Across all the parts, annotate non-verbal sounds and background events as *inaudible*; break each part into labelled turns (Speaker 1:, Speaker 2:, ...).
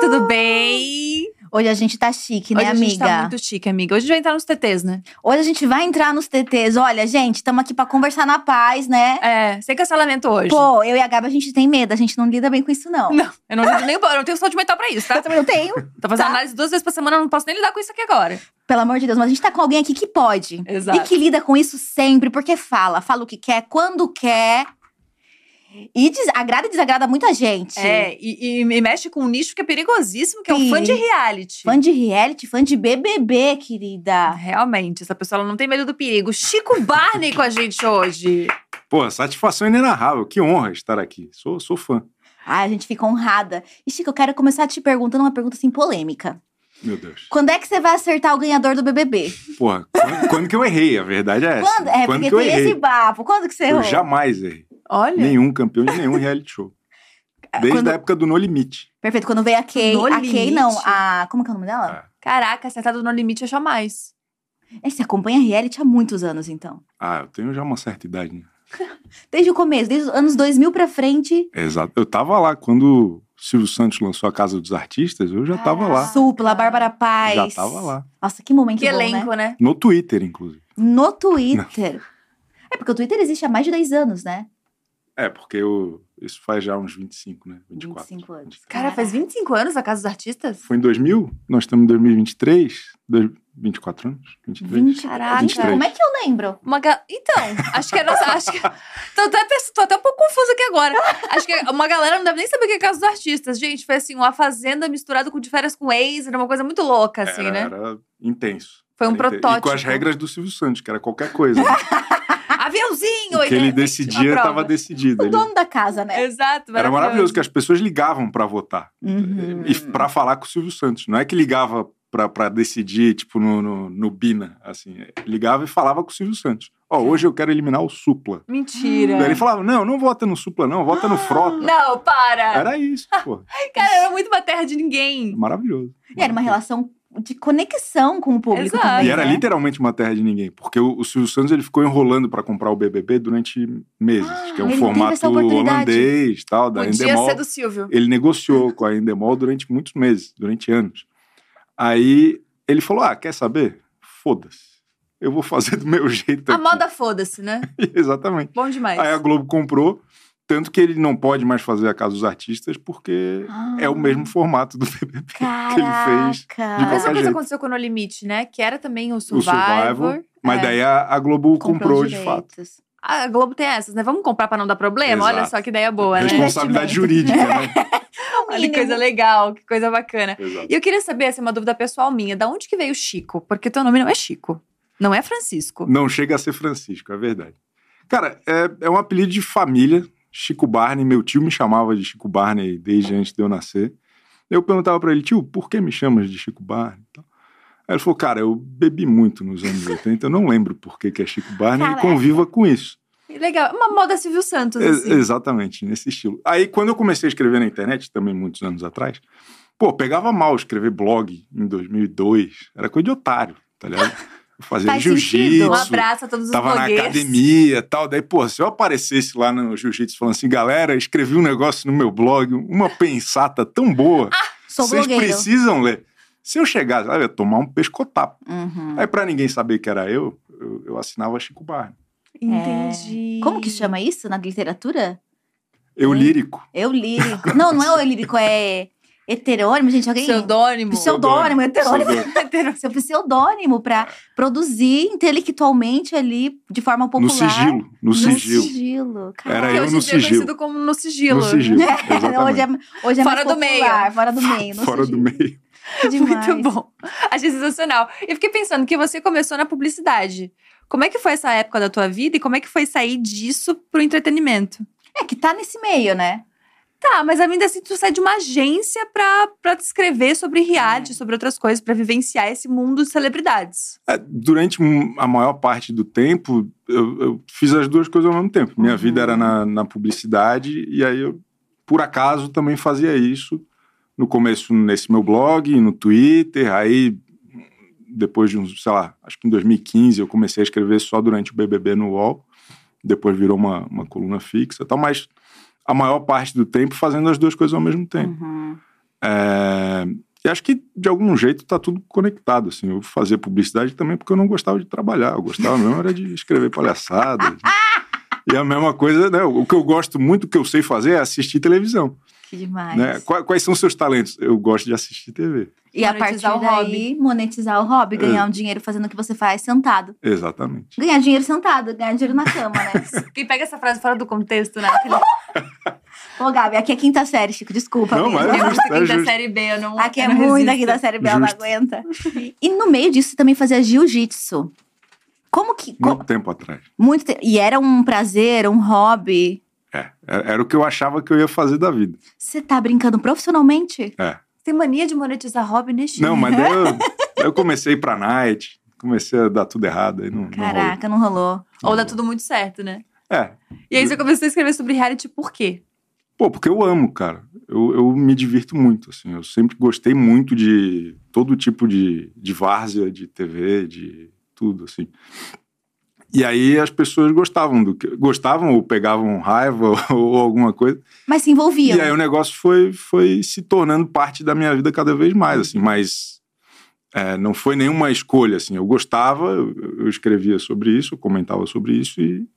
Speaker 1: tudo bem?
Speaker 2: Hoje a gente tá chique, né,
Speaker 1: Hoje
Speaker 2: amiga?
Speaker 1: a gente tá muito chique, amiga. Hoje a gente vai entrar nos TTs, né?
Speaker 2: Hoje a gente vai entrar nos TTs. Olha, gente, estamos aqui pra conversar na paz, né?
Speaker 1: É, sem cancelamento hoje.
Speaker 2: Pô, eu e a Gabi, a gente tem medo, a gente não lida bem com isso, não.
Speaker 1: Não, eu não, lido nem, eu não tenho saúde mental pra
Speaker 2: *laughs*
Speaker 1: isso, tá?
Speaker 2: Eu também não tenho,
Speaker 1: Tô fazendo
Speaker 2: Tá.
Speaker 1: análise duas vezes por semana, eu não posso nem lidar com isso aqui agora.
Speaker 2: pelo amor de Deus, mas a gente tá com alguém aqui que pode.
Speaker 1: Exato.
Speaker 2: E que lida com isso sempre, porque fala, fala o que quer, quando quer. E des- agrada e desagrada muita gente.
Speaker 1: É, e, e- e mexe com um nicho que é perigosíssimo, que é um
Speaker 2: Sim.
Speaker 1: fã de reality. Ah,
Speaker 2: Fã de reality, fã de BBB, querida.
Speaker 1: Realmente, essa pessoa ela não tem medo do perigo. Chico Barney com a gente hoje.
Speaker 3: Pô, satisfação inenarrável. Que honra estar aqui. Sou, sou fã.
Speaker 2: Ai, a gente fica honrada. E, Chico, eu quero começar te perguntando uma pergunta assim polêmica.
Speaker 3: Meu Deus.
Speaker 2: Quando é que você vai acertar o ganhador do BBB?
Speaker 3: Porra, quando, quando que eu errei? A verdade é essa.
Speaker 2: Quando? É, porque
Speaker 3: que eu
Speaker 2: tem esse
Speaker 3: errei?
Speaker 2: papo. Quando que você errou?
Speaker 3: Eu jamais errei.
Speaker 1: Olha.
Speaker 3: Nenhum campeão de nenhum reality show. Desde
Speaker 2: É, Quando-
Speaker 3: a época do No Limite.
Speaker 2: Perfeito, quando veio a Kay.
Speaker 1: No
Speaker 2: a Kay, não.
Speaker 1: limite.
Speaker 2: A... Como que é o nome
Speaker 3: Ah.
Speaker 2: dela?
Speaker 1: Caraca, acertado no limite, eu jamais.
Speaker 2: É, você acompanha reality há muitos anos, então.
Speaker 3: Ah, eu tenho já uma certa idade, né?
Speaker 2: Desde o começo, desde os anos 2000 pra frente.
Speaker 3: É, Exato. Eu tava lá quando o Silvio Santos lançou a Casa dos Artistas, eu já tava lá.
Speaker 2: Supla,
Speaker 1: tá.
Speaker 2: Bárbara Paz.
Speaker 3: Ah, Já tava lá.
Speaker 2: Nossa, que momento
Speaker 1: Que
Speaker 2: bom, né?
Speaker 1: elenco, né?
Speaker 3: No Twitter, inclusive.
Speaker 2: No Twitter. É porque o Twitter existe há mais de 10 anos, né?
Speaker 3: É, porque eu, isso faz já uns 25, né? 24.
Speaker 2: 25 anos.
Speaker 1: Cara, faz 25 anos a Casa dos Artistas?
Speaker 3: Foi em 2000, nós estamos em 2023, dois- 24 anos? 23?
Speaker 2: 20,
Speaker 1: Caraca.
Speaker 2: 23. Como é que eu lembro?
Speaker 1: Uma ga- Então, acho que a nossa. Acho que... *laughs* tô, até, pens- tô até um pouco confusa aqui agora. Acho que uma galera não deve nem saber o que é Casa dos Artistas. Gente, foi assim, uma fazenda misturada com de férias com ex, era uma coisa muito louca, assim,
Speaker 3: era,
Speaker 1: né?
Speaker 3: era intenso.
Speaker 1: Foi um
Speaker 3: Era inten- E
Speaker 1: protótipo.
Speaker 3: com as regras do Silvio Santos, que era qualquer coisa.
Speaker 1: *laughs*
Speaker 3: Né?
Speaker 1: Aviãozinho!
Speaker 3: o que ele decidia
Speaker 1: prova.
Speaker 3: estava decidido.
Speaker 2: O
Speaker 3: Ele-
Speaker 2: dono da casa, né?
Speaker 1: Exato,
Speaker 3: Era maravilhoso que as pessoas ligavam para votar
Speaker 2: Uhum.
Speaker 3: e para falar com o Silvio Santos. Não é que ligava para decidir, tipo, no, no, no Bina, assim. É, Ligava e falava com o Silvio Santos. Ó, hoje eu quero eliminar o Supla.
Speaker 1: Mentira.
Speaker 3: Daí ele falava, não, não vota no Supla, não,
Speaker 1: *gasps*
Speaker 3: vota no Frota.
Speaker 1: É. Não, para!
Speaker 3: Era isso, pô.
Speaker 1: Cara, era muito uma terra de ninguém.
Speaker 3: Maravilhoso.
Speaker 2: E era uma relação de conexão com o público
Speaker 1: Exato.
Speaker 2: também,
Speaker 3: E era
Speaker 2: né?
Speaker 3: literalmente uma terra de ninguém, porque o, o Silvio Santos ele ficou enrolando para comprar o BBB durante meses,
Speaker 2: Ah,
Speaker 3: que é um
Speaker 2: ele teve essa
Speaker 3: formato
Speaker 2: oportunidade.
Speaker 3: holandês, tal, da
Speaker 1: Podia
Speaker 3: Endemol.
Speaker 1: ser do Silvio.
Speaker 3: Ele negociou com a Endemol durante muitos meses, durante anos. Aí ele falou: "Ah, quer saber? Foda-se. Eu vou fazer do meu *laughs* jeito
Speaker 1: A
Speaker 3: aqui."
Speaker 1: moda foda-se, né?
Speaker 3: Exatamente.
Speaker 1: Bom demais.
Speaker 3: Aí a Globo comprou, tanto que ele não pode mais fazer a Casa dos Artistas porque
Speaker 2: Ah,
Speaker 3: é o mesmo formato do BBB.
Speaker 2: *laughs* caraca.
Speaker 3: fez
Speaker 1: A
Speaker 3: de
Speaker 1: mesma
Speaker 3: qualquer
Speaker 1: coisa
Speaker 3: jeito.
Speaker 1: aconteceu com o No Limite, né? Que era também o
Speaker 3: Survivor,
Speaker 1: Survivor.
Speaker 3: Mas
Speaker 1: É.
Speaker 3: daí a, a Globo comprou de fato.
Speaker 1: A Globo tem essas, né? Vamos comprar pra não dar problema? Olha
Speaker 3: Exato.
Speaker 1: só que ideia boa, né?
Speaker 3: Responsabilidade jurídica, né?
Speaker 2: É um
Speaker 1: *laughs* Olha que coisa legal, que coisa bacana.
Speaker 3: Exato.
Speaker 1: E eu queria saber, assim, uma dúvida pessoal minha. Da onde que veio o Chico? Porque teu nome não é Chico. Não é Francisco.
Speaker 3: Não chega a ser Francisco, é verdade. Cara, é, é um apelido de família. Chico Barney, meu tio me chamava de Chico Barney desde antes de eu nascer. Eu perguntava pra ele, tio, por que me chamas de Chico Barney? Então, Aí ele falou, cara, eu bebi muito nos anos 80, eu não lembro por que, que é Chico Barney
Speaker 2: Caraca.
Speaker 3: e conviva com isso.
Speaker 1: Legal. Uma moda Silvio Santos,
Speaker 3: É,
Speaker 1: assim.
Speaker 3: Exatamente, nesse estilo. Aí, quando eu comecei a escrever na internet, também muitos anos atrás, pô, pegava mal escrever blog em 2002. Era coisa de otário, tá ligado? Eu fazia
Speaker 2: Faz
Speaker 3: jiu-jitsu,
Speaker 2: sentido.
Speaker 1: Um abraço a todos os
Speaker 3: tava na
Speaker 1: blogueiros.
Speaker 3: academia tal. Daí, pô, se eu aparecesse lá no jiu-jitsu falando assim, galera, escrevi um negócio no meu blog, uma pensata tão boa,
Speaker 2: Ah, Sou
Speaker 3: vocês
Speaker 2: blogueiro.
Speaker 3: precisam ler. Se eu chegasse, ah, eu ia tomar um pescotapo.
Speaker 2: Uhum.
Speaker 3: Aí, pra ninguém saber que era eu, eu, eu assinava Chico Barney.
Speaker 1: Entendi.
Speaker 2: Como que chama isso na literatura?
Speaker 3: Eu
Speaker 2: Hum.
Speaker 3: lírico.
Speaker 2: Eu lírico. não, não é o lírico, é heterônimo, gente. Alguém.
Speaker 1: Pseudônimo.
Speaker 2: Pseudônimo, *laughs* heterônimo.
Speaker 3: Pseudônimo.
Speaker 2: Seu pseudônimo pra produzir intelectualmente ali de forma popular.
Speaker 3: No sigilo, no
Speaker 2: No
Speaker 3: sigilo.
Speaker 2: sigilo. Caraca.
Speaker 3: Era
Speaker 1: que
Speaker 3: eu
Speaker 1: hoje em dia
Speaker 3: no
Speaker 1: é
Speaker 3: sigilo.
Speaker 1: conhecido como no sigilo.
Speaker 3: No sigilo.
Speaker 2: *laughs* hoje é,
Speaker 3: exatamente.
Speaker 2: hoje é mais
Speaker 1: Fora do meio.
Speaker 2: popular, Fora do meio. no
Speaker 3: Fora do
Speaker 2: sigilo.
Speaker 3: meio.
Speaker 2: Que demais.
Speaker 1: Muito bom. Achei sensacional. E fiquei pensando que você começou na publicidade. Como é que foi essa época da tua vida e como é que foi sair disso pro entretenimento?
Speaker 2: É que tá nesse meio, né?
Speaker 1: Tá, mas ainda assim tu sai de uma agência pra, pra te escrever sobre reality, sobre outras coisas, pra vivenciar esse mundo de celebridades.
Speaker 3: É, Durante um- a maior parte do tempo, eu, eu fiz as duas coisas ao mesmo tempo. Minha
Speaker 2: Uhum.
Speaker 3: vida era na, na publicidade, e aí eu, por acaso, também fazia isso. No começo, nesse meu blog, no Twitter, aí depois de uns, sei lá, acho que em 2015 eu comecei a escrever só durante o BBB no UOL. Depois virou uma, uma coluna fixa e tal, mas a maior parte do tempo fazendo as duas coisas ao mesmo tempo.
Speaker 2: Uhum.
Speaker 3: É, E acho que, de algum jeito, tá tudo conectado, assim. Eu fazer publicidade também porque eu não gostava de trabalhar. Eu gostava mesmo era de escrever palhaçada. E a mesma coisa, né? O que eu gosto muito, o que eu sei fazer é assistir televisão.
Speaker 2: Que demais.
Speaker 3: Né? Qua- Quais são os seus talentos? Eu gosto de assistir TV.
Speaker 2: E a partir
Speaker 1: Monetizar o
Speaker 2: daí, monetizar o hobby,
Speaker 3: É.
Speaker 2: ganhar um dinheiro fazendo o que você faz sentado.
Speaker 3: Exatamente.
Speaker 2: Ganhar dinheiro sentado, ganhar dinheiro na cama,
Speaker 1: *laughs*
Speaker 2: né?
Speaker 1: Quem pega essa frase fora do contexto, né?
Speaker 3: *laughs*
Speaker 1: Aquele-
Speaker 3: É
Speaker 2: Ô, Gabi, aqui é quinta série, Chico, desculpa.
Speaker 3: Não, mas-
Speaker 1: Eu
Speaker 3: É
Speaker 1: gosto
Speaker 3: justo,
Speaker 1: da
Speaker 3: é
Speaker 1: quinta
Speaker 3: justo.
Speaker 1: série B, eu não.
Speaker 2: Aqui é
Speaker 1: eu não
Speaker 2: muito
Speaker 1: resisto.
Speaker 2: aqui da série Bela, não
Speaker 3: Justo.
Speaker 2: aguenta. E no meio disso, você também fazia jiu-jitsu. Como que. co-
Speaker 3: Muito tempo atrás.
Speaker 2: muito te- E era um prazer, um hobby.
Speaker 3: É, era era o que eu achava que eu ia fazer da vida.
Speaker 2: Você tá brincando profissionalmente?
Speaker 3: É.
Speaker 1: Tem mania de monetizar hobby neste
Speaker 3: Não, mas daí eu, daí eu comecei pra night, comecei a dar tudo errado. Aí não, não rolou.
Speaker 2: Caraca, não rolou.
Speaker 1: Ou dá tudo muito certo, né?
Speaker 3: É.
Speaker 1: E aí você começou a escrever sobre reality por quê?
Speaker 3: Pô, porque eu amo, cara. Eu, eu me divirto muito, assim. Eu sempre gostei muito de todo tipo de, de várzea, de TV, de tudo, assim. E aí as pessoas gostavam do que... Gostavam ou pegavam raiva *laughs* ou alguma coisa.
Speaker 2: Mas se envolvia.
Speaker 3: E aí o negócio foi, foi se tornando parte da minha vida cada vez mais, assim, mas é, não foi nenhuma escolha, assim, eu gostava, eu eu escrevia sobre isso, eu comentava sobre isso e,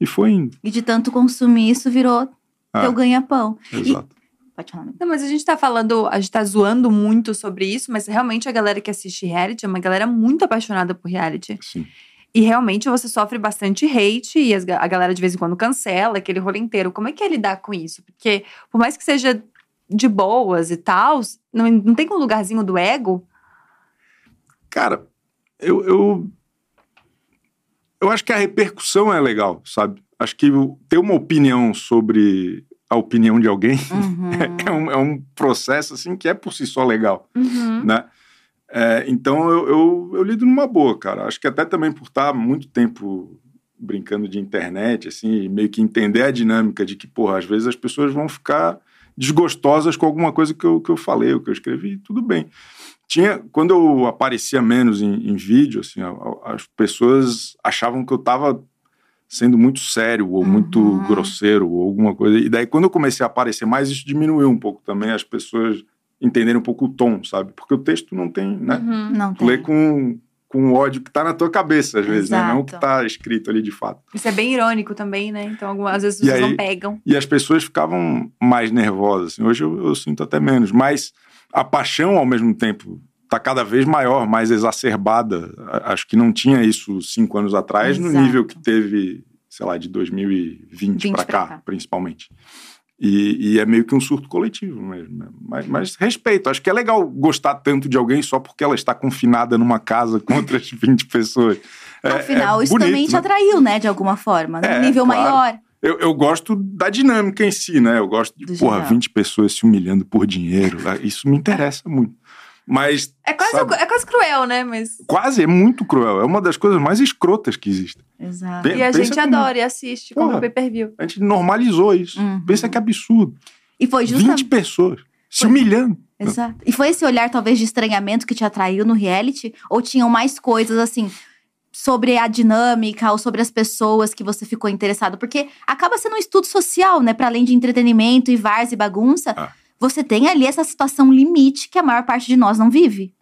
Speaker 3: e foi indo.
Speaker 2: E de tanto consumir isso, virou
Speaker 3: Ah.
Speaker 2: teu ganha-pão.
Speaker 3: Exato.
Speaker 2: Pode falar. né?
Speaker 3: *laughs*
Speaker 2: amiga.
Speaker 1: Não, mas a gente tá falando, a gente tá zoando muito sobre isso, mas realmente a galera que assiste reality é uma galera muito apaixonada por reality.
Speaker 3: Sim.
Speaker 1: E realmente você sofre bastante hate e as ga- a galera de vez em quando cancela aquele rolê inteiro. Como é que é lidar com isso? Porque por mais que seja de boas e tal, não, não tem um lugarzinho do ego?
Speaker 3: Cara, eu, eu, eu acho que a repercussão é legal, sabe? Acho que o- ter uma opinião sobre a opinião de alguém *laughs*
Speaker 2: Uhum.
Speaker 3: é um, é um processo, assim, que é por si só legal.
Speaker 1: Uhum.
Speaker 3: né? É, então eu, eu, eu lido numa boa, cara. Acho que até também por estar muito tempo brincando de internet, assim, e meio que entender a dinâmica de que, porra, às vezes as pessoas vão ficar desgostosas com alguma coisa que eu, que eu falei, ou que eu escrevi, tudo bem. Tinha, quando eu aparecia menos em, em vídeo, assim, a- a- as pessoas achavam que eu tava sendo muito sério ou muito
Speaker 2: Uhum.
Speaker 3: grosseiro ou alguma coisa. E daí quando eu comecei a aparecer mais, isso diminuiu um pouco também, as pessoas entenderem um pouco o tom, sabe? Porque o texto não tem, né?
Speaker 1: Uhum.
Speaker 2: Não
Speaker 3: Tu lê
Speaker 2: tem.
Speaker 3: com, com o ódio que tá na tua cabeça, às vezes, né? Não o que
Speaker 2: Exato.
Speaker 3: tá escrito ali de fato.
Speaker 1: Isso é bem irônico também, né? Então, algumas, às vezes
Speaker 3: E
Speaker 1: vocês não
Speaker 3: aí-
Speaker 1: pegam.
Speaker 2: Então.
Speaker 3: E as pessoas ficavam mais nervosas, assim. Hoje eu, eu sinto até menos, mas a paixão, ao mesmo tempo, tá cada vez maior, mais exacerbada. A- Acho que não tinha isso cinco anos atrás, no
Speaker 2: Exato.
Speaker 3: nível que teve, sei lá, de 2020
Speaker 2: 20 pra
Speaker 3: para cá,
Speaker 2: cá.
Speaker 3: principalmente. E, e é meio que um surto coletivo mesmo. né? Mas, mas respeito. Acho que é legal gostar tanto de alguém só porque ela está confinada numa casa com outras *laughs* 20 pessoas. É-
Speaker 2: Afinal,
Speaker 3: é
Speaker 2: isso
Speaker 3: bonito,
Speaker 2: também te
Speaker 3: né?
Speaker 2: atraiu, né? De alguma forma. Num
Speaker 3: É,
Speaker 2: nível
Speaker 3: claro.
Speaker 2: maior.
Speaker 3: Eu, eu gosto da dinâmica em si, né? Eu gosto de,
Speaker 2: Do
Speaker 3: porra,
Speaker 2: geral.
Speaker 3: 20 pessoas se humilhando por dinheiro. Isso me interessa muito. Mas
Speaker 1: É quase,
Speaker 3: Sabe?
Speaker 1: é quase cruel, né? Mas.
Speaker 3: quase é muito cruel. É uma das coisas mais escrotas que existem.
Speaker 2: Exato.
Speaker 3: Pe-
Speaker 1: E a
Speaker 3: pensa
Speaker 1: gente
Speaker 3: comigo.
Speaker 1: adora e assiste, compra
Speaker 3: Porra.
Speaker 1: pay per view.
Speaker 3: A gente normalizou isso.
Speaker 2: Uhum.
Speaker 3: Pensa que absurdo.
Speaker 2: E foi
Speaker 3: 20
Speaker 2: justamente.
Speaker 3: pessoas se
Speaker 2: Foi.
Speaker 3: humilhando.
Speaker 2: Exato. E foi esse olhar, talvez, de estranhamento que te atraiu no reality? Ou tinham mais coisas assim? Sobre a dinâmica ou sobre as pessoas que você ficou interessado. Porque acaba sendo um estudo social, né? Para além de entretenimento e vars e bagunça,
Speaker 3: Ah.
Speaker 2: você tem ali essa situação limite que a maior parte de nós não vive.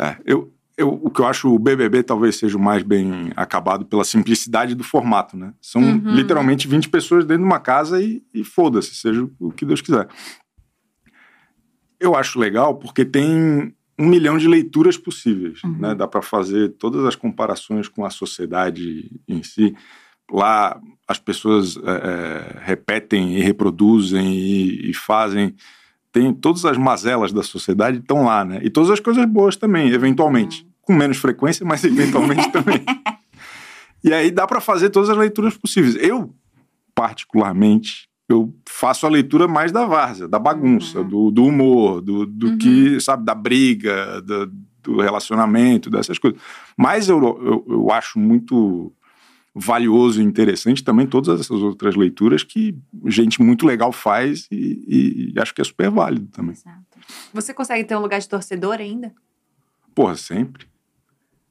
Speaker 3: É, eu, eu, o que eu acho o BBB talvez seja o mais bem acabado pela simplicidade do formato, né? São
Speaker 1: Uhum.
Speaker 3: literalmente 20 pessoas dentro de uma casa e, e foda-se, seja o que Deus quiser. Eu acho legal porque tem um milhão de leituras possíveis,
Speaker 2: Uhum.
Speaker 3: né? Dá para fazer todas as comparações com a sociedade em si. Lá as pessoas é, é, repetem e reproduzem e- e fazem tem todas as mazelas da sociedade estão lá, né? E todas as coisas boas também, eventualmente, com menos frequência, mas eventualmente também. E aí dá para fazer todas as leituras possíveis. Eu particularmente eu faço a leitura mais da várzea, da bagunça,
Speaker 2: Uhum.
Speaker 3: do, do humor, do, do
Speaker 1: Uhum.
Speaker 3: que, sabe, da briga, do, do relacionamento, dessas coisas. Mas eu, eu, eu acho muito valioso e interessante também todas essas outras leituras que gente muito legal faz e- e- e acho que é super válido também.
Speaker 2: Exato.
Speaker 1: Você consegue ter um lugar de torcedor ainda?
Speaker 3: Porra, sempre?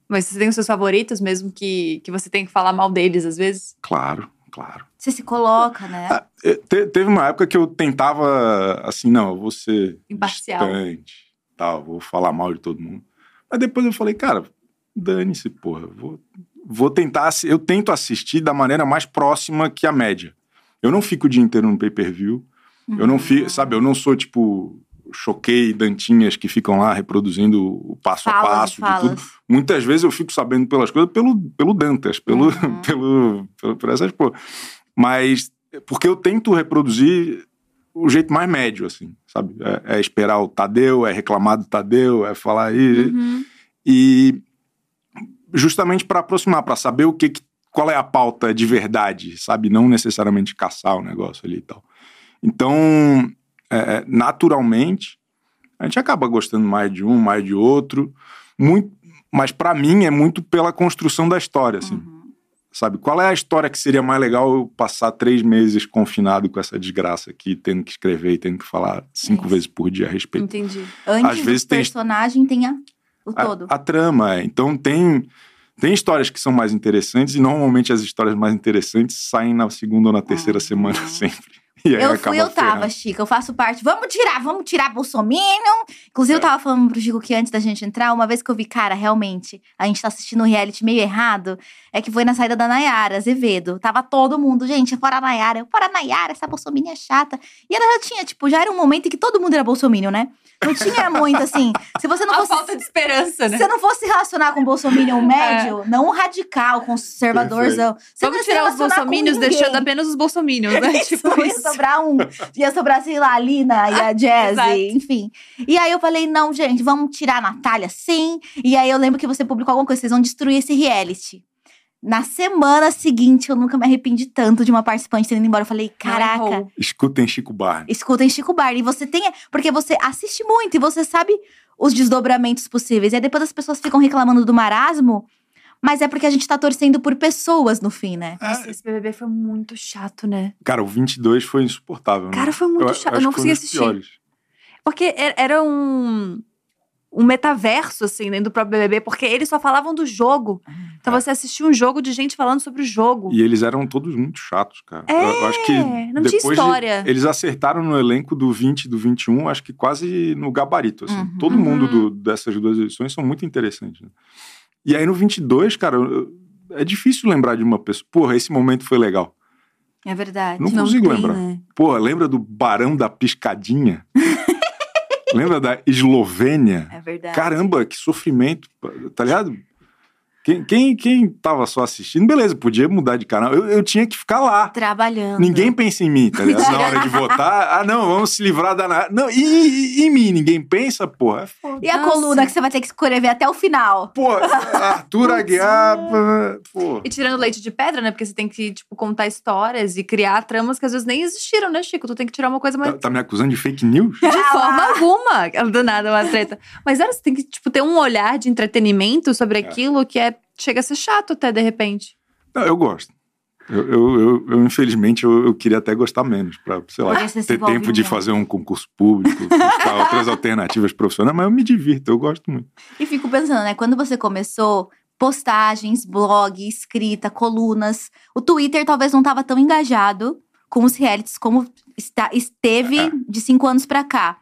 Speaker 1: Mas você tem os seus favoritos, mesmo que, que você tenha que falar mal deles às vezes?
Speaker 3: Claro, claro.
Speaker 2: Você se coloca, né?
Speaker 3: Ah, eh, te- teve uma época que eu tentava, assim, não, eu vou ser
Speaker 1: Imparcial.
Speaker 3: distante, tal, vou falar mal de todo mundo. Mas depois eu falei, cara, dane-se, porra, eu vou, vou tentar, assi- eu tento assistir da maneira mais próxima que a média. Eu não fico o dia inteiro no pay-per-view, eu não fico, sabe, eu não sou, tipo, choquei dantinhas que ficam lá reproduzindo o passo a
Speaker 2: Falas,
Speaker 3: passo
Speaker 2: e
Speaker 3: de tudo
Speaker 2: falas.
Speaker 3: muitas vezes eu fico sabendo pelas coisas pelo, pelo Dantas, pelo,
Speaker 2: Uhum.
Speaker 3: *laughs* pelo, pelo- por essas coisas. Mas porque eu tento reproduzir o jeito mais médio, assim, sabe? É, é esperar o Tadeu, é reclamar do Tadeu, é falar aí.
Speaker 2: Uhum.
Speaker 3: E justamente para aproximar, para saber o que, que- qual é a pauta de verdade, sabe? Não necessariamente caçar o negócio ali e tal. Então, é, é, naturalmente, a gente acaba gostando mais de um, mais de outro. Muito, mas para mim é muito pela construção da história, assim.
Speaker 2: Uhum.
Speaker 3: Sabe? Qual é a história que seria mais legal eu passar três meses confinado com essa desgraça aqui, tendo que escrever e tendo que falar cinco
Speaker 2: isso.
Speaker 3: vezes por dia a respeito?
Speaker 1: Entendi.
Speaker 2: Antes
Speaker 3: vezes
Speaker 2: do
Speaker 3: tem-
Speaker 2: personagem tem, a- o
Speaker 3: a,
Speaker 2: todo.
Speaker 3: a trama. é. Então tem tem histórias que são mais interessantes e normalmente as histórias mais interessantes saem na segunda ou na terceira
Speaker 2: Ah.
Speaker 3: semana *laughs* sempre. E aí
Speaker 2: Eu
Speaker 3: acaba
Speaker 2: fui, eu tava,
Speaker 3: ferrando.
Speaker 2: Chica. Eu faço parte. Vamos tirar, vamos tirar Bolsominion. Inclusive, eu
Speaker 3: É.
Speaker 2: tava falando pro Chico que antes da gente entrar, uma vez que eu vi, cara, realmente, a gente tá assistindo um reality meio errado, é que foi na saída da Nayara, Azevedo. Tava todo mundo, gente, é fora a Nayara. eu, Fora a Nayara, essa Bolsominion é chata. E ela já tinha, tipo, já era um momento em que todo mundo era Bolsominion, né? Não tinha muito, assim. Se você não
Speaker 1: A
Speaker 2: fosse.
Speaker 1: falta de esperança,
Speaker 2: Se
Speaker 1: né? É.
Speaker 2: você não fosse relacionar com o Bolsominion médio, não o radical, conservadorzão. Você não ia
Speaker 1: Vamos
Speaker 2: se
Speaker 1: tirar os
Speaker 2: relacionar com
Speaker 1: bolsominions,
Speaker 2: ninguém.
Speaker 1: deixando apenas os *laughs* bolsominions, né? tipo
Speaker 2: Só ia
Speaker 1: isso.
Speaker 2: sobrar um. Ia sobrar, sei lá, a Lina e a
Speaker 1: Exato.
Speaker 2: Jazzy, enfim. E aí eu falei, não, gente, vamos tirar a Natália, sim. E aí eu lembro que você publicou alguma coisa, vocês vão destruir esse reality. Na semana seguinte, eu nunca me arrependi tanto de uma participante tendo ido embora. Eu falei,
Speaker 1: Não
Speaker 2: caraca,
Speaker 1: errou.
Speaker 3: Escutem Chico Barney.
Speaker 2: escutem Chico Barney. Você tem. Porque você assiste muito e você sabe os desdobramentos possíveis. E aí depois as pessoas ficam reclamando do marasmo. Mas é porque a gente tá torcendo por pessoas no fim, né?
Speaker 3: É.
Speaker 1: Nossa, esse BBB foi muito chato, né?
Speaker 3: Cara, o 22 foi insuportável. né?
Speaker 1: Cara, foi muito
Speaker 3: Eu-
Speaker 1: chato. Eu
Speaker 3: acho
Speaker 1: não
Speaker 3: que foi um
Speaker 1: consegui
Speaker 3: dos
Speaker 1: assistir.
Speaker 3: piores.
Speaker 1: Porque era- era um, um metaverso, assim, dentro do próprio BBB, porque eles só falavam do jogo. Então
Speaker 3: É.
Speaker 1: você assistia um jogo de gente falando sobre o jogo.
Speaker 3: E eles eram todos muito chatos, cara. eu, eu acho que
Speaker 1: É, não tinha
Speaker 3: depois de-
Speaker 1: história.
Speaker 3: eles acertaram no elenco do 20 e do 21, acho que quase no gabarito. Assim.
Speaker 2: Uhum.
Speaker 3: Todo mundo do- dessas duas edições são muito interessantes. né? E aí no 22, cara, eu- é difícil lembrar de uma pessoa. Porra, esse momento foi legal.
Speaker 2: É verdade.
Speaker 3: Não consigo lembrar. Porra, lembra do Barão
Speaker 2: *laughs*
Speaker 3: da Piscadinha? lembra da Eslovênia?
Speaker 2: É verdade.
Speaker 3: Caramba, que sofrimento, tá ligado? Quem, quem, quem tava só assistindo, beleza, podia mudar de canal. Eu, eu tinha que ficar lá.
Speaker 2: Trabalhando.
Speaker 3: Ninguém pensa em mim, tá ligado? Na hora de votar, ah, não, vamos se livrar da. na- Não, e, e- e em mim? Ninguém pensa, porra. É foda.
Speaker 2: E a
Speaker 1: Nossa.
Speaker 2: coluna que você vai ter que escrever até o final.
Speaker 3: Porra, Arthur Aguiar, porra.
Speaker 1: E tirando leite de pedra, né? Porque você tem que, tipo, contar histórias e criar tramas que às vezes nem existiram, né, Chico? Tu tem que tirar uma coisa mais.
Speaker 3: Tá, tá me acusando de fake news?
Speaker 1: De
Speaker 2: Ah lá.
Speaker 1: forma alguma, *laughs* do nada uma treta. Mas era, você tem que, tipo, ter um olhar de entretenimento sobre aquilo que é. Chega a ser chato até, de repente.
Speaker 3: Não, eu gosto. Eu, eu- eu- eu, infelizmente, eu, eu queria até gostar menos, pra, sei lá,
Speaker 2: Porque você se
Speaker 3: ter
Speaker 2: envolve
Speaker 3: tempo de
Speaker 2: muito.
Speaker 3: fazer um concurso público, buscar outras alternativas profissionais, mas eu me divirto, eu gosto muito.
Speaker 2: E fico pensando, né? Quando você começou, postagens, blog, escrita, colunas. O Twitter talvez não tava tão engajado com os realities como está, esteve
Speaker 3: É.
Speaker 2: de cinco anos pra cá.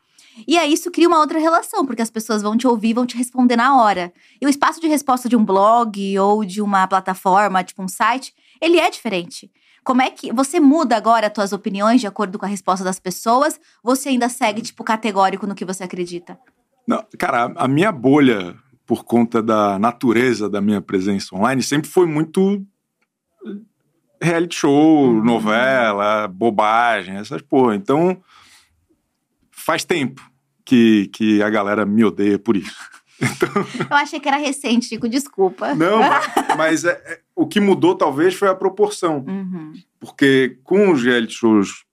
Speaker 2: E aí isso cria uma outra relação, porque as pessoas vão te ouvir, vão te responder na hora. E o espaço de resposta de um blog ou de uma plataforma, tipo um site, ele é diferente. Como é que você muda agora as tuas opiniões de acordo com a resposta das pessoas? Você ainda segue tipo categórico no que você acredita?
Speaker 3: Não, cara, a a minha bolha, por conta da natureza da minha presença online, sempre foi muito eh, reality show, novela, bobagem, essas porra. Então, faz tempo que, que a galera me odeia por isso.
Speaker 2: Eu achei que era recente, Chico, desculpa.
Speaker 3: Não, *laughs* mas, mas é- é- o que mudou talvez foi a proporção.
Speaker 2: Uhum.
Speaker 3: Porque com os reality shows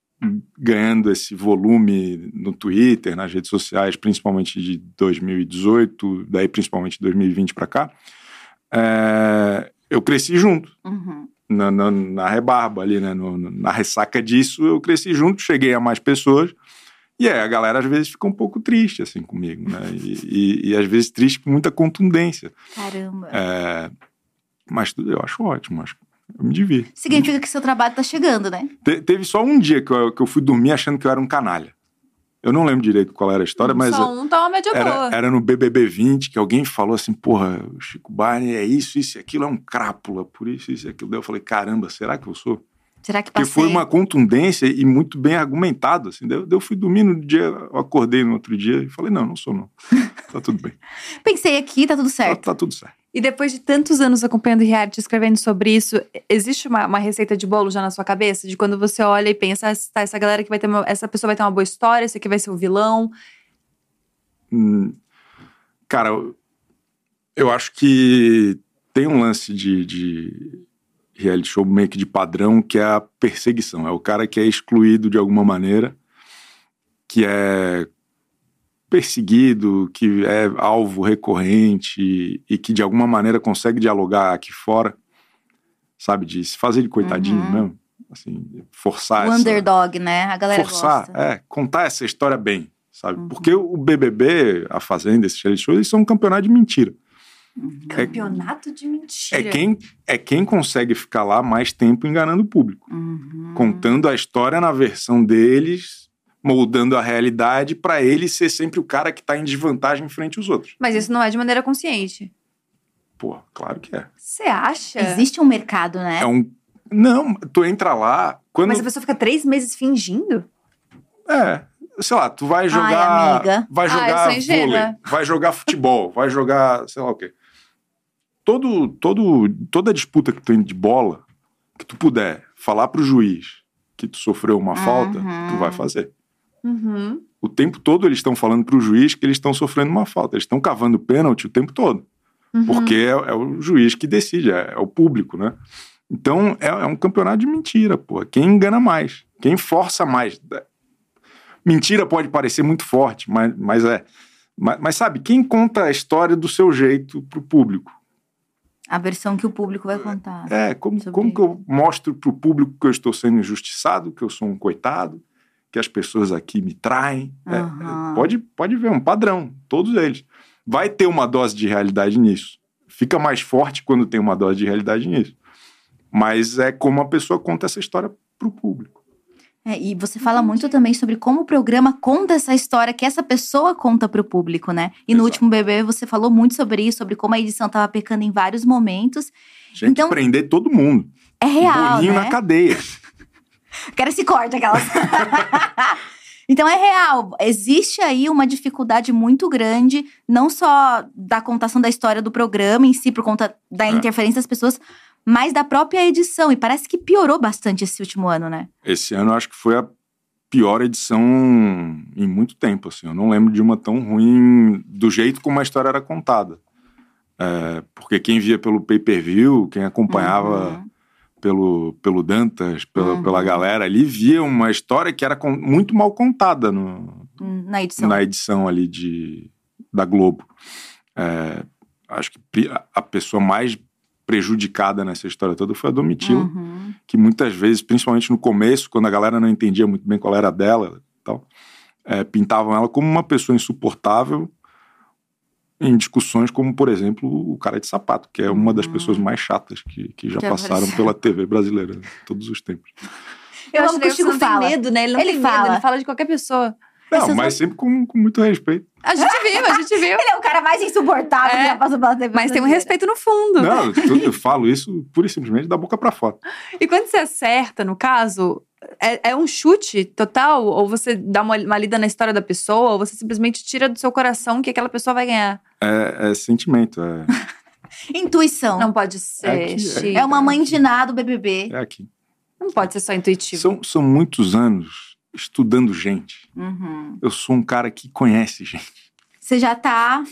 Speaker 3: ganhando esse volume no Twitter, nas redes sociais, principalmente de 2018, daí principalmente 2020 para cá, é, eu cresci junto.
Speaker 2: Uhum.
Speaker 3: Na, na- na rebarba ali, né? no- no- na ressaca disso, eu cresci junto, cheguei a mais pessoas. E é, a galera às vezes fica um pouco triste assim comigo, né? E, e- e às vezes triste com muita contundência.
Speaker 2: Caramba.
Speaker 3: É, mas tudo eu acho ótimo. Acho, Eu me divirto.
Speaker 2: Significa que seu trabalho tá chegando, né?
Speaker 3: Te- teve só um dia que eu, que eu fui dormir achando que eu era um canalha. Eu não lembro direito qual era a história, mas
Speaker 1: Só um tá uma média
Speaker 3: era, é
Speaker 1: boa.
Speaker 3: era no BBB 20 que alguém falou assim: porra, o Chico Barney é isso, isso e aquilo, é um crápula, por isso, isso e aquilo. Daí eu falei: caramba, será que eu sou?
Speaker 2: Será que
Speaker 3: Porque
Speaker 2: passei?
Speaker 3: foi uma contundência e muito bem argumentado. Assim. Daí eu- daí eu fui dormir no dia, eu acordei no outro dia e falei: não, não sou não. Tá tudo bem.
Speaker 2: Pensei aqui, tá tudo
Speaker 3: tá,
Speaker 2: *laughs* certo.
Speaker 3: tá tudo certo.
Speaker 1: E depois de tantos anos acompanhando reality, escrevendo sobre isso, existe uma, uma receita de bolo já na sua cabeça? De quando você olha e pensa, "Ah, tá, essa galera que vai ter uma- essa pessoa vai ter uma boa história, esse aqui vai ser o vilão.
Speaker 3: É Hum, cara, eu, eu acho que tem um lance de, de reality show meio que de padrão que é a perseguição. É o cara que é excluído de alguma maneira, que é perseguido, que é alvo recorrente e que de alguma maneira consegue dialogar aqui fora, sabe? De se fazer de coitadinho
Speaker 2: Uhum.
Speaker 3: mesmo. Assim, forçar
Speaker 2: o
Speaker 3: essa
Speaker 2: underdog, né? A galera
Speaker 3: forçar,
Speaker 2: gosta.
Speaker 3: é, contar essa história bem, sabe? Porque o BBB, a Fazenda, esses reality shows, eles são um campeonato de mentira.
Speaker 1: Campeonato de mentira.
Speaker 3: É quem, é quem consegue ficar lá mais tempo enganando o público,
Speaker 2: Uhum.
Speaker 3: contando a história na versão deles, moldando a realidade pra ele ser sempre o cara que tá em desvantagem frente aos outros.
Speaker 1: Mas isso não é de maneira consciente.
Speaker 3: Pô, claro que é.
Speaker 1: Você acha?
Speaker 2: Existe um mercado, né?
Speaker 3: É um não, tu entra lá quando
Speaker 1: Mas a pessoa fica três meses fingindo?
Speaker 3: é, sei lá, tu vai
Speaker 2: Ai,
Speaker 3: jogar,
Speaker 2: amiga.
Speaker 1: Ah,
Speaker 3: vai
Speaker 1: eu
Speaker 3: jogar
Speaker 1: sou ingênua.
Speaker 3: vôlei, vai jogar futebol, vai jogar, sei lá o quê. Todo, todo, toda disputa que tu tem de bola, que tu puder falar pro juiz que tu sofreu uma falta,
Speaker 2: Uhum.
Speaker 3: tu vai fazer.
Speaker 1: Uhum.
Speaker 3: O tempo todo eles estão falando pro juiz que eles estão sofrendo uma falta, eles estão cavando pênalti o tempo todo,
Speaker 1: uhum.
Speaker 3: porque é, é o juiz que decide, é, é o público, né? Então é, é um campeonato de mentira, pô. Quem engana mais, quem força mais, mentira pode parecer muito forte, mas, mas é. Mas, mas sabe, quem conta a história do seu jeito pro público?
Speaker 2: A versão que o público vai contar.
Speaker 3: É, como,
Speaker 2: Sobre-
Speaker 3: como que eu mostro pro público que eu estou sendo injustiçado, que eu sou um coitado, que as pessoas aqui me traem? É, é,
Speaker 2: Aham.
Speaker 3: pode, pode ver, um padrão, todos eles. Vai ter uma dose de realidade nisso. Fica mais forte quando tem uma dose de realidade nisso. Mas é como a pessoa conta essa história pro público.
Speaker 2: É, e você fala muito também sobre como o programa conta essa história que essa pessoa conta pro público, né? E no
Speaker 3: Exato.
Speaker 2: último bebê você falou muito sobre isso, sobre como a edição tava pecando em vários momentos.
Speaker 3: Tinha que
Speaker 2: Então-
Speaker 3: prender todo mundo.
Speaker 2: É real,
Speaker 3: Um Bolinho
Speaker 2: né?
Speaker 3: na cadeia.
Speaker 2: Quero esse corte, aquelas. *laughs* então é real. Existe aí uma dificuldade muito grande, não só da contação da história do programa em si, por conta da
Speaker 3: É.
Speaker 2: interferência das pessoas, mas da própria edição. E parece que piorou bastante esse último ano, né?
Speaker 3: Esse ano eu acho que foi a pior edição em muito tempo, assim. Eu não lembro de uma tão ruim do jeito como a história era contada. É, porque quem via pelo pay-per-view, quem acompanhava
Speaker 2: Uhum.
Speaker 3: pelo, pelo Dantas, pela,
Speaker 2: Uhum.
Speaker 3: pela galera ali, via uma história que era con- muito mal contada no-
Speaker 2: Uhum. Na edição.
Speaker 3: na edição ali de, da Globo. É, acho que pri- a- a pessoa mais prejudicada nessa história toda foi a Domitila
Speaker 2: Uhum.
Speaker 3: que muitas vezes, principalmente no começo, quando a galera não entendia muito bem qual era a dela e tal, eh, pintavam ela como uma pessoa insuportável em discussões como, por exemplo, o cara de sapato, que é uma das
Speaker 2: Uhum.
Speaker 3: pessoas mais chatas que, que já
Speaker 2: Já
Speaker 3: passaram
Speaker 2: apareceu.
Speaker 3: pela TV brasileira, né, todos os tempos.
Speaker 2: Eu
Speaker 1: acho
Speaker 2: amo que o
Speaker 1: legal
Speaker 2: Chico
Speaker 1: você não
Speaker 2: fala.
Speaker 1: tem medo, né? Ele não
Speaker 2: Ele
Speaker 1: tem
Speaker 2: fala.
Speaker 1: medo, ele fala de qualquer pessoa.
Speaker 3: Não,
Speaker 2: Essas
Speaker 3: mas sempre com, com muito *laughs* respeito.
Speaker 1: A
Speaker 2: *laughs*
Speaker 1: gente viu, a gente viu.
Speaker 2: Ele é o cara mais insuportável
Speaker 1: É.
Speaker 2: que já passou pela TV.
Speaker 1: Mas tem um
Speaker 2: brasileira.
Speaker 1: respeito no fundo.
Speaker 3: Não, eu, eu falo isso pura e simplesmente da boca pra fora.
Speaker 1: E quando você acerta, no caso, é, é um chute total? Ou você dá uma, uma lida na história da pessoa, ou você simplesmente tira do seu coração que aquela pessoa vai ganhar?
Speaker 3: É, é sentimento, é,
Speaker 2: Intuição.
Speaker 1: Não pode ser,
Speaker 3: É que- é
Speaker 1: Chico.
Speaker 2: É uma mãe de nada o BBB.
Speaker 3: é aqui.
Speaker 1: Não pode ser só intuitivo.
Speaker 3: São, são muitos anos estudando gente.
Speaker 2: Uhum.
Speaker 3: Eu sou um cara que conhece gente.
Speaker 2: Você já tá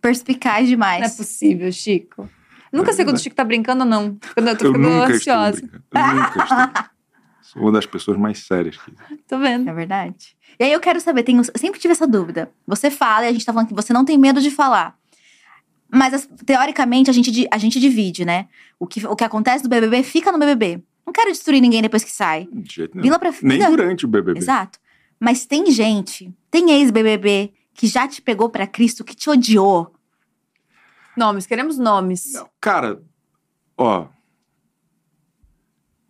Speaker 2: perspicaz
Speaker 1: Não é
Speaker 2: demais.
Speaker 1: possível, Chico. Nunca sei quando o
Speaker 3: É verdade.
Speaker 1: Chico tá brincando ou não. Quando eu tô
Speaker 3: Eu
Speaker 1: ficando
Speaker 3: nunca estou
Speaker 1: ansiosa.
Speaker 3: brincando. Eu nunca estou. brincando. Sou uma das pessoas mais sérias. que-
Speaker 1: Tô vendo.
Speaker 2: É verdade. E aí eu quero saber, tenho, sempre tive essa dúvida. Você fala e a gente tá falando que você não tem medo de falar. Mas as- teoricamente a gente, di- a gente divide, né? O que, o que acontece do BBB fica no BBB. Não quero destruir ninguém depois que sai.
Speaker 3: De jeito nenhum.
Speaker 2: Vila pra
Speaker 3: Nem
Speaker 2: Vila-
Speaker 3: durante o BBB.
Speaker 2: Exato. Mas tem gente, tem ex-BBB que já te pegou pra Cristo, que te odiou.
Speaker 1: Nomes, queremos nomes.
Speaker 3: Não, Cara, ó.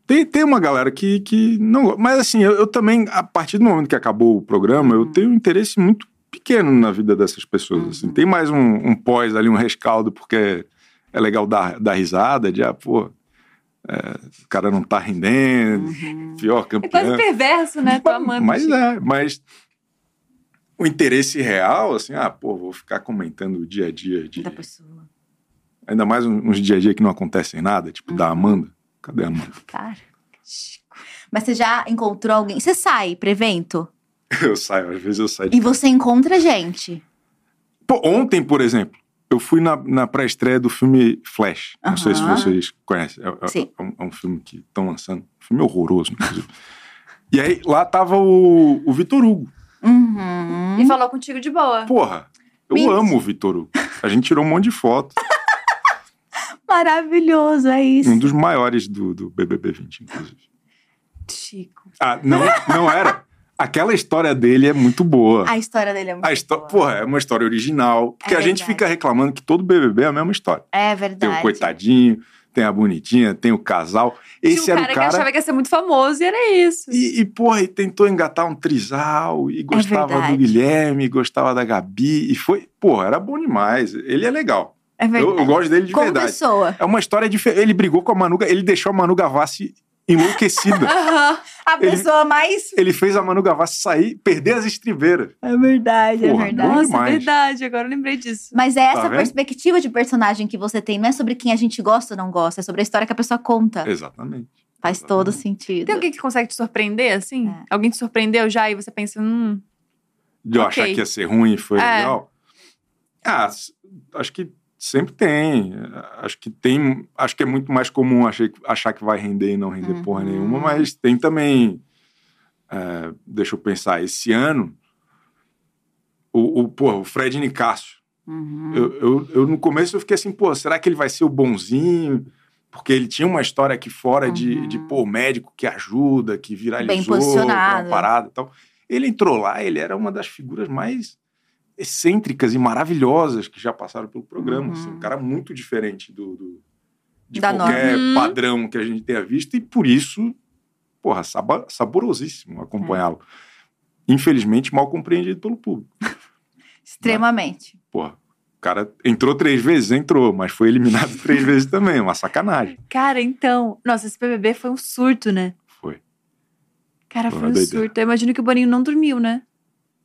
Speaker 3: Tem, tem uma galera que, que não gosta. Mas assim, eu, eu também, a partir do momento que acabou o programa,
Speaker 1: Uhum.
Speaker 3: eu tenho um interesse muito pequeno na vida dessas pessoas. assim.
Speaker 1: Uhum.
Speaker 3: Tem mais um, um pós ali, um rescaldo, porque é legal dar, dar risada, de ah, pô, é, o cara não tá rendendo, pior
Speaker 1: É
Speaker 3: campeão.
Speaker 1: quase perverso, né? Tô amando.
Speaker 3: Mas
Speaker 1: Chico.
Speaker 3: é, mas o interesse real, assim, ah, pô, vou ficar comentando o dia a dia de.
Speaker 2: da pessoa.
Speaker 3: Ainda mais um- uns dia a dia que não acontecem nada, tipo da
Speaker 2: Uhum.
Speaker 3: Amanda. Cadê a Amanda? *laughs*
Speaker 2: Cara. Mas você já encontrou alguém? Você sai pro evento
Speaker 3: Eu saio, às vezes eu saio. de
Speaker 2: e você encontra gente.
Speaker 3: Pô, ontem, por exemplo, eu fui na, na pré-estreia do filme Flash. Não sei se
Speaker 2: Aham.
Speaker 3: vocês conhecem. É, é-
Speaker 2: Sim.
Speaker 3: é um, é um filme que estão lançando. Um filme horroroso, inclusive. e aí, lá tava o, o Vitor Hugo.
Speaker 2: Uhum.
Speaker 3: é.
Speaker 1: E falou contigo de boa.
Speaker 3: Porra, eu
Speaker 2: Mentira.
Speaker 3: amo o Vitor Hugo. A gente tirou um monte de foto.
Speaker 2: Maravilhoso, é *laughs* isso.
Speaker 3: um dos maiores do, do BBB 20, inclusive.
Speaker 1: Chico.
Speaker 3: Ah, não, não era. Aquela história dele é muito boa.
Speaker 2: A história dele é muito
Speaker 3: A histó-
Speaker 2: boa.
Speaker 3: Porra, é uma história original. Porque
Speaker 2: É
Speaker 3: a gente
Speaker 2: verdade.
Speaker 3: fica reclamando que todo BBB é a mesma história.
Speaker 2: É
Speaker 3: Tem
Speaker 2: verdade.
Speaker 3: o coitadinho, tem a bonitinha, tem o casal. Esse
Speaker 1: Tinha um
Speaker 3: era
Speaker 1: cara,
Speaker 3: o cara.
Speaker 1: que achava que ia ser muito famoso e era isso.
Speaker 3: E, e, porra, e tentou engatar um trisal, e gostava
Speaker 2: É verdade.
Speaker 3: do Guilherme, gostava da Gabi, e foi. Porra, era bom demais. Ele é legal.
Speaker 2: É
Speaker 3: Eu- Eu,
Speaker 2: verdade.
Speaker 3: gosto dele de
Speaker 2: Como
Speaker 3: verdade.
Speaker 2: pessoa.
Speaker 3: É uma história diferente. Ele brigou com a Manu, Ga- ele deixou a Manu Gavassi
Speaker 2: *laughs*
Speaker 3: enlouquecida.
Speaker 1: Aham.
Speaker 2: A
Speaker 3: Ele-
Speaker 2: pessoa mais.
Speaker 3: ele fez a Manu Gavassi sair, perder as estribeiras.
Speaker 2: É verdade,
Speaker 3: Porra,
Speaker 2: é verdade.
Speaker 3: bom
Speaker 1: Nossa,
Speaker 3: demais.
Speaker 1: verdade. Agora eu lembrei disso.
Speaker 2: Mas é essa
Speaker 3: Tá vendo?
Speaker 2: perspectiva de personagem que você tem, não é sobre quem a gente gosta ou não gosta, é sobre a história que a pessoa conta.
Speaker 3: Exatamente.
Speaker 2: Faz todo sentido.
Speaker 1: Tem alguém que consegue te surpreender, assim?
Speaker 2: É.
Speaker 1: Alguém te surpreendeu já e você pensa, hum...
Speaker 3: de eu achar
Speaker 1: Ok.
Speaker 3: que ia ser ruim e foi
Speaker 1: É.
Speaker 3: legal. Ah, s- acho que sempre tem. Acho que tem. Acho que é muito mais comum achar, achar que vai render e não render
Speaker 2: Uhum.
Speaker 3: porra nenhuma, mas tem também. é, deixa eu pensar, esse ano. O, o, porra, o Fred Nicásio.
Speaker 2: Uhum.
Speaker 3: Eu, eu, eu, no começo eu fiquei assim, pô, será que ele vai ser o bonzinho? Porque ele tinha uma história aqui fora de,
Speaker 2: Uhum.
Speaker 3: de, pô, o médico que ajuda, que viralizou,
Speaker 2: Bem posicionado.
Speaker 3: uma parada e tal. Ele entrou lá, ele era uma das figuras mais excêntricas e maravilhosas que já passaram pelo programa.
Speaker 2: Uhum.
Speaker 3: assim, um cara muito diferente do, do- de
Speaker 2: Da
Speaker 3: qualquer
Speaker 1: norma. Uhum.
Speaker 3: padrão que a gente tenha visto e por isso, porra, saba- saborosíssimo
Speaker 2: É.
Speaker 3: acompanhá-lo. Infelizmente, mal compreendido pelo público.
Speaker 2: Extremamente.
Speaker 3: Porra, o cara entrou três vezes, entrou, mas foi eliminado *laughs* três vezes também, é uma sacanagem.
Speaker 1: Cara, então... Nossa, esse BBB foi um surto, né?
Speaker 3: Foi.
Speaker 1: Cara,
Speaker 3: Foi
Speaker 1: foi,
Speaker 3: uma
Speaker 1: um
Speaker 3: doideira.
Speaker 1: surto. Eu imagino que o Boninho não dormiu, né?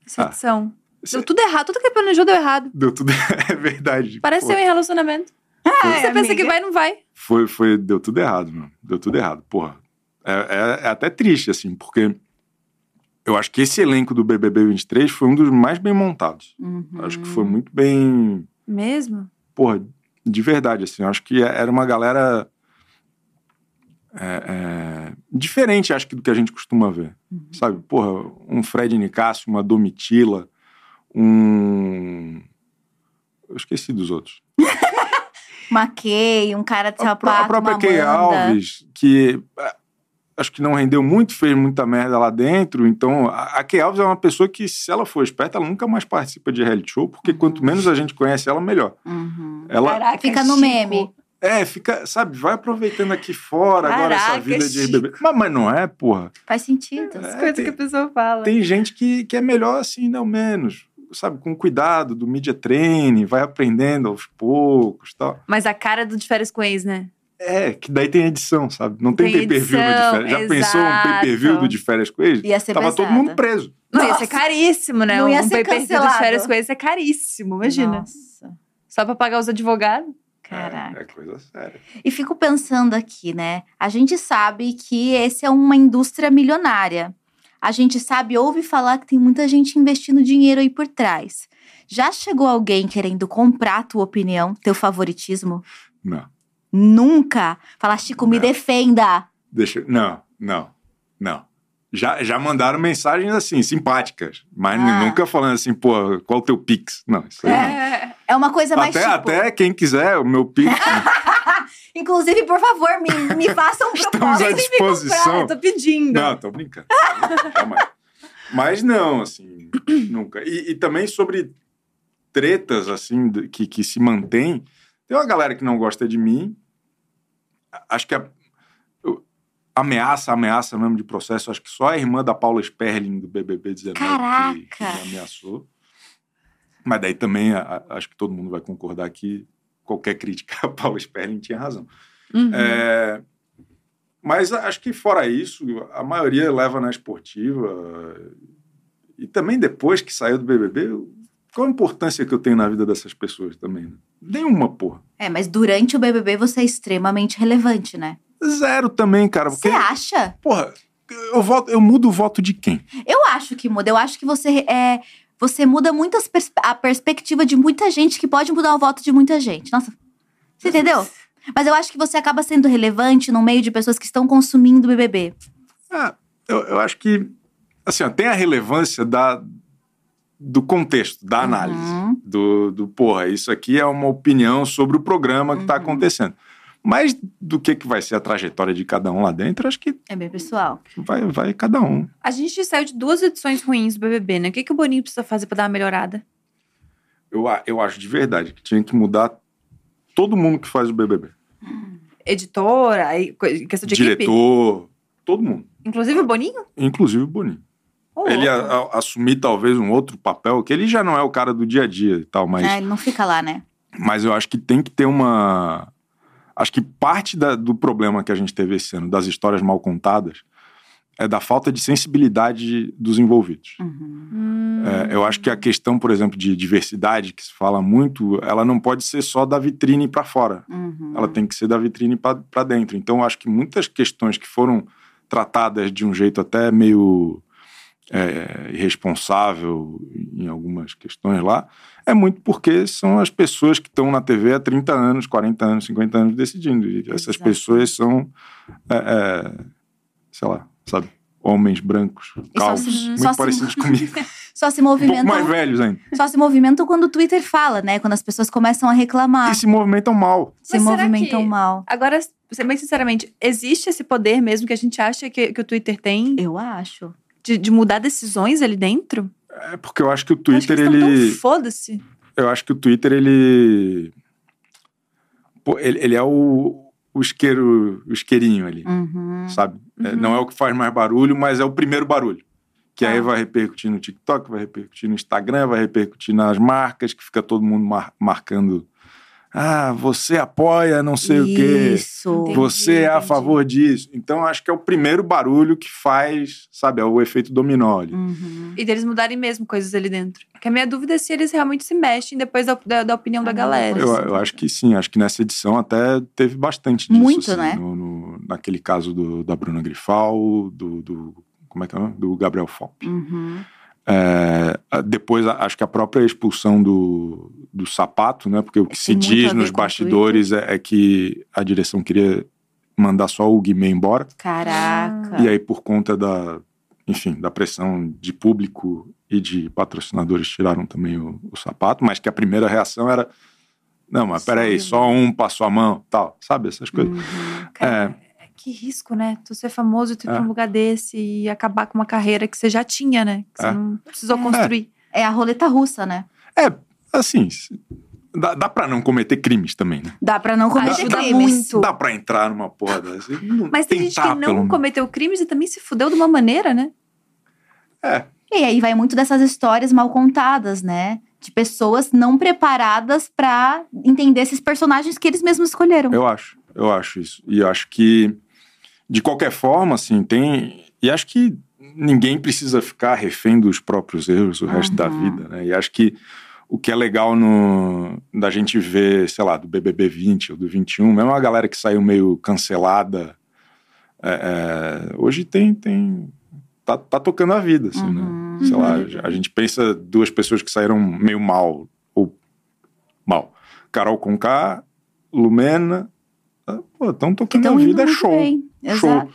Speaker 1: Essa
Speaker 3: Ah.
Speaker 1: edição.
Speaker 3: Cê-
Speaker 1: Deu tudo errado. Tudo que ele planejou deu errado.
Speaker 3: Deu tudo. *laughs* É verdade.
Speaker 1: Parece
Speaker 3: Pô,
Speaker 1: eu em relacionamento.
Speaker 2: Ai,
Speaker 1: você pensa
Speaker 2: É, amiga.
Speaker 1: que vai, não vai.
Speaker 3: foi, foi, deu tudo errado, mano. Deu tudo errado. Porra. É, é- é até triste, assim, porque eu acho que esse elenco do BBB 23 foi um dos mais bem montados.
Speaker 2: Uhum.
Speaker 3: Acho que foi muito bem
Speaker 1: Mesmo?
Speaker 3: porra, de verdade, assim, eu acho que era uma galera é, é, diferente, acho que, do que a gente costuma ver.
Speaker 2: Uhum.
Speaker 3: Sabe, porra, um Fred Nicásio, uma Domitila, um. Eu esqueci dos outros.
Speaker 2: Maquei, um cara de
Speaker 3: A,
Speaker 2: sapato,
Speaker 3: pró- a própria
Speaker 2: uma
Speaker 3: Key
Speaker 2: Amanda.
Speaker 3: Alves, que é, acho que não rendeu muito, fez muita merda lá dentro. Então, a, a Key Alves é uma pessoa que, se ela for esperta, ela nunca mais participa de reality show, porque quanto menos a gente conhece ela, melhor.
Speaker 2: Uhum.
Speaker 3: Ela,
Speaker 1: Caraca,
Speaker 2: Fica no
Speaker 1: Chico.
Speaker 2: meme.
Speaker 3: É, fica, sabe, vai aproveitando aqui fora agora essa
Speaker 1: Caraca,
Speaker 3: vida de
Speaker 1: Chico.
Speaker 3: bebê. Mas, mas não é, porra.
Speaker 2: Faz sentido.
Speaker 1: As
Speaker 3: É,
Speaker 1: coisas
Speaker 3: tem-
Speaker 1: que a pessoa fala.
Speaker 3: Tem gente que, que é melhor assim, não menos. Sabe, com cuidado do media training, vai aprendendo aos poucos tal.
Speaker 1: Mas a cara do de férias com ex, né?
Speaker 3: É, que daí tem edição, sabe? Não tem,
Speaker 1: Tem
Speaker 3: pay-per-view no de
Speaker 1: edição,
Speaker 3: férias. Já pensou um pay-per-view
Speaker 1: exato.
Speaker 3: do de férias com eles?
Speaker 2: Ia ser
Speaker 3: Tava
Speaker 2: pesado.
Speaker 3: todo mundo preso.
Speaker 1: Não, ia
Speaker 2: Nossa.
Speaker 1: ser caríssimo, né?
Speaker 2: Não ia
Speaker 1: um
Speaker 2: ser
Speaker 1: pay-per-view de
Speaker 2: cancelado.
Speaker 1: férias com ex é caríssimo, imagina.
Speaker 2: Nossa,
Speaker 1: Só pra pagar os advogados.
Speaker 2: caraca.
Speaker 3: É, é coisa séria.
Speaker 2: E fico pensando aqui, né? A gente sabe que esse é uma indústria milionária. A gente sabe, ouve falar que tem muita gente investindo dinheiro aí por trás. Já chegou alguém querendo comprar tua opinião, teu favoritismo?
Speaker 3: Não,
Speaker 2: Nunca! Falar, Chico, me
Speaker 3: Não.
Speaker 2: defenda!
Speaker 3: deixa. Não, não, não. Já, já mandaram mensagens assim, simpáticas, mas
Speaker 2: Ah.
Speaker 3: nunca falando assim, pô, qual o teu pix? Não, isso aí não.
Speaker 1: É.
Speaker 2: É uma coisa mais
Speaker 3: até,
Speaker 2: Chico.
Speaker 3: até quem quiser, o
Speaker 2: *laughs*
Speaker 3: meu Pix,
Speaker 2: Inclusive, por favor, me, me façam
Speaker 3: *laughs* estamos à
Speaker 2: propósito.
Speaker 1: Ah,
Speaker 3: disposição.
Speaker 1: eu tô pedindo.
Speaker 3: Não, tô brincando. Jamais. Mas não, assim, *clears throat* nunca. E, e também sobre tretas, assim, do- que, que se mantém. Tem uma galera que não gosta de mim. A- Acho que a, eu- ameaça, ameaça mesmo de processo. Acho que só a irmã da Paula Sperling do BBB 19 que, que
Speaker 2: Caraca!
Speaker 3: ameaçou. Mas daí também a- a- acho que todo mundo vai concordar que qualquer crítica *laughs* a Paula Sperling tinha razão.
Speaker 1: Uhum.
Speaker 3: É, mas acho que fora isso, a maioria leva na esportiva. E também depois que saiu do BBB, qual a importância que eu tenho na vida dessas pessoas também? Né? Nenhuma, porra.
Speaker 2: É, mas durante o BBB você é extremamente relevante, né?
Speaker 3: Zero também, cara. É Porque,
Speaker 2: Você acha?
Speaker 3: porra, eu, voto, eu mudo o voto de quem?
Speaker 2: Eu acho que muda. Eu acho que você é. Você muda muitas pers- a perspectiva de muita gente que pode mudar o voto de muita gente. Nossa. Você entendeu? Mas eu acho que você acaba sendo relevante no meio de pessoas que estão consumindo o BBB.
Speaker 3: Ah, eu, eu acho que, assim, ó, tem a relevância da, do contexto, da análise.
Speaker 2: Uhum.
Speaker 3: do, do porra, isso aqui é uma opinião sobre o programa que está
Speaker 2: Uhum.
Speaker 3: acontecendo. Mas do que, que vai ser a trajetória de cada um lá dentro, acho que
Speaker 2: É bem pessoal.
Speaker 3: vai, vai cada um.
Speaker 1: A gente saiu de duas edições ruins do BBB, né? O que, que o Boninho precisa fazer pra dar uma melhorada?
Speaker 3: Eu, a- eu acho de verdade que tinha que mudar todo mundo que faz o BBB.
Speaker 1: Editora, aí, co- questão de equipe?
Speaker 3: Diretor, todo mundo.
Speaker 1: Inclusive o Boninho?
Speaker 3: Inclusive o Boninho.
Speaker 1: Ô,
Speaker 3: ele é a,
Speaker 1: louco.
Speaker 3: a- assumir talvez um outro papel, que ele já não é o cara do dia a dia e tal, mas...
Speaker 2: É, ele não fica lá, né?
Speaker 3: Mas eu acho que tem que ter uma. Acho que parte da- do problema que a gente teve esse ano, das histórias mal contadas, é da falta de sensibilidade dos envolvidos.
Speaker 2: Uhum.
Speaker 1: Hum.
Speaker 3: É, eu acho que a questão, por exemplo, de diversidade, que se fala muito, ela não pode ser só da vitrine para fora.
Speaker 2: Uhum.
Speaker 3: Ela tem que ser da vitrine para dentro. Então, eu acho que muitas questões que foram tratadas de um jeito até meio é, irresponsável em algumas questões lá, é muito porque são as pessoas que estão na TV há 30 anos, 40 anos, 50 anos decidindo. E essas
Speaker 2: Exato.
Speaker 3: pessoas são, é, é, sei lá, sabe? Homens brancos,
Speaker 2: E só
Speaker 3: calvos,
Speaker 2: se-
Speaker 1: só
Speaker 3: muito
Speaker 2: se-
Speaker 3: parecidos comigo,
Speaker 2: Só se
Speaker 3: um *laughs* pouco
Speaker 2: movimentam.
Speaker 3: mais velhos ainda.
Speaker 2: Só se movimentam quando o Twitter fala, né? Quando as pessoas começam a reclamar.
Speaker 1: Ah.
Speaker 3: E se movimentam mal.
Speaker 2: se
Speaker 1: Mas será
Speaker 2: movimentam
Speaker 1: que-
Speaker 2: mal.
Speaker 1: Agora, bem sinceramente, existe esse poder mesmo que a gente acha que, que o Twitter tem
Speaker 2: Eu acho.
Speaker 1: de, de mudar decisões ali dentro?
Speaker 3: É porque eu acho que o
Speaker 1: Eu acho que
Speaker 3: Twitter,
Speaker 1: eles tão
Speaker 3: ele...
Speaker 1: tão Foda-se.
Speaker 3: eu acho que o Twitter, ele. Pô, ele, ele é o, o isqueiro, o isqueirinho ali,
Speaker 2: Uhum.
Speaker 3: sabe? É,
Speaker 1: Uhum.
Speaker 3: não é o que faz mais barulho, mas é o primeiro barulho. Que aí
Speaker 1: Ah.
Speaker 3: vai repercutir no TikTok, vai repercutir no Instagram, vai repercutir nas marcas, que fica todo mundo mar- marcando. Ah, você apoia não sei o quê.
Speaker 2: Isso.
Speaker 1: Entendi,
Speaker 3: Você é a
Speaker 1: entendi.
Speaker 3: favor disso. Então, acho que é o primeiro barulho que faz, sabe, é o efeito dominó ali.
Speaker 2: Uhum.
Speaker 1: E deles mudarem mesmo coisas ali dentro. Porque a minha dúvida é se eles realmente se mexem depois da, da, da opinião da
Speaker 2: Ah,
Speaker 1: galera.
Speaker 3: Eu, eu acho que sim, acho que nessa edição até teve bastante disso.
Speaker 2: Muito,
Speaker 3: assim,
Speaker 2: né?
Speaker 3: no- no- naquele caso do- da Bruna Grifal, do, do- Como é que é o nome? Do Gabriel Fop.
Speaker 2: Uhum.
Speaker 3: É, a- depois, a- acho que a própria expulsão do, do sapato, né? Porque o que se
Speaker 2: muito a
Speaker 3: diz
Speaker 2: ver
Speaker 3: nos
Speaker 2: com o
Speaker 3: bastidores é, é que a direção queria mandar só o Guimê embora.
Speaker 2: Caraca.
Speaker 1: É.
Speaker 3: E aí, por conta da. Enfim, da pressão de público e de patrocinadores tiraram também o, o sapato, mas que a primeira reação era: não, mas peraí,
Speaker 1: Sim. Hum,
Speaker 3: só um passou a mão, tal, sabe? Essas coisas.
Speaker 2: Uhum.
Speaker 1: Cara, Que risco, né? Tu ser famoso, tu ir pra
Speaker 3: É.
Speaker 1: um lugar desse e acabar com uma carreira que você já tinha, né? Que você
Speaker 3: É.
Speaker 1: não precisou
Speaker 2: É.
Speaker 1: construir.
Speaker 2: É a roleta russa, né?
Speaker 3: Assim, se- dá, dá pra não cometer crimes também, né?
Speaker 2: Dá pra não cometer
Speaker 1: Ajuda
Speaker 2: crimes.
Speaker 1: muito.
Speaker 3: Dá pra entrar numa porra dessa. e não-
Speaker 1: Mas tem gente
Speaker 3: tentar,
Speaker 1: que
Speaker 3: pelo
Speaker 1: não
Speaker 3: menos.
Speaker 1: cometeu crimes e também se fudeu de uma maneira, né?
Speaker 3: É.
Speaker 2: E aí vai muito dessas histórias mal contadas, né? De pessoas não preparadas pra entender esses personagens que eles mesmos escolheram.
Speaker 3: Eu acho, eu acho isso. E eu acho que, de qualquer forma, assim, tem. E acho que ninguém precisa ficar refém dos próprios erros o resto da
Speaker 2: Uhum.
Speaker 3: vida, né? E acho que o que é legal no, da gente ver, sei lá, do BBB 20 ou do 21, mesmo a galera que saiu meio cancelada, é, é, hoje tem. tem tá, tá tocando a vida, assim, né?
Speaker 2: Uhum.
Speaker 3: Sei lá,
Speaker 1: Uhum.
Speaker 3: a gente pensa duas pessoas que saíram meio mal, ou mal. Carol Conká, Lumena, ah, pô, estão
Speaker 2: Que
Speaker 3: tocando
Speaker 2: estão
Speaker 3: a
Speaker 2: Então, indo
Speaker 3: vida, é
Speaker 2: muito
Speaker 3: show.
Speaker 2: bem.
Speaker 3: Show.
Speaker 2: Exato.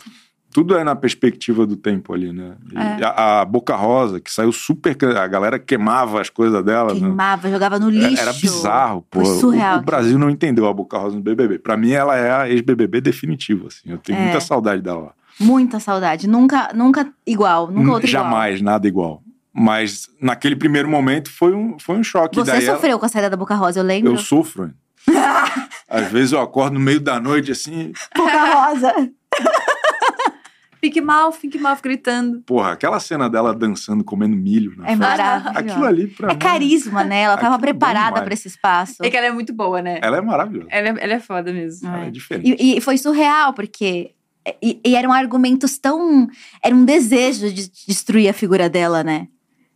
Speaker 3: Tudo é na perspectiva do tempo ali, né? E
Speaker 1: É.
Speaker 3: a, a Boca Rosa, que saiu super... can- A galera queimava as coisas dela, né?
Speaker 2: Queimava, jogava no
Speaker 3: É-
Speaker 2: lixo.
Speaker 3: Era bizarro, pô.
Speaker 2: Foi surreal.
Speaker 3: O, o Brasil não entendeu a Boca Rosa no BBB. Pra mim, ela é a ex-BBB definitiva, assim. Eu tenho
Speaker 2: É.
Speaker 3: muita saudade dela.
Speaker 2: Muita saudade. Nunca, nunca igual. Nunca outra igual.
Speaker 3: Hum, Jamais, nada igual. Mas naquele primeiro momento foi um, foi um choque.
Speaker 2: Você
Speaker 3: Daí ela-
Speaker 2: sofreu com a saída da Boca Rosa, eu lembro.
Speaker 3: eu
Speaker 2: *laughs*
Speaker 3: sofro. hein? Às vezes eu acordo no meio da noite assim,
Speaker 2: Boca Rosa.
Speaker 1: Big Mouth, Big Mouth gritando.
Speaker 3: Porra, aquela cena dela dançando, comendo milho na
Speaker 2: É
Speaker 3: festa.
Speaker 2: maravilhoso.
Speaker 3: Aquilo ali pra
Speaker 2: É
Speaker 3: mim-
Speaker 2: carisma, né? Ela tava
Speaker 3: Aquilo é bom
Speaker 2: preparada
Speaker 3: demais.
Speaker 2: pra esse espaço.
Speaker 1: É que ela é muito boa, né?
Speaker 3: Ela é maravilhosa.
Speaker 1: Ela é, ela é foda mesmo.
Speaker 2: É.
Speaker 3: Ela é diferente.
Speaker 2: E, e foi surreal, porque. é, E, e eram argumentos tão. Era um desejo de destruir a figura dela, né?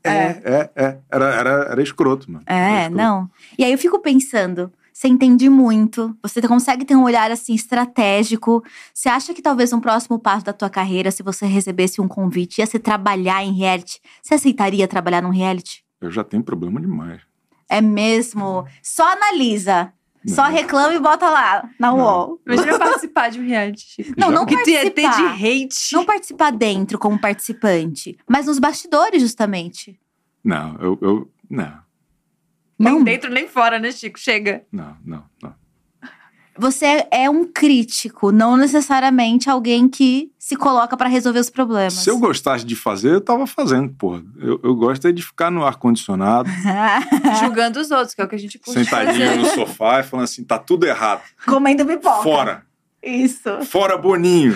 Speaker 3: É, é, é. Era, era, era escroto, mano. Era
Speaker 2: É,
Speaker 3: escroto.
Speaker 2: não. E aí eu fico pensando, você entende muito, você consegue ter um olhar assim estratégico. Você acha que talvez um próximo passo da tua carreira, se você recebesse um convite, ia ser trabalhar em reality? Você aceitaria trabalhar num reality?
Speaker 3: Eu já tenho problema demais.
Speaker 2: É mesmo? Só analisa. Só
Speaker 3: Não.
Speaker 2: reclama e bota lá na
Speaker 3: Não.
Speaker 2: UOL.
Speaker 1: Imagina participar de um reality, Chico.
Speaker 2: Não, não
Speaker 3: Jamais.
Speaker 1: Que tem de
Speaker 2: participar.
Speaker 1: hate.
Speaker 2: Não participar dentro como participante, mas nos bastidores, justamente.
Speaker 3: Não, eu, eu. Não,
Speaker 1: Nem
Speaker 2: Não.
Speaker 1: dentro, nem fora, né, Chico? Chega. *laughs*
Speaker 3: não, não, não.
Speaker 2: É, Você é um crítico, não necessariamente alguém que se coloca pra resolver os problemas.
Speaker 3: Se eu gostasse de fazer, eu tava fazendo, porra. Eu, eu gosto é de ficar
Speaker 2: *laughs*
Speaker 3: no ar-condicionado,
Speaker 1: Julgando os outros, que é o que a gente curte
Speaker 3: sentadinho
Speaker 1: fazer.
Speaker 3: no sofá e falando assim: tá tudo errado.
Speaker 2: Comendo pipoca.
Speaker 3: Fora.
Speaker 2: Isso.
Speaker 3: Fora Boninho.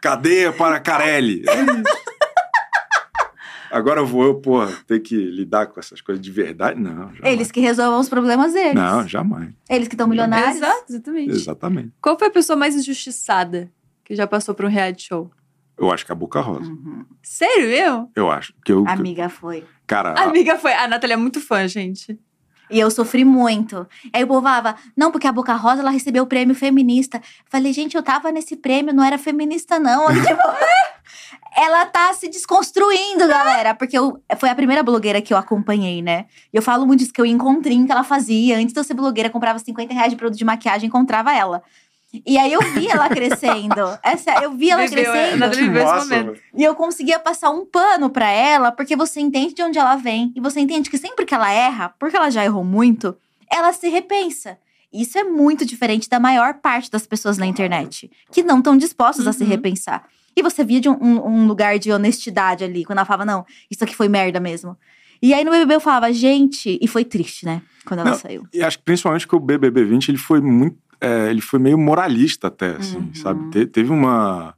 Speaker 3: Cadeia para Carelli. É isso. Agora eu vou eu, porra, ter que lidar com essas coisas de verdade? Não, jamais.
Speaker 2: Eles que resolvam os problemas deles.
Speaker 3: Não, jamais.
Speaker 2: Eles que estão milionários.
Speaker 1: Exato, exatamente.
Speaker 3: Exatamente.
Speaker 1: Qual foi a pessoa mais injustiçada que já passou por um reality show?
Speaker 3: Eu acho que é a Boca Rosa.
Speaker 2: Uhum.
Speaker 1: Sério, eu?
Speaker 3: Eu acho. Que eu,
Speaker 2: Amiga foi.
Speaker 3: Cara,
Speaker 1: A amiga foi. A Nathalie é muito fã, gente.
Speaker 2: E eu sofri muito. Aí o povo falava, não, porque a Boca Rosa, ela recebeu o prêmio feminista. Falei, gente, eu tava nesse prêmio, não era feminista, não. *laughs* Tipo, ela tá se desconstruindo, galera. Porque eu, foi a primeira blogueira que eu acompanhei, né? E eu falo muito disso, que eu ia em encontrinho que ela fazia. Antes de eu ser blogueira, comprava 50 reais de produto de maquiagem e encontrava ela. E aí eu vi ela crescendo. Essa, eu vi ela
Speaker 1: Viveu, é,
Speaker 2: crescendo.
Speaker 1: nada de ver esse
Speaker 3: Nossa,
Speaker 1: momento.
Speaker 3: velho.
Speaker 2: E eu conseguia passar um pano pra ela, porque você entende de onde ela vem. E você entende que sempre que ela erra, porque ela já errou muito, ela se repensa. Isso é muito diferente da maior parte das pessoas na internet, que não estão dispostas a se
Speaker 1: Uhum.
Speaker 2: repensar. E você via de um, um- um lugar de honestidade ali, quando ela falava, não, isso aqui foi merda mesmo. E aí no BBB eu falava, gente. E foi triste, né? Quando ela
Speaker 3: Não,
Speaker 2: saiu.
Speaker 3: E acho que principalmente que o BBB 20 ele foi muito, é, ele foi meio moralista até, assim,
Speaker 2: Uhum.
Speaker 3: sabe? Te- teve uma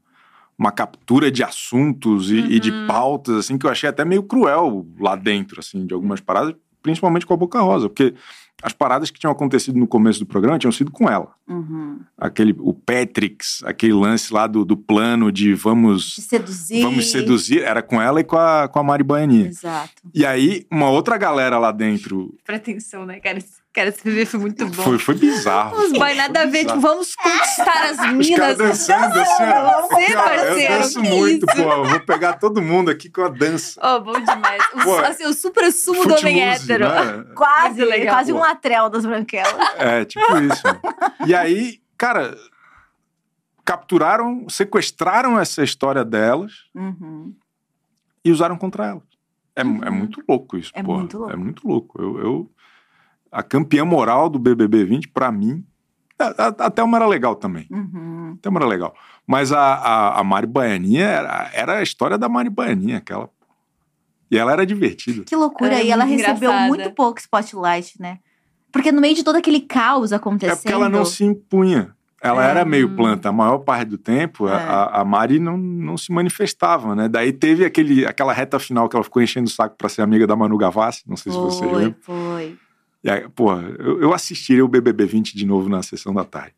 Speaker 3: uma captura de assuntos e, e de
Speaker 1: Uhum.
Speaker 3: pautas assim que eu achei até meio cruel lá dentro, assim, de algumas paradas, principalmente com a Boca Rosa, porque as paradas que tinham acontecido no começo do programa tinham sido com ela.
Speaker 2: Uhum.
Speaker 3: Aquele o Patrix, aquele lance lá do, do plano de vamos
Speaker 2: De seduzir.
Speaker 3: vamos seduzir, era com ela e com a com a Mari Baianinha.
Speaker 2: Exato.
Speaker 3: E aí uma outra galera lá dentro
Speaker 1: Pretensão, né, cara? Esse- Cara, esse bebê foi muito bom.
Speaker 3: Foi, foi bizarro.
Speaker 1: Os boy nada a ver, tipo,
Speaker 3: Bizarro.
Speaker 1: vamos conquistar as
Speaker 3: Os caras
Speaker 1: minas.
Speaker 3: dançando assim, ó.
Speaker 1: Você, é
Speaker 3: Cara, eu
Speaker 1: parceiro,
Speaker 3: danço
Speaker 1: que
Speaker 3: muito,
Speaker 1: isso?
Speaker 3: pô. Eu vou pegar todo mundo aqui com a dança.
Speaker 1: Oh, bom demais. O,
Speaker 3: Pô,
Speaker 1: assim, o supra sumo do homem
Speaker 3: Footloose,
Speaker 1: hétero.
Speaker 3: né?
Speaker 2: Quase,
Speaker 1: é legal.
Speaker 2: quase um atrel das branquelas.
Speaker 3: É, tipo isso. E aí, cara, capturaram, sequestraram essa história delas
Speaker 2: uhum.
Speaker 3: e usaram contra elas. É,
Speaker 2: Uhum.
Speaker 3: é muito louco isso,
Speaker 2: É
Speaker 3: porra.
Speaker 2: muito louco.
Speaker 3: É muito louco. Eu, eu- a campeã moral do BBB 20, pra mim, a- a- até uma era legal também.
Speaker 2: Uhum.
Speaker 3: Então era legal. Mas a, a, a Mari Baianinha era, era a história da Mari Baianinha, aquela. E ela era divertida.
Speaker 2: Que loucura.
Speaker 1: É
Speaker 2: e ela
Speaker 1: muito
Speaker 2: recebeu
Speaker 1: engraçada.
Speaker 2: muito pouco spotlight, né? Porque no meio de todo aquele caos acontecendo.
Speaker 3: É porque ela não se impunha. Ela
Speaker 2: É.
Speaker 3: era meio planta. A maior parte do tempo, a-
Speaker 2: É.
Speaker 3: a, a Mari não, não se manifestava, né? Daí teve aquele, aquela reta final que ela ficou enchendo o saco pra ser amiga da Manu Gavassi. Não sei se você
Speaker 2: Foi,
Speaker 3: lembra.
Speaker 2: foi.
Speaker 3: E aí, porra, eu, eu assistiria o BBB 20 de novo na sessão da tarde.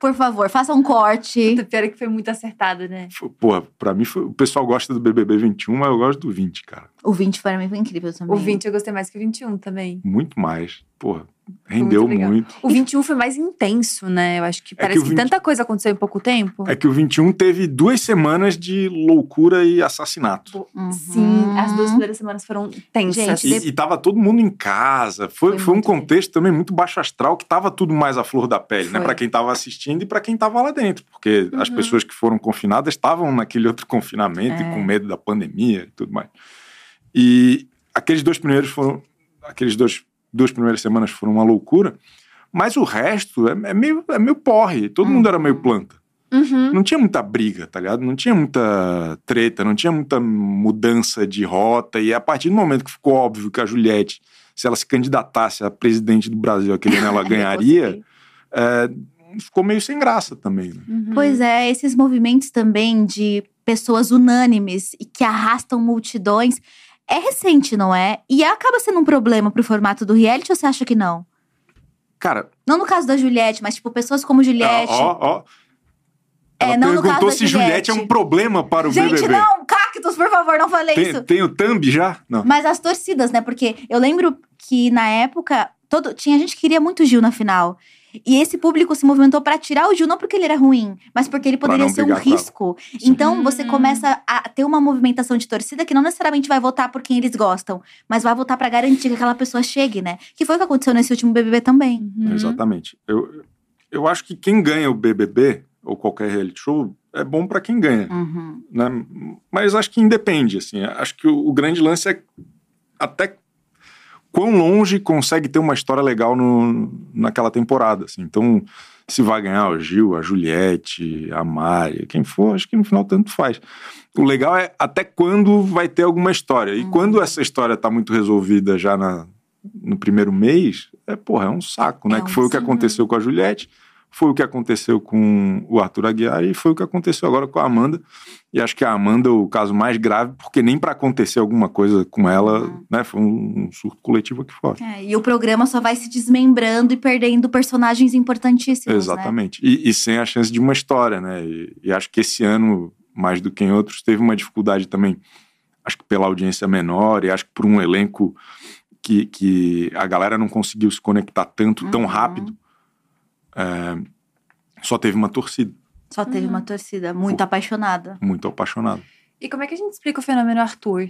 Speaker 2: Por favor, faça um corte.
Speaker 1: Puta, pior é que foi muito acertado, né?
Speaker 3: Foi- Porra, pra mim, foi- o pessoal gosta do BBB 21, mas eu gosto do 20, cara.
Speaker 2: O 20 para mim foi incrível também.
Speaker 1: O 20 eu gostei mais que o 21 também.
Speaker 3: Muito mais. Porra, rendeu
Speaker 1: legal.
Speaker 3: muito.
Speaker 1: O 21 foi mais intenso, né? Eu acho que parece
Speaker 3: É que o um
Speaker 1: que,
Speaker 3: 20
Speaker 1: tanta coisa aconteceu em pouco tempo.
Speaker 3: É que o 21 teve duas semanas de loucura e assassinato.
Speaker 2: Uhum.
Speaker 1: Sim, as duas primeiras semanas foram tensas.
Speaker 2: Gente,
Speaker 3: E,
Speaker 2: Dep-
Speaker 3: e tava todo mundo em casa. Foi,
Speaker 2: Foi
Speaker 3: foi, um
Speaker 2: muito bem.
Speaker 3: contexto também muito baixo astral que tava tudo mais à flor da pele, né?
Speaker 2: Foi.
Speaker 3: Pra quem tava assistindo e pra quem tava lá dentro. Porque as
Speaker 1: Uhum.
Speaker 3: pessoas que foram confinadas estavam naquele outro confinamento
Speaker 2: É.
Speaker 3: e com medo da pandemia e tudo mais. E aqueles dois primeiros foram. Aqueles dois, duas primeiras semanas foram uma loucura. Mas o resto é, é meio, é meio porre. Todo mundo era meio planta.
Speaker 1: Uhum.
Speaker 3: não tinha muita briga, tá ligado? Não tinha muita treta, não tinha muita mudança de rota. E a partir do momento que ficou óbvio que a Juliette,
Speaker 2: *laughs*
Speaker 3: se ela se candidatasse a presidente do Brasil, aquele ano ela ganharia, é, ficou meio sem graça também, né?
Speaker 2: Pois é, esses movimentos também de pessoas unânimes e que arrastam multidões é recente, não é? E acaba sendo um problema pro formato do reality ou você acha que não?
Speaker 3: Cara,
Speaker 2: Não no caso da Juliette, mas tipo, pessoas como
Speaker 3: Ah, ó,
Speaker 2: Juliette.
Speaker 3: ó, ó.
Speaker 2: É,
Speaker 3: Ela
Speaker 2: não no caso
Speaker 3: perguntou
Speaker 2: da
Speaker 3: se Juliette é um problema para o
Speaker 2: Gente,
Speaker 3: BBB.
Speaker 2: não, cactos, por favor, não falei isso.
Speaker 3: Tem, tem o thumb já? Não.
Speaker 2: Mas as torcidas, né? Porque eu lembro que na época todo tinha gente que queria muito o Gil na final. E esse público se movimentou pra tirar o Gil não porque ele era ruim, mas porque ele
Speaker 3: Pra
Speaker 2: poderia
Speaker 3: não
Speaker 2: ser um
Speaker 3: brigar com ela.
Speaker 2: risco. Então
Speaker 1: Hum.
Speaker 2: você começa a ter uma movimentação de torcida que não necessariamente vai votar por quem eles gostam, mas vai votar pra garantir que aquela pessoa chegue, né? Que foi o que aconteceu nesse último BBB também.
Speaker 1: Uhum.
Speaker 3: Exatamente. Eu, eu acho que quem ganha o BBB, ou qualquer reality show, é bom para quem ganha.
Speaker 2: Uhum.
Speaker 3: né? Mas acho que independe, assim. Acho que o, o grande lance é até quão longe consegue ter uma história legal no, naquela temporada, assim. Então, se vai ganhar o Gil, a Juliette, a Mari, quem for, acho que no final tanto faz. O legal é até quando vai ter alguma história.
Speaker 2: Uhum.
Speaker 3: E quando essa história está muito resolvida já na- no primeiro mês, é, porra, é um saco, né?
Speaker 2: É um
Speaker 3: que foi o que
Speaker 2: saco.
Speaker 3: aconteceu com a Juliette, foi o que aconteceu com o Arthur Aguiar e foi o que aconteceu agora com a Amanda. E acho que a Amanda é o caso mais grave, porque nem para acontecer alguma coisa com ela,
Speaker 2: Uhum.
Speaker 3: né? Foi um surto coletivo aqui fora.
Speaker 2: É, e o programa só vai se desmembrando e perdendo personagens importantíssimos. Né?
Speaker 3: Exatamente. E, e sem a chance de uma história, né? E, e acho que esse ano, mais do que em outros, teve uma dificuldade também, acho que pela audiência menor, e acho que por um elenco que, que a galera não conseguiu se conectar tanto, tão
Speaker 2: Uhum.
Speaker 3: rápido. É, só teve uma torcida
Speaker 2: Só teve
Speaker 1: Uhum.
Speaker 2: uma torcida muito apaixonada.
Speaker 3: muito apaixonada.
Speaker 1: E como é que a gente explica o fenômeno Arthur?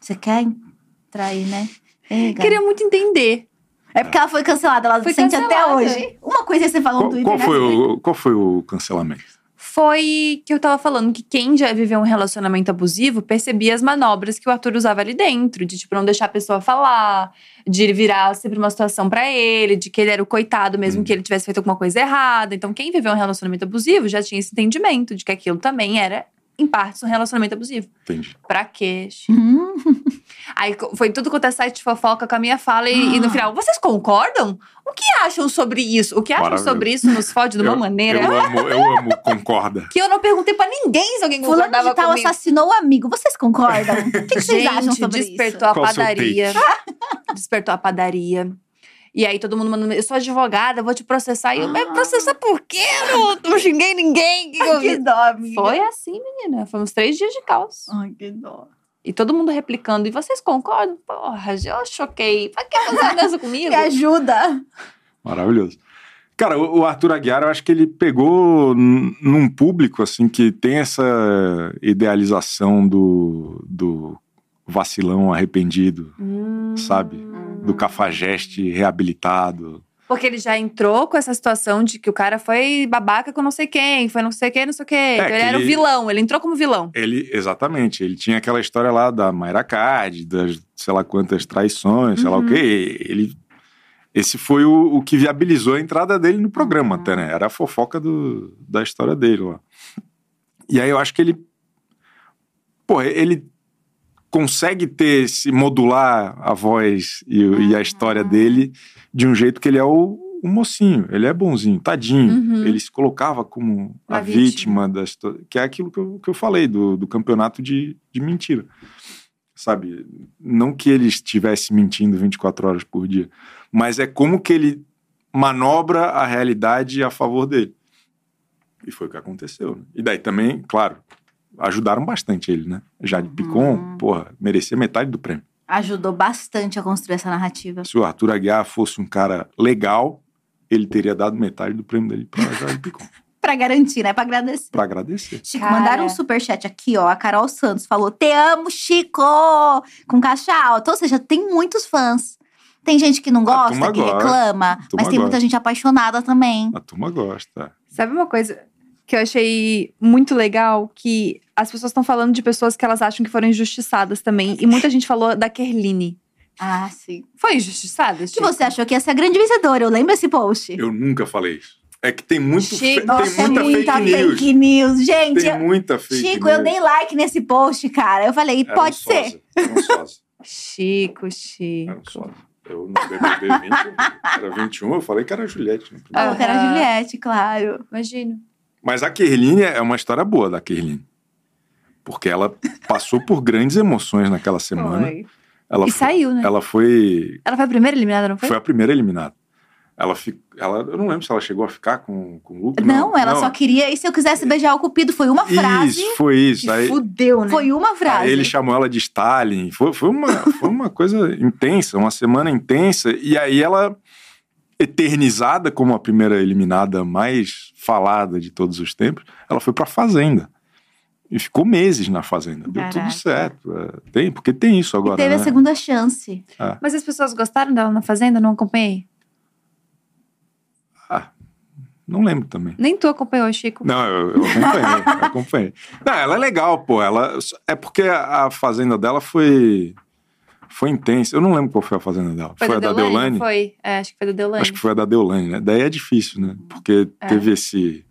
Speaker 2: Você quer entrar aí, né? Ei, gata.
Speaker 1: Queria muito entender.
Speaker 2: É porque ela foi cancelada, ela
Speaker 1: Foi
Speaker 2: sente até
Speaker 1: cancelada.
Speaker 2: hoje. Uma coisa que você falou
Speaker 3: Qual,
Speaker 2: no Twitter.
Speaker 3: qual
Speaker 2: né?
Speaker 3: foi o, qual foi o cancelamento?
Speaker 1: Foi que eu tava falando que quem já viveu um relacionamento abusivo percebia as manobras que o Arthur usava ali dentro, de tipo não deixar a pessoa falar, de virar sempre uma situação pra ele, de que ele era o coitado mesmo
Speaker 3: Hum.
Speaker 1: que ele tivesse feito alguma coisa errada. Então quem viveu um relacionamento abusivo já tinha esse entendimento de que aquilo também era em partes um relacionamento abusivo.
Speaker 3: Entendi.
Speaker 1: Pra quê? Chico?
Speaker 2: Hum,
Speaker 1: Aí co- foi tudo quanto é site de fofoca com a minha fala e,
Speaker 3: Ah.
Speaker 1: e no final, vocês concordam? O que acham sobre isso? O que acham
Speaker 3: Maravilhoso.
Speaker 1: sobre isso nos fode de uma maneira
Speaker 3: Eu amo, eu amo concorda.
Speaker 1: que eu não perguntei pra ninguém se alguém
Speaker 2: fulano
Speaker 1: concordava
Speaker 2: de tal
Speaker 1: comigo.
Speaker 2: assassinou o amigo. Vocês
Speaker 1: *laughs*
Speaker 2: concordam? O que, que vocês acham
Speaker 1: Gente,
Speaker 2: sobre
Speaker 1: despertou a
Speaker 3: Qual o seu
Speaker 1: padaria. *laughs* despertou a padaria. E aí todo mundo mandando, eu sou advogada, eu vou te processar. E eu, mas
Speaker 2: Ah.
Speaker 1: processar por quê? Eu não, não xinguei ninguém. que que
Speaker 2: isso?
Speaker 1: eu
Speaker 2: Ai, que
Speaker 1: vi?"
Speaker 2: dó, amiga.
Speaker 1: Foi assim, menina. Foi uns três dias de caos.
Speaker 2: Ai, que dó.
Speaker 1: E todo mundo replicando. E vocês concordam? Porra, eu choquei. Pra que
Speaker 2: *laughs*
Speaker 1: fazer isso comigo?
Speaker 2: Me ajuda.
Speaker 3: Maravilhoso. Cara, o o Arthur Aguiar, eu acho que ele pegou n- num público, assim, que tem essa idealização do, do vacilão arrependido,
Speaker 1: Hum.
Speaker 3: Sabe? do cafajeste reabilitado.
Speaker 1: Porque ele já entrou com essa situação de que o cara foi babaca com não sei quem, foi não sei quem, não sei o quê. então
Speaker 3: É que
Speaker 1: ele era o
Speaker 3: ele-
Speaker 1: vilão, ele entrou como vilão.
Speaker 3: Ele, exatamente, ele tinha aquela história lá da Mayra Card, das sei lá quantas traições, sei lá o
Speaker 1: Uhum.
Speaker 3: quê. Ele, esse foi o, o que viabilizou a entrada dele no programa, até, né? Era a fofoca do, da história dele lá. E aí eu acho que ele. Pô, ele consegue ter esse modular a voz e, o- e a história dele de um jeito que ele é o, o mocinho, ele é bonzinho, tadinho.
Speaker 1: Uhum.
Speaker 3: Ele se colocava como
Speaker 1: Uma
Speaker 3: a
Speaker 1: vítima.
Speaker 3: vítima, da história, que é aquilo que eu, que eu falei do, do campeonato de, de mentira. Sabe? Não que ele estivesse mentindo 24 horas por dia, mas é como que ele manobra a realidade a favor dele. E foi o que aconteceu. né? E daí também, claro, ajudaram bastante ele, né? Jade Picon, porra, merecia metade do prêmio.
Speaker 2: Ajudou bastante a construir essa narrativa.
Speaker 3: Se o Arthur Aguiar fosse um cara legal, ele teria dado metade do prêmio dele pra Jade Picon,
Speaker 2: Pra garantir, né? Pra agradecer.
Speaker 3: pra agradecer.
Speaker 2: Chico,
Speaker 1: Cara.
Speaker 2: mandaram um superchat aqui, ó. A Carol Santos falou: Te amo, Chico! Com caixa alta. Ou seja, tem muitos fãs. Tem gente que não
Speaker 3: Ah,
Speaker 2: gosta,
Speaker 3: turma
Speaker 2: que
Speaker 3: gosta.
Speaker 2: reclama, mas tem
Speaker 3: gosta.
Speaker 2: muita gente apaixonada também.
Speaker 3: A turma gosta.
Speaker 1: Sabe uma coisa que eu achei muito legal? Que as pessoas estão falando de pessoas que elas acham que foram injustiçadas também. E muita gente falou da Kerline.
Speaker 2: Ah, sim.
Speaker 1: Foi injustiçada?
Speaker 2: Que
Speaker 1: Chico?
Speaker 2: você achou que ia ser a grande vencedora, eu lembro esse post.
Speaker 3: Eu nunca falei isso. É que tem muito
Speaker 1: Chico,
Speaker 3: fe- tem
Speaker 2: Nossa,
Speaker 3: muita,
Speaker 2: é muita
Speaker 3: fake news.
Speaker 2: news. Gente,
Speaker 3: Tem
Speaker 2: eu-
Speaker 3: muita fake
Speaker 2: Chico,
Speaker 3: news.
Speaker 2: eu dei like nesse post, cara. Eu falei,
Speaker 3: Era um
Speaker 2: pode ser.
Speaker 3: sósia, era um sósia,
Speaker 1: Chico,
Speaker 3: era um
Speaker 1: Chico.
Speaker 3: sósia. Eu no BBB 20, um, era 21, eu falei que era a Juliette. né?
Speaker 2: Falou que era a
Speaker 1: Aham.
Speaker 2: Juliette, claro.
Speaker 1: Imagino.
Speaker 3: Mas a Kerline é uma história boa da Kerline. Porque ela passou por grandes emoções naquela semana.
Speaker 1: Foi.
Speaker 3: Ela,
Speaker 1: E
Speaker 3: fo-
Speaker 1: saiu, né?
Speaker 3: ela foi,
Speaker 1: Ela foi a primeira eliminada, não foi?
Speaker 3: foi a primeira eliminada. Ela, fi- ela, eu não lembro se ela chegou a ficar com, com o Luke.
Speaker 2: Não, ela só queria. E se eu quisesse beijar o Cupido? Foi uma frase.
Speaker 3: Isso, foi isso.
Speaker 1: Que
Speaker 3: Aí,
Speaker 1: fudeu, né?
Speaker 2: Foi uma
Speaker 3: aí
Speaker 2: frase.
Speaker 3: ele chamou ela de Stalin. Foi, foi, uma, foi uma coisa intensa, uma semana intensa. E aí ela, eternizada como a primeira eliminada mais falada de todos os tempos, ela foi pra Fazenda. E ficou meses na Fazenda. Deu
Speaker 2: Caraca.
Speaker 3: tudo certo. é, Tem, porque tem isso agora,
Speaker 2: e teve
Speaker 3: né?
Speaker 2: a segunda chance.
Speaker 1: Mas as pessoas gostaram dela na Fazenda? Não acompanhei?
Speaker 3: Não lembro também.
Speaker 1: Nem tu acompanhou, Chico.
Speaker 3: Não, eu, eu acompanhei,
Speaker 2: *laughs*
Speaker 3: eu acompanhei. Não, ela é legal, pô. Ela, é porque a a fazenda dela foi foi intensa. Eu não lembro qual foi a fazenda dela. Foi, a da Deolane?
Speaker 1: Foi. É, acho que foi da Deolane.
Speaker 3: Acho que foi a da Deolane, né? Daí é difícil, né? Porque
Speaker 1: É.
Speaker 3: teve esse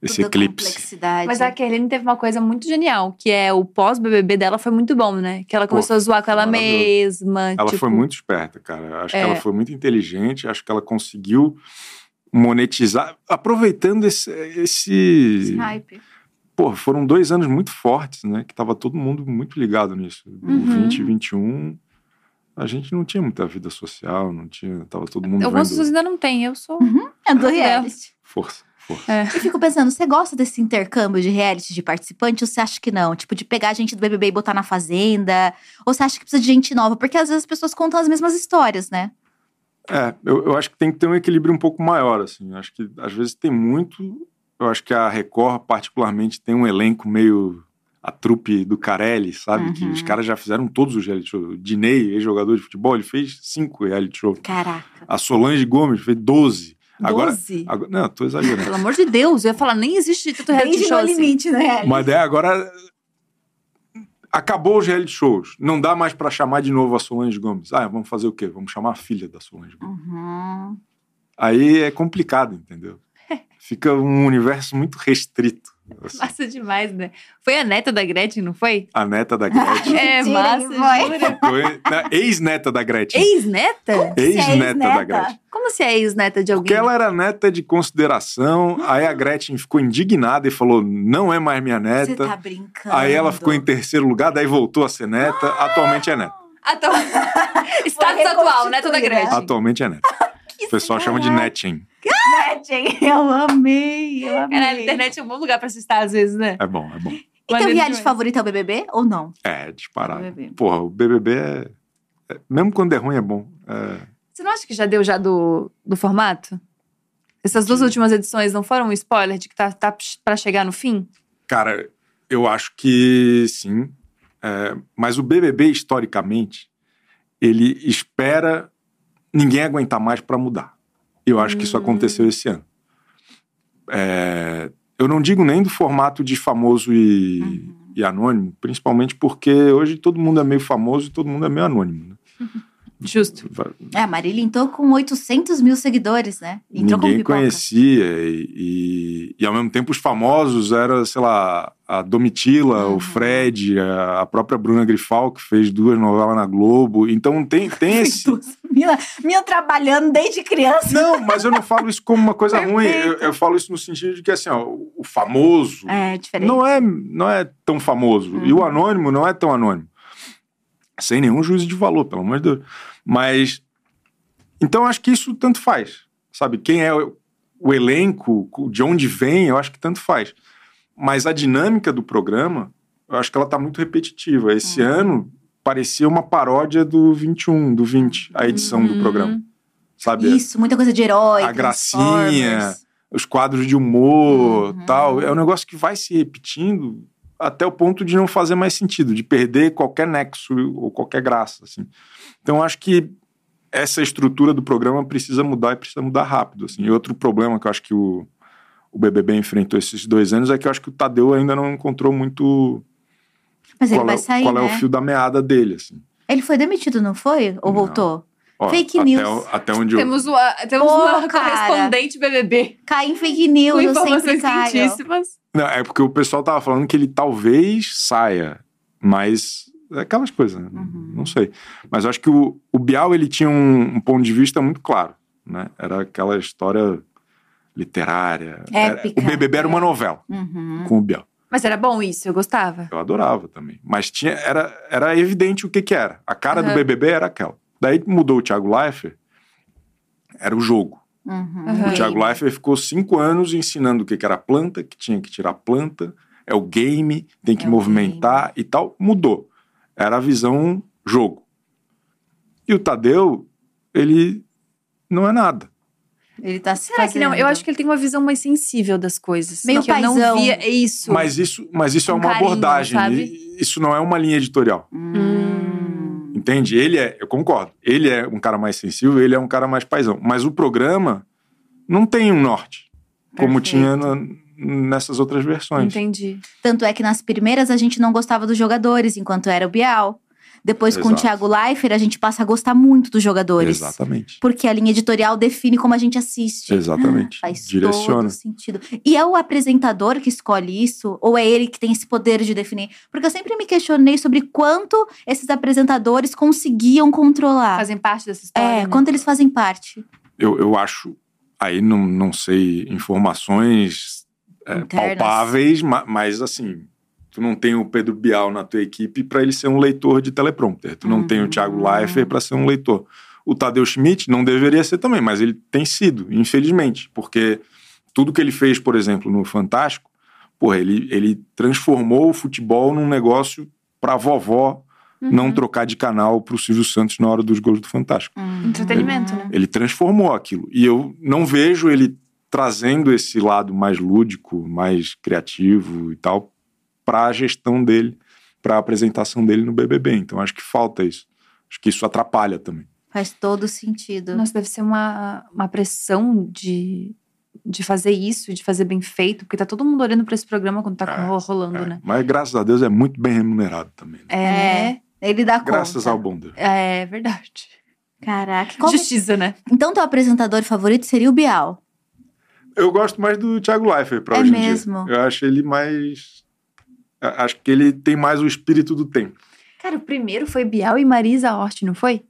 Speaker 3: esse
Speaker 2: Toda
Speaker 3: eclipse.
Speaker 2: complexidade.
Speaker 1: Mas a Kerline teve uma coisa muito genial, que é o pós-BBB dela foi muito bom, né? Que ela começou a zoar com ela
Speaker 3: maravilhoso.
Speaker 1: mesma.
Speaker 3: Ela
Speaker 1: tipo,
Speaker 3: foi muito esperta, cara. Acho
Speaker 1: É.
Speaker 3: que ela foi muito inteligente. Acho que ela conseguiu monetizar, aproveitando esse, esse
Speaker 2: Hype.
Speaker 3: pô, foram dois anos muito fortes, né? Que tava todo mundo muito ligado nisso.
Speaker 1: Uhum.
Speaker 3: O 20 e 21, a gente não tinha muita vida social, não tinha. Tava todo mundo
Speaker 1: Algumas
Speaker 3: vendo
Speaker 1: pessoas ainda não têm, eu sou.
Speaker 2: É do
Speaker 1: Ela-
Speaker 2: reality.
Speaker 3: força, força.
Speaker 2: Eu fico pensando, você gosta desse intercâmbio de reality de participante ou você acha que não? Tipo, de pegar gente do BBB e botar na fazenda? Ou você acha que precisa de gente nova? Porque às vezes as pessoas contam as mesmas histórias, né?
Speaker 3: É, eu, eu acho que tem que ter um equilíbrio um pouco maior, assim. Eu acho que às vezes tem muito. Eu acho que a Record, particularmente, tem um elenco meio. A trupe do Carelli, sabe? Que
Speaker 2: Uhum.
Speaker 3: os caras já fizeram todos os reality shows. O Diney, ex-jogador de futebol, ele fez cinco reality shows.
Speaker 2: Caraca.
Speaker 3: A Solange Gomes fez 12. Agora,
Speaker 1: 12?
Speaker 3: agora. Não, tô exagerando.
Speaker 1: Pelo amor de Deus, eu ia falar, nem existe tanto reality show assim.
Speaker 2: né?
Speaker 3: Mas daí agora acabou os reality shows. Não dá mais pra chamar de novo a Solange Gomes. Ah, vamos fazer o quê? Vamos chamar a filha da Solange Gomes.
Speaker 2: Uhum.
Speaker 3: Aí é complicado, entendeu? Fica um universo muito restrito. assim.
Speaker 1: Massa demais, né? Foi a neta da Gretchen, não foi?
Speaker 3: A neta da
Speaker 1: *laughs*
Speaker 3: Gretchen.
Speaker 1: É,
Speaker 2: Mentira,
Speaker 1: massa.
Speaker 2: ele foi.
Speaker 1: jura.
Speaker 3: Foi- não, Ex-neta da Gretchen.
Speaker 1: Ex-neta?
Speaker 3: Ex-neta da
Speaker 2: ex-neta?
Speaker 3: Gretchen.
Speaker 1: Como se é ex-neta de alguém?
Speaker 3: Porque ela era neta de consideração, aí a Gretchen ficou indignada e falou: não é mais minha
Speaker 2: Você
Speaker 3: neta.
Speaker 2: tá brincando.
Speaker 3: Aí ela ficou em terceiro lugar, daí voltou a ser neta, atualmente é neta.
Speaker 1: Atu... Status atual, neta da
Speaker 2: reconstituída.
Speaker 1: Gretchen.
Speaker 3: Atualmente é neta. O pessoal chama de netting.
Speaker 2: Eu amei, eu amei.
Speaker 1: Caralho, a internet é um bom lugar pra se estar às vezes, né?
Speaker 3: É bom, é bom.
Speaker 2: E teu
Speaker 1: Maneiro
Speaker 2: reality
Speaker 1: demais.
Speaker 2: favorito é o BBB ou não?
Speaker 3: É, disparado.
Speaker 2: BBB.
Speaker 3: Porra, o BBB é... é- Mesmo quando é ruim, é bom. É,
Speaker 1: Você não acha que já deu já do, do formato? Essas duas últimas edições não foram um spoiler de que tá, tá pra chegar no fim?
Speaker 3: Cara, eu acho que sim. É, Mas o BBB, historicamente, ele espera ninguém aguentar mais pra mudar. Eu acho que isso
Speaker 1: Hum.
Speaker 3: aconteceu esse ano. É, Eu não digo nem do formato de famoso e... e anônimo, principalmente porque hoje todo mundo é meio famoso e todo mundo é meio anônimo. né?
Speaker 1: Justo.
Speaker 3: Va-
Speaker 2: É, a Marília entrou com 800 mil seguidores, né? Entrou
Speaker 3: Ninguém
Speaker 2: com pipoca.
Speaker 3: conhecia e, e, e, ao mesmo tempo os famosos era, sei lá, a Domitila,
Speaker 2: Uhum.
Speaker 3: o Fred, a, a própria Bruna Grifal que fez duas novelas na Globo. Então tem tem esse
Speaker 2: Mina, mina trabalhando desde criança.
Speaker 3: Não, mas eu não falo isso como uma coisa ruim. Eu, eu falo isso no sentido de que assim, ó, o famoso
Speaker 2: É, diferente.
Speaker 3: não é não é tão famoso e o anônimo não é tão anônimo. Sem nenhum juízo de valor, pelo amor de Deus. Mas então acho que isso tanto faz. Sabe quem é o o elenco, de onde vem, eu acho que tanto faz. Mas a dinâmica do programa, eu acho que ela tá muito repetitiva. Esse ano parecia uma paródia do 21, do 20, a edição
Speaker 1: Uhum.
Speaker 2: Hum.
Speaker 3: do programa. Sabe?
Speaker 2: Isso, muita coisa de herói.
Speaker 3: A
Speaker 2: Transformers.
Speaker 3: gracinha. os quadros de humor,
Speaker 2: Uhum.
Speaker 3: tal. É um negócio que vai se repetindo até o ponto de não fazer mais sentido, de perder qualquer nexo ou qualquer graça, assim. Então acho que essa estrutura do programa precisa mudar e precisa mudar rápido, assim. E outro problema que eu acho que o, o BBB enfrentou esses dois anos é que eu acho que o Tadeu ainda não encontrou muito
Speaker 2: Mas ele
Speaker 3: qual, é,
Speaker 2: vai
Speaker 3: o-
Speaker 2: sair,
Speaker 3: qual é
Speaker 2: né?
Speaker 3: o fio da meada dele, assim.
Speaker 2: Ele foi demitido, não foi? Ou
Speaker 3: Não.
Speaker 2: voltou?
Speaker 3: Ó,
Speaker 2: Fake
Speaker 3: até
Speaker 2: news.
Speaker 3: o- até onde eu...
Speaker 1: Temos uma, temos
Speaker 2: Pô,
Speaker 1: uma
Speaker 2: cara.
Speaker 1: correspondente BBB
Speaker 2: Cai em fake news,
Speaker 1: com
Speaker 2: eu sempre
Speaker 1: informações
Speaker 2: caio.
Speaker 1: quentíssimas.
Speaker 3: Não, é porque o pessoal tava falando que ele talvez saia, mas Aquelas coisas, né?
Speaker 2: Uhum.
Speaker 3: não sei. Mas eu acho que o, o Bial ele tinha um, um ponto de vista muito claro. Né? Era aquela história literária. Era-
Speaker 2: Épica.
Speaker 3: É, o BBB era uma novela
Speaker 2: É né? Uhum.
Speaker 3: com o Bial.
Speaker 1: Mas era bom isso, eu gostava.
Speaker 3: Eu adorava também. Mas tinha, era, era evidente o que, que era. A cara do
Speaker 2: Uhum.
Speaker 1: Aham.
Speaker 3: BBB era aquela. Daí mudou o Thiago Leifert, era o jogo.
Speaker 2: Uhum.
Speaker 1: Aham.
Speaker 3: O Thiago Leifert ficou cinco anos ensinando o que, que era planta, que tinha que tirar planta, é o game, tem que
Speaker 2: É o
Speaker 3: movimentar e tal. Mudou. Era a visão jogo. E o Tadeu, ele não é nada.
Speaker 2: Ele tá se
Speaker 1: Será que não?
Speaker 2: fazendo.
Speaker 1: Eu acho que ele tem uma visão mais sensível das coisas.
Speaker 2: Meio
Speaker 1: que eu não
Speaker 2: paizão.
Speaker 1: via é isso.
Speaker 3: Mas isso, mas isso é
Speaker 1: Um
Speaker 3: uma
Speaker 1: carinho,
Speaker 3: abordagem.
Speaker 1: sabe?
Speaker 3: e- Isso não é uma linha editorial.
Speaker 2: Hum.
Speaker 3: Entende? Ele é, eu concordo. Ele é um cara mais sensível, ele é um cara mais paisão. Mas o programa não tem um norte, como
Speaker 2: Perfeito.
Speaker 3: tinha na- nessas outras versões.
Speaker 1: Entendi.
Speaker 2: Tanto é que nas primeiras a gente não gostava dos jogadores, enquanto era o Bial. Depois, com o
Speaker 3: Exato.
Speaker 2: Thiago Leifert, a gente passa a gostar muito dos jogadores.
Speaker 3: Exatamente.
Speaker 2: Porque a linha editorial define como a gente assiste.
Speaker 3: Exatamente.
Speaker 2: Faz
Speaker 3: Direciona.
Speaker 2: todo sentido. E é o apresentador que escolhe isso? Ou é ele que tem esse poder de definir? Porque eu sempre me questionei sobre quanto esses apresentadores conseguiam controlar.
Speaker 1: Fazem parte dessa história.
Speaker 2: Tá. é,
Speaker 1: né?
Speaker 2: quanto eles fazem parte.
Speaker 3: Eu, eu acho, aí não, não sei informações é,
Speaker 2: Internas.
Speaker 3: palpáveis, ma- mas assim, tu não tem o Pedro Bial na tua equipe para ele ser um leitor de teleprompter. Tu não tem o
Speaker 2: Uhum.
Speaker 3: Thiago Leifert para ser um leitor. O Tadeu Schmidt não deveria ser também, mas ele tem sido, infelizmente, porque tudo que ele fez, por exemplo, no Fantástico, porra, ele, ele transformou o futebol num negócio para vovó
Speaker 1: Uhum.
Speaker 3: não trocar de canal pro Silvio Santos na hora dos gols do Fantástico.
Speaker 1: Entretenimento, né?
Speaker 3: Ele transformou aquilo. E eu não vejo ele trazendo esse lado mais lúdico, mais criativo e tal, para a gestão dele, para a apresentação dele no BBB. Então acho que falta isso. Acho que isso atrapalha também.
Speaker 2: Faz todo sentido.
Speaker 1: Nossa, deve ser uma, uma pressão de, de fazer isso, de fazer bem feito, porque tá todo mundo olhando pra esse programa quando tá
Speaker 3: É,
Speaker 1: ro- rolando,
Speaker 3: É.
Speaker 1: né?
Speaker 3: Mas graças a Deus é muito bem remunerado também. né?
Speaker 1: É,
Speaker 2: É.
Speaker 1: né?
Speaker 2: Ele dá
Speaker 3: Graças
Speaker 2: conta.
Speaker 3: ao bom Deus.
Speaker 1: É verdade.
Speaker 2: Caraca. qual-
Speaker 1: Justiça, né?
Speaker 2: Então, teu apresentador favorito seria o Bial.
Speaker 3: Eu gosto mais do Thiago Leifert para
Speaker 2: É
Speaker 3: hoje em
Speaker 2: mesmo?
Speaker 3: dia. Eu acho ele mais. a- Acho que ele tem mais o espírito do tempo.
Speaker 1: Cara, o primeiro foi Bial e Marisa Hort, não foi?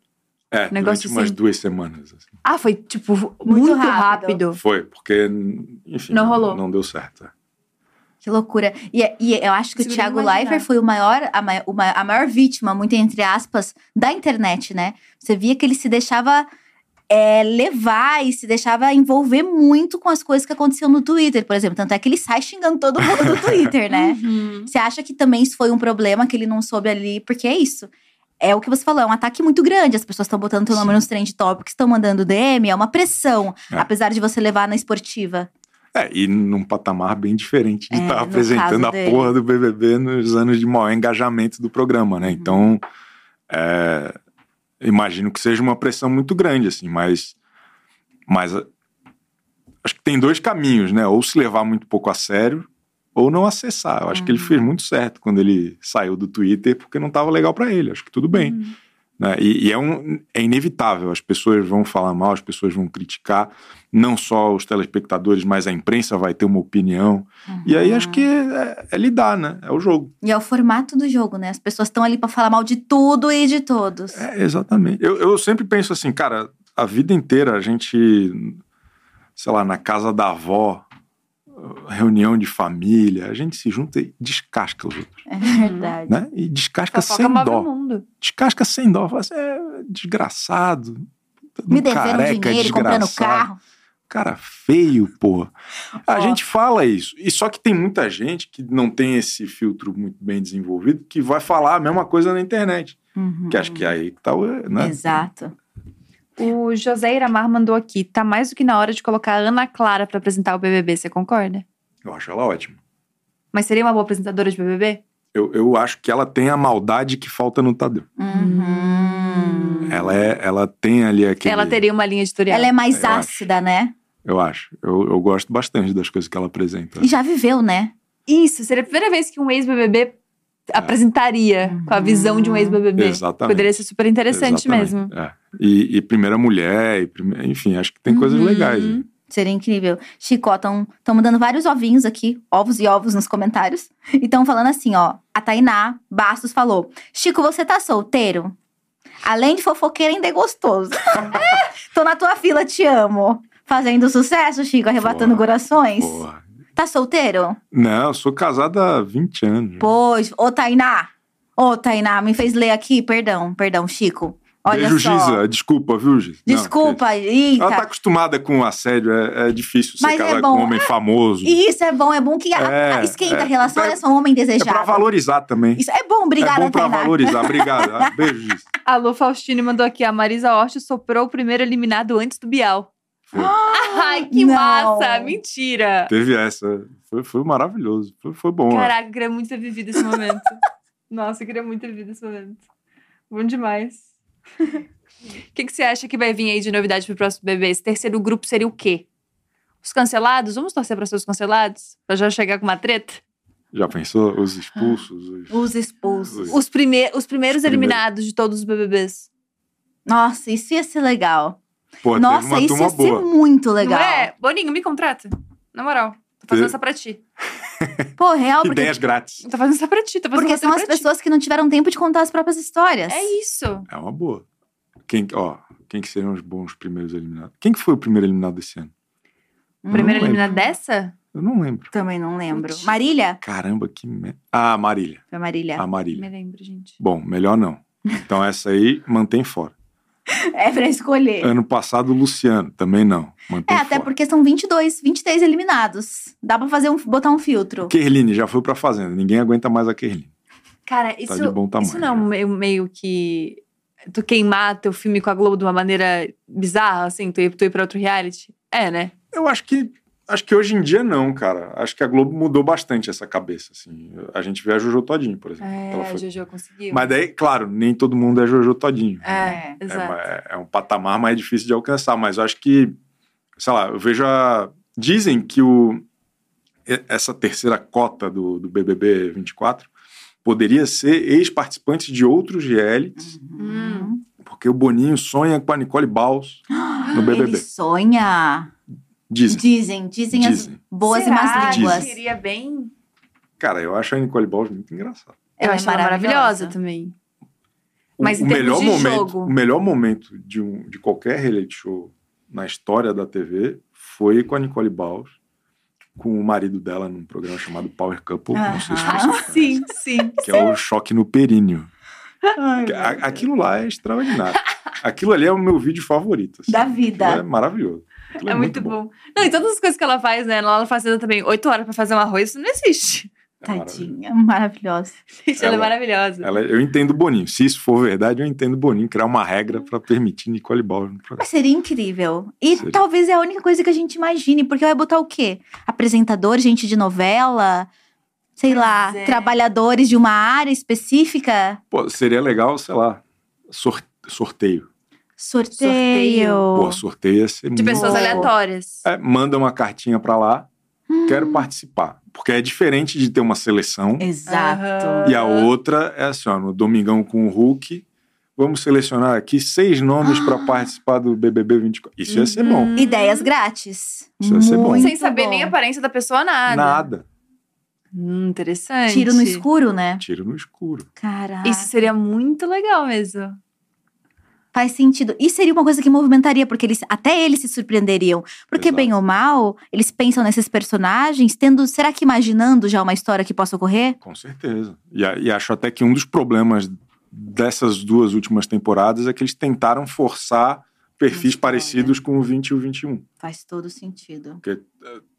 Speaker 3: É, durante
Speaker 1: Negócio
Speaker 3: umas
Speaker 1: assim.
Speaker 3: duas semanas. assim.
Speaker 1: Ah, foi, tipo, muito,
Speaker 2: rápido.
Speaker 1: rápido.
Speaker 3: Foi, porque, enfim,
Speaker 1: Não rolou.
Speaker 3: não deu certo. é.
Speaker 2: Que loucura. E, é, e eu acho que o
Speaker 1: Consigo nem
Speaker 2: Thiago
Speaker 1: imaginar.
Speaker 2: Leifert foi o maior, a, mai- o ma- a maior vítima, muito entre aspas, da internet, né? Você via que ele se deixava é, levar e se deixava envolver muito com as coisas que aconteciam no Twitter, por exemplo. Tanto é que ele sai xingando todo mundo no Twitter,
Speaker 1: *laughs*
Speaker 2: né?
Speaker 1: Uhum.
Speaker 2: Você acha que também isso foi um problema que ele não soube ali? Porque é isso. É o que você falou, é um ataque muito grande. As pessoas estão botando teu nome
Speaker 3: Sim.
Speaker 2: nos trend topics, estão mandando DM, é uma pressão,
Speaker 3: É.
Speaker 2: apesar de você levar na esportiva.
Speaker 3: É, e num patamar bem diferente de
Speaker 2: É,
Speaker 3: estar
Speaker 2: no
Speaker 3: apresentando
Speaker 2: caso
Speaker 3: a
Speaker 2: dele.
Speaker 3: porra do BBB nos anos de maior engajamento do programa,
Speaker 2: Uhum.
Speaker 3: né? Então, é, imagino que seja uma pressão muito grande, assim, mas, mas a- acho que tem dois caminhos, né? Ou se levar muito pouco a sério ou não acessar. Eu acho
Speaker 2: Uhum.
Speaker 3: que ele fez muito certo quando ele saiu do Twitter porque não estava legal para ele. Acho que tudo bem.
Speaker 2: Uhum.
Speaker 3: né? E, e é, um, é inevitável, as pessoas vão falar mal, as pessoas vão criticar, não só os telespectadores, mas a imprensa vai ter uma opinião. E aí acho que é, é lidar, né? É o jogo.
Speaker 2: E é o formato do jogo, né? As pessoas estão ali pra falar mal de tudo e de todos.
Speaker 3: É, exatamente. Eu, eu sempre penso assim, cara, a vida inteira a gente, sei lá, na casa da avó, reunião de família, a gente se junta e descasca os outros,
Speaker 2: É verdade.
Speaker 3: né? E descasca
Speaker 1: Fofoca
Speaker 3: sem
Speaker 1: move o
Speaker 3: dó.
Speaker 1: mundo.
Speaker 3: Descasca sem dó. Fala assim, é desgraçado.
Speaker 2: Me deveram
Speaker 3: Um careca,
Speaker 2: dinheiro comprando
Speaker 3: desgraçado.
Speaker 2: carro.
Speaker 3: Cara, feio, porra. A
Speaker 2: Ó.
Speaker 3: gente fala isso. E só que tem muita gente que não tem esse filtro muito bem desenvolvido que vai falar a mesma coisa na internet.
Speaker 1: Uhum.
Speaker 3: Que é- acho que é aí que tá o. Né?
Speaker 2: Exato.
Speaker 1: O José Iramar mandou aqui. Tá mais do que na hora de colocar a Ana Clara pra apresentar o BBB, você concorda?
Speaker 3: Eu acho ela ótima.
Speaker 1: Mas seria uma boa apresentadora de BBB?
Speaker 3: Eu, eu acho que ela tem a maldade que falta no Tadeu.
Speaker 2: Uhum.
Speaker 3: Ela, é, ela tem ali aquele.
Speaker 1: Ela teria uma linha editorial.
Speaker 2: Ela é mais
Speaker 3: Eu acho.
Speaker 2: ácida, né?
Speaker 3: Eu acho. Eu, eu gosto bastante das coisas que ela apresenta.
Speaker 2: E já viveu, né?
Speaker 1: Isso, seria a primeira vez que um ex-BBB apresentaria com a visão de um ex-BBB.
Speaker 3: É. Exatamente.
Speaker 1: Poderia ser super é interessante
Speaker 3: Exatamente,
Speaker 1: mesmo.
Speaker 3: é. E, e primeira mulher, e prime- enfim, acho que tem coisas
Speaker 1: Uhum.
Speaker 3: legais. né?
Speaker 2: Seria incrível. Chico, estão mandando vários ovinhos aqui, ovos e ovos nos comentários. *laughs* E estão falando assim, ó. A Tainá Bastos falou: Chico, você tá solteiro? Além de fofoqueira, ainda é gostoso. *laughs* É, Tô na tua fila, te amo. Fazendo sucesso, Chico, arrebatando
Speaker 3: Porra,
Speaker 2: corações.
Speaker 3: Porra.
Speaker 2: Tá solteiro?
Speaker 3: Não, eu sou casado há 20 anos.
Speaker 2: Pois, ô Tainá. Ô Tainá, me fez ler aqui, perdão, perdão, Chico. Olha
Speaker 3: Beijo,
Speaker 2: só.
Speaker 3: Giza. Desculpa, viu, Giza? Não,
Speaker 2: Desculpa,
Speaker 3: que-
Speaker 2: eita.
Speaker 3: Ela tá acostumada com assédio, é, é difícil se
Speaker 2: Mas é
Speaker 3: casar
Speaker 2: bom.
Speaker 3: com um homem famoso.
Speaker 2: E isso é bom, é bom que a-
Speaker 3: É,
Speaker 2: a- esquenta
Speaker 3: é.
Speaker 2: a relação,
Speaker 3: É-
Speaker 2: olha só, um homem
Speaker 3: É
Speaker 2: desejado.
Speaker 3: pra valorizar também.
Speaker 2: Isso é bom,
Speaker 3: é
Speaker 2: obrigada,
Speaker 3: bom pra
Speaker 2: Tainá.
Speaker 3: valorizar.
Speaker 2: *laughs*
Speaker 3: Obrigado. Ah, Beijo, Giza.
Speaker 1: A Lu Faustini mandou aqui. A Marisa Orte soprou o primeiro eliminado antes do Bial.
Speaker 3: Foi.
Speaker 1: *laughs* Ai, que
Speaker 2: Não.
Speaker 1: massa! Mentira!
Speaker 3: Teve essa. Foi, foi maravilhoso. Foi, foi bom. né?
Speaker 1: Caraca, eu queria muito ter vivido esse
Speaker 3: *laughs*
Speaker 1: momento. Nossa, eu queria muito ter vivido esse momento. Bom
Speaker 3: *laughs*
Speaker 1: demais. O que, que você acha que vai vir aí de novidade pro próximo bebê? Esse terceiro grupo seria o quê? Os cancelados? Vamos torcer pra ser os cancelados? Pra já chegar com uma treta?
Speaker 3: é. Já pensou? Os expulsos? Os...
Speaker 2: Os expulsos.
Speaker 1: Os, prime os primeiros
Speaker 3: Os primeiros.
Speaker 1: eliminados de todos os BBBs.
Speaker 2: Nossa, isso ia ser legal.
Speaker 3: Pô, teve
Speaker 2: Nossa,
Speaker 3: uma
Speaker 2: isso
Speaker 3: turma
Speaker 2: ia ser um
Speaker 3: boa.
Speaker 2: muito legal.
Speaker 1: Não é? Boninho, me contrata. Na moral. Tô fazendo
Speaker 3: Te-
Speaker 1: essa pra ti.
Speaker 2: Pô, real, porque,
Speaker 3: Ideias grátis.
Speaker 1: Tô fazendo essa pra ti. Tô fazendo
Speaker 2: porque
Speaker 1: essa
Speaker 2: são as
Speaker 1: pra ti.
Speaker 2: pessoas que não tiveram tempo de contar as próprias histórias.
Speaker 1: É isso.
Speaker 3: É uma boa. Quem, ó, quem que seriam os bons primeiros eliminados? Quem que foi o primeiro eliminado desse ano?
Speaker 2: Hum,
Speaker 1: Primeiro
Speaker 3: lembro.
Speaker 1: eliminado dessa?
Speaker 3: Eu não lembro.
Speaker 2: Também não lembro.
Speaker 1: Putz.
Speaker 2: Marília?
Speaker 3: Caramba, que merda. Ah, a Marília.
Speaker 2: Foi Marília.
Speaker 3: A Marília.
Speaker 1: Me lembro, gente.
Speaker 3: Bom, melhor não. Então essa aí, mantém fora.
Speaker 2: É pra escolher.
Speaker 3: Ano passado, o Luciano. Também não.
Speaker 2: É,
Speaker 3: Mantém
Speaker 2: até
Speaker 3: fora.
Speaker 2: porque são 22, 23 eliminados. Dá pra fazer um, botar um filtro.
Speaker 3: Kerline já foi pra Fazenda. Ninguém aguenta mais a Kerline.
Speaker 1: Cara,
Speaker 3: Tá
Speaker 1: isso,
Speaker 3: de bom tamanho.
Speaker 1: Isso não é um meio, meio que tu queimar teu filme com a Globo de uma maneira bizarra, assim, tu ir, tu ir pra outro reality? É, né?
Speaker 3: Eu acho que acho que hoje em dia não, cara. Acho que a Globo mudou bastante essa cabeça, assim. A gente vê a Jojo Todinho, por exemplo.
Speaker 1: É,
Speaker 3: Ela
Speaker 1: a
Speaker 3: foi-
Speaker 1: Jojo conseguiu.
Speaker 3: Mas daí, claro, nem todo mundo é Jojo Todinho.
Speaker 1: É,
Speaker 3: É,
Speaker 1: exato.
Speaker 3: uma- é- é um patamar mais difícil de alcançar, mas eu acho que, sei lá, eu vejo a... Dizem que o... e- essa terceira cota do, do BBB 24 poderia ser ex-participantes de outros realities,
Speaker 1: Hum.
Speaker 2: Uhum.
Speaker 3: porque o Boninho sonha com a
Speaker 2: *gasps*
Speaker 3: Nicole Baus no
Speaker 2: Ele
Speaker 3: BBB.
Speaker 2: sonha.
Speaker 3: Dizem,
Speaker 2: Dizem, dizem, as
Speaker 3: dizem.
Speaker 2: boas
Speaker 1: Será
Speaker 2: e más
Speaker 1: que
Speaker 2: línguas.
Speaker 1: seria bem.
Speaker 3: Cara, eu acho a Nicole Baus muito engraçada.
Speaker 1: Eu
Speaker 2: Ela é
Speaker 1: acho ela maravilhosa também.
Speaker 3: O-
Speaker 1: Mas
Speaker 3: o,
Speaker 1: em termos
Speaker 3: melhor
Speaker 1: de
Speaker 3: momento,
Speaker 1: jogo?
Speaker 3: o melhor momento de, um, de qualquer reality show na história da TV foi com a Nicole Baus, com o marido dela num programa chamado Power Couple, não sei se
Speaker 2: Aham.
Speaker 3: você conhece,
Speaker 1: Ah, Sim, sim.
Speaker 3: que é o choque no períneo.
Speaker 2: Ai,
Speaker 3: Que a- aquilo lá é extraordinário. Aquilo ali é o meu vídeo favorito. assim.
Speaker 2: Da
Speaker 3: Aquilo É
Speaker 2: vida.
Speaker 3: maravilhoso. Aquilo
Speaker 1: É muito bom. Não, e todas as coisas que ela faz, né? Ela fazendo também oito horas pra fazer um arroz, isso não existe. *laughs*
Speaker 3: É maravilhoso.
Speaker 2: Tadinha, maravilhosa.
Speaker 1: Gente, ela, é
Speaker 3: Ela-
Speaker 1: maravilhosa.
Speaker 3: Ela- eu entendo o Boninho. Se isso for verdade, eu entendo o Boninho criar uma regra para permitir Nicole Baus no programa.
Speaker 2: Mas seria incrível. E
Speaker 3: Seria.
Speaker 2: talvez é a única coisa que a gente imagine, porque vai botar o quê? Apresentador, gente de novela, sei lá,
Speaker 1: Pois é.
Speaker 2: trabalhadores de uma área específica.
Speaker 3: Pô, seria legal, sei lá, sor- sorteio.
Speaker 2: Sorteio.
Speaker 3: Pô, sorteio ia ser
Speaker 1: De pessoas
Speaker 2: Boa.
Speaker 1: aleatórias.
Speaker 3: É, manda uma cartinha pra lá,
Speaker 2: Hum.
Speaker 3: quero participar. Porque é diferente de ter uma seleção
Speaker 2: Exato.
Speaker 3: e a outra é assim, ó, no Domingão com o Hulk, vamos selecionar aqui seis nomes
Speaker 1: Ah.
Speaker 3: pra participar do BBB 24. Isso ia ser bom.
Speaker 1: Uhum.
Speaker 2: Ideias grátis.
Speaker 3: Isso vai ser bom.
Speaker 2: Muito
Speaker 1: Sem saber
Speaker 2: bom.
Speaker 1: nem a aparência da pessoa, nada.
Speaker 3: Nada.
Speaker 1: Hum, interessante.
Speaker 2: Tiro no escuro, né?
Speaker 3: Tiro no escuro.
Speaker 2: Caraca.
Speaker 1: Isso seria muito legal mesmo.
Speaker 2: Faz sentido. E seria uma coisa que movimentaria, porque eles até eles se surpreenderiam. Porque,
Speaker 3: Exato.
Speaker 2: bem ou mal, eles pensam nesses personagens, tendo. Será que imaginando já uma história que possa ocorrer?
Speaker 3: Com certeza. E, a- e acho até que um dos problemas dessas duas últimas temporadas é que eles tentaram forçar perfis
Speaker 1: né?
Speaker 2: Nossa,
Speaker 3: parecidos com o 20 e um. o 21.
Speaker 2: Faz todo sentido.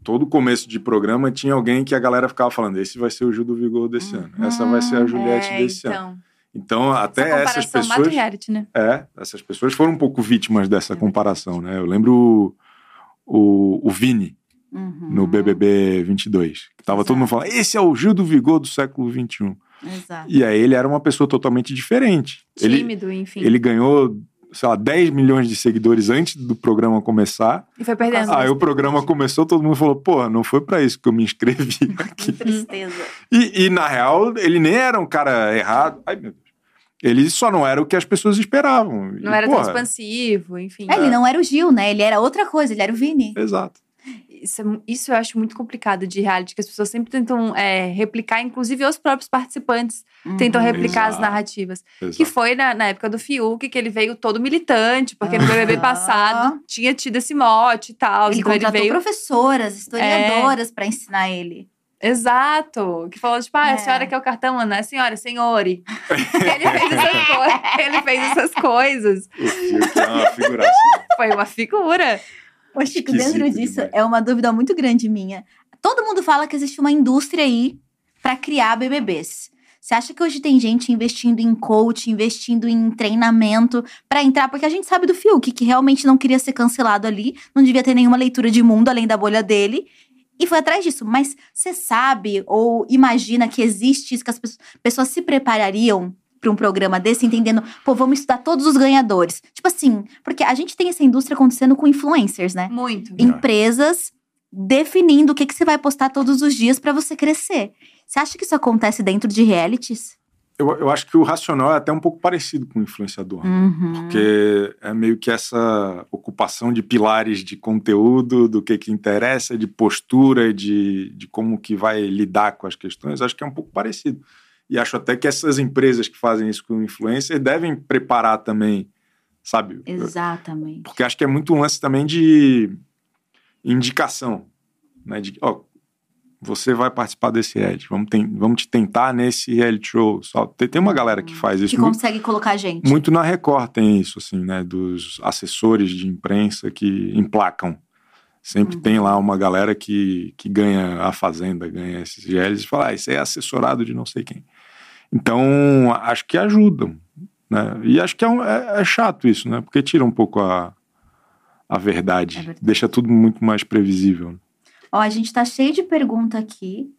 Speaker 3: todo começo de programa tinha alguém que a galera ficava falando: esse vai ser o Gil do Vigor desse ano, essa vai ser a Juliette
Speaker 1: Uhum. é,
Speaker 3: desse ano.
Speaker 1: então.
Speaker 3: Então, até
Speaker 1: Essa
Speaker 3: essas
Speaker 1: comparação mata o
Speaker 3: pessoas.
Speaker 1: reality, né?
Speaker 3: É, essas pessoas foram um pouco vítimas dessa
Speaker 2: É
Speaker 3: comparação, né? Eu lembro o, o, o Vini
Speaker 2: Uhum.
Speaker 3: no BBB 22, que tava todo mundo falando: esse é o Gil do Vigor do século 21. *laughs*
Speaker 2: Exato.
Speaker 3: E aí ele era uma pessoa totalmente diferente. Ele,
Speaker 1: Tímido, enfim.
Speaker 3: ele ganhou, sei lá, 10 milhões de seguidores antes do programa começar.
Speaker 1: E foi perdendo.
Speaker 3: Aí o programa começou, todo mundo falou: porra, não foi pra isso que eu
Speaker 1: *laughs*
Speaker 3: me inscrevi
Speaker 2: Que
Speaker 3: aqui.
Speaker 2: tristeza.
Speaker 3: E, e, na real, ele nem era um cara errado. Ai, meu Deus. Ele só não era o que as pessoas esperavam. E,
Speaker 1: Não era tão
Speaker 3: porra,
Speaker 1: expansivo, enfim. Então,
Speaker 2: É, ele não era o Gil, né? Ele era outra coisa, ele era o Vini.
Speaker 3: Exato.
Speaker 1: Isso, é mu- isso eu acho muito complicado de reality, que as pessoas sempre tentam é, replicar, inclusive os próprios participantes
Speaker 2: Uhum.
Speaker 1: tentam replicar as
Speaker 3: Uhum. Exato.
Speaker 1: narrativas. Que
Speaker 3: exato.
Speaker 1: foi na, na época do Fiuk, que ele veio todo militante, porque no BBB
Speaker 2: Aham.
Speaker 1: passado tinha tido esse mote e tal.
Speaker 2: Ele É.
Speaker 1: então ele
Speaker 2: contratou
Speaker 1: veio.
Speaker 2: professoras, historiadoras pra ensinar ele.
Speaker 1: Exato! Que falou, tipo, ah,
Speaker 2: É.
Speaker 1: a senhora quer o cartão, Ana? A senhora, senhore. *laughs* ele, fez essas co- ele fez essas coisas.
Speaker 3: O Fiuk é uma figuraça.
Speaker 1: Foi uma figura.
Speaker 2: Ô, Chico,
Speaker 3: Esquisito
Speaker 2: tipo, dentro disso
Speaker 3: demais.
Speaker 2: é uma dúvida muito grande minha. Todo mundo fala que existe uma indústria aí pra criar BBBs. Você acha que hoje tem gente investindo em coach, investindo em treinamento pra entrar? Porque a gente sabe do Fiuk, que realmente não queria ser cancelado ali, não devia ter nenhuma leitura de mundo além da bolha dele. E foi atrás disso. Mas você sabe ou imagina que existe isso, que as pessoas, pessoas se preparariam pra um programa desse, entendendo, pô, vamos estudar todos os ganhadores. Tipo assim, porque a gente tem essa indústria acontecendo com influencers, né?
Speaker 1: Muito.
Speaker 3: É.
Speaker 2: empresas definindo o que, que você vai postar todos os dias pra você crescer. Você acha que isso acontece dentro de realities?
Speaker 3: *laughs* Eu, eu acho que o racional é até um pouco parecido com o influenciador.
Speaker 2: Uhum.
Speaker 3: Porque é meio que essa ocupação de pilares de conteúdo, do que que interessa, de postura, de, de como que vai lidar com as questões, acho que é um pouco parecido. E acho até que essas empresas que fazem isso com influencer devem preparar também, sabe?
Speaker 2: Exatamente.
Speaker 3: Porque acho que é muito um lance também de indicação, né? De, ó, você vai participar desse reality, vamos, ten- vamos te tentar nesse reality show. Só, tem, tem uma galera que faz isso.
Speaker 2: Que
Speaker 3: muito-
Speaker 2: consegue colocar gente.
Speaker 3: muito na Record tem isso, assim, né? Dos assessores de imprensa que emplacam. Sempre
Speaker 2: Uhum.
Speaker 3: tem lá uma galera que, que ganha a Fazenda, ganha esses GLs e fala, ah, isso aí é assessorado de não sei quem. Então, acho que ajudam, né? E acho que é, um- é- é chato isso, né? Porque tira um pouco a, a verdade,
Speaker 2: É verdade.
Speaker 3: deixa tudo muito mais previsível.
Speaker 2: Ó, a gente tá cheio de pergunta aqui.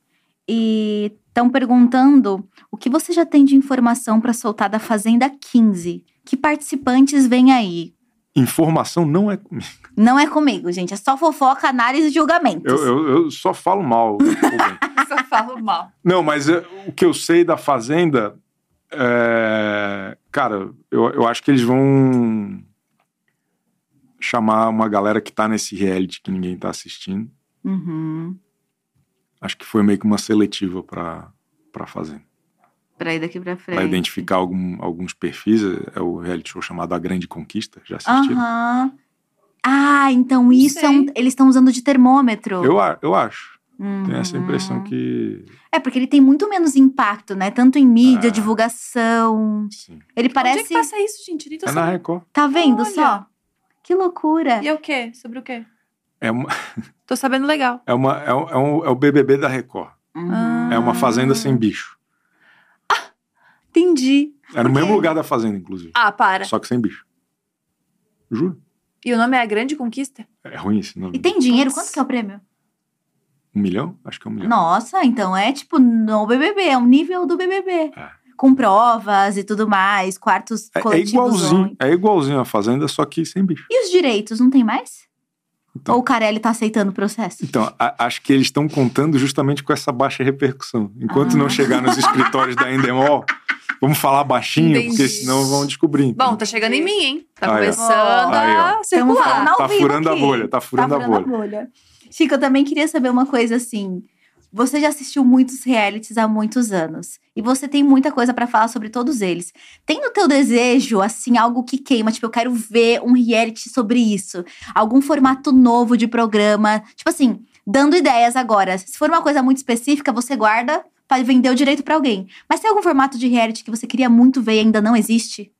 Speaker 2: E estão perguntando o que você já tem de informação pra soltar da Fazenda 15. Que participantes vêm aí?
Speaker 3: Informação não é...
Speaker 2: Não é comigo, gente. É só fofoca, análise e julgamentos.
Speaker 3: Eu, eu, eu só falo mal. *laughs* Rubem.
Speaker 1: Só falo mal.
Speaker 3: Não, mas eh, o que eu sei da Fazenda, é, cara, eu, eu acho que eles vão chamar uma galera que tá nesse reality que ninguém tá assistindo.
Speaker 2: Uhum.
Speaker 3: Acho que foi meio que uma seletiva pra, pra Fazenda.
Speaker 2: Pra ir daqui pra frente.
Speaker 3: Pra identificar algum- alguns perfis, é é o reality show chamado A Grande Conquista, já assistiram?
Speaker 2: Aham. Ah, então isso é um, eles estão usando de termômetro.
Speaker 3: Eu, a- eu acho.
Speaker 2: Uhum.
Speaker 3: Tenho essa impressão que...
Speaker 2: É, porque ele tem muito menos impacto, né? Tanto em mídia,
Speaker 3: Ah.
Speaker 2: divulgação.
Speaker 3: sim.
Speaker 2: Ele
Speaker 1: Onde é
Speaker 3: tá
Speaker 2: parece.
Speaker 1: que passa isso, gente? Nem tô
Speaker 3: É na
Speaker 1: sabendo.
Speaker 3: Record.
Speaker 2: Tá vendo
Speaker 1: Olha.
Speaker 2: só? Que loucura.
Speaker 1: E é o quê? Sobre o quê?
Speaker 3: É, uma,
Speaker 1: Tô sabendo legal.
Speaker 3: é, uma, é, um- é um- é o BBB da Record.
Speaker 2: Uhum.
Speaker 3: É uma Fazenda sem bicho.
Speaker 1: Entendi.
Speaker 3: É no
Speaker 2: Por quê?
Speaker 3: mesmo lugar da Fazenda, inclusive.
Speaker 1: Ah, para.
Speaker 3: Só que sem bicho. Juro.
Speaker 1: E o nome é A Grande Conquista?
Speaker 3: É ruim esse nome.
Speaker 2: E tem dinheiro?
Speaker 1: Putz.
Speaker 2: Quanto que é o prêmio?
Speaker 3: Um milhão? Acho que é um milhão.
Speaker 2: Nossa, então é tipo no BBB, é um nível do BBB.
Speaker 3: É.
Speaker 2: Com provas e tudo mais, quartos
Speaker 3: É, é
Speaker 2: coletivos.
Speaker 3: igualzinho.
Speaker 2: on-
Speaker 3: É igualzinho a Fazenda, só que sem bicho.
Speaker 2: E os direitos, não tem mais?
Speaker 3: Então.
Speaker 2: Ou o Carelli tá aceitando o processo?
Speaker 3: Então, a- acho que eles estão contando justamente com essa baixa repercussão. Enquanto
Speaker 2: Ah.
Speaker 3: não chegar nos escritórios da Endemol, vamos falar baixinho,
Speaker 1: Entendi.
Speaker 3: porque senão vão descobrir.
Speaker 1: Bom,
Speaker 3: entendeu?
Speaker 1: tá chegando em mim, hein? Tá
Speaker 3: Aí, ó.
Speaker 1: começando
Speaker 3: Aí, ó.
Speaker 1: a
Speaker 2: Estamos
Speaker 1: circular.
Speaker 2: falando ao
Speaker 3: tá
Speaker 2: vivo
Speaker 3: furando
Speaker 2: aqui.
Speaker 3: a bolha, tá
Speaker 2: Tá
Speaker 3: furando a bolha.
Speaker 2: Chico, eu também queria saber uma coisa assim. Você já assistiu muitos realities há muitos anos. E você tem muita coisa pra falar sobre todos eles. Tem no teu desejo, assim, algo que queima? Tipo, eu quero ver um reality sobre isso. Algum formato novo de programa. Tipo assim, dando ideias agora. Se for uma coisa muito específica, você guarda pra vender o direito pra alguém. Mas tem algum formato de reality que você queria muito ver e ainda não existe?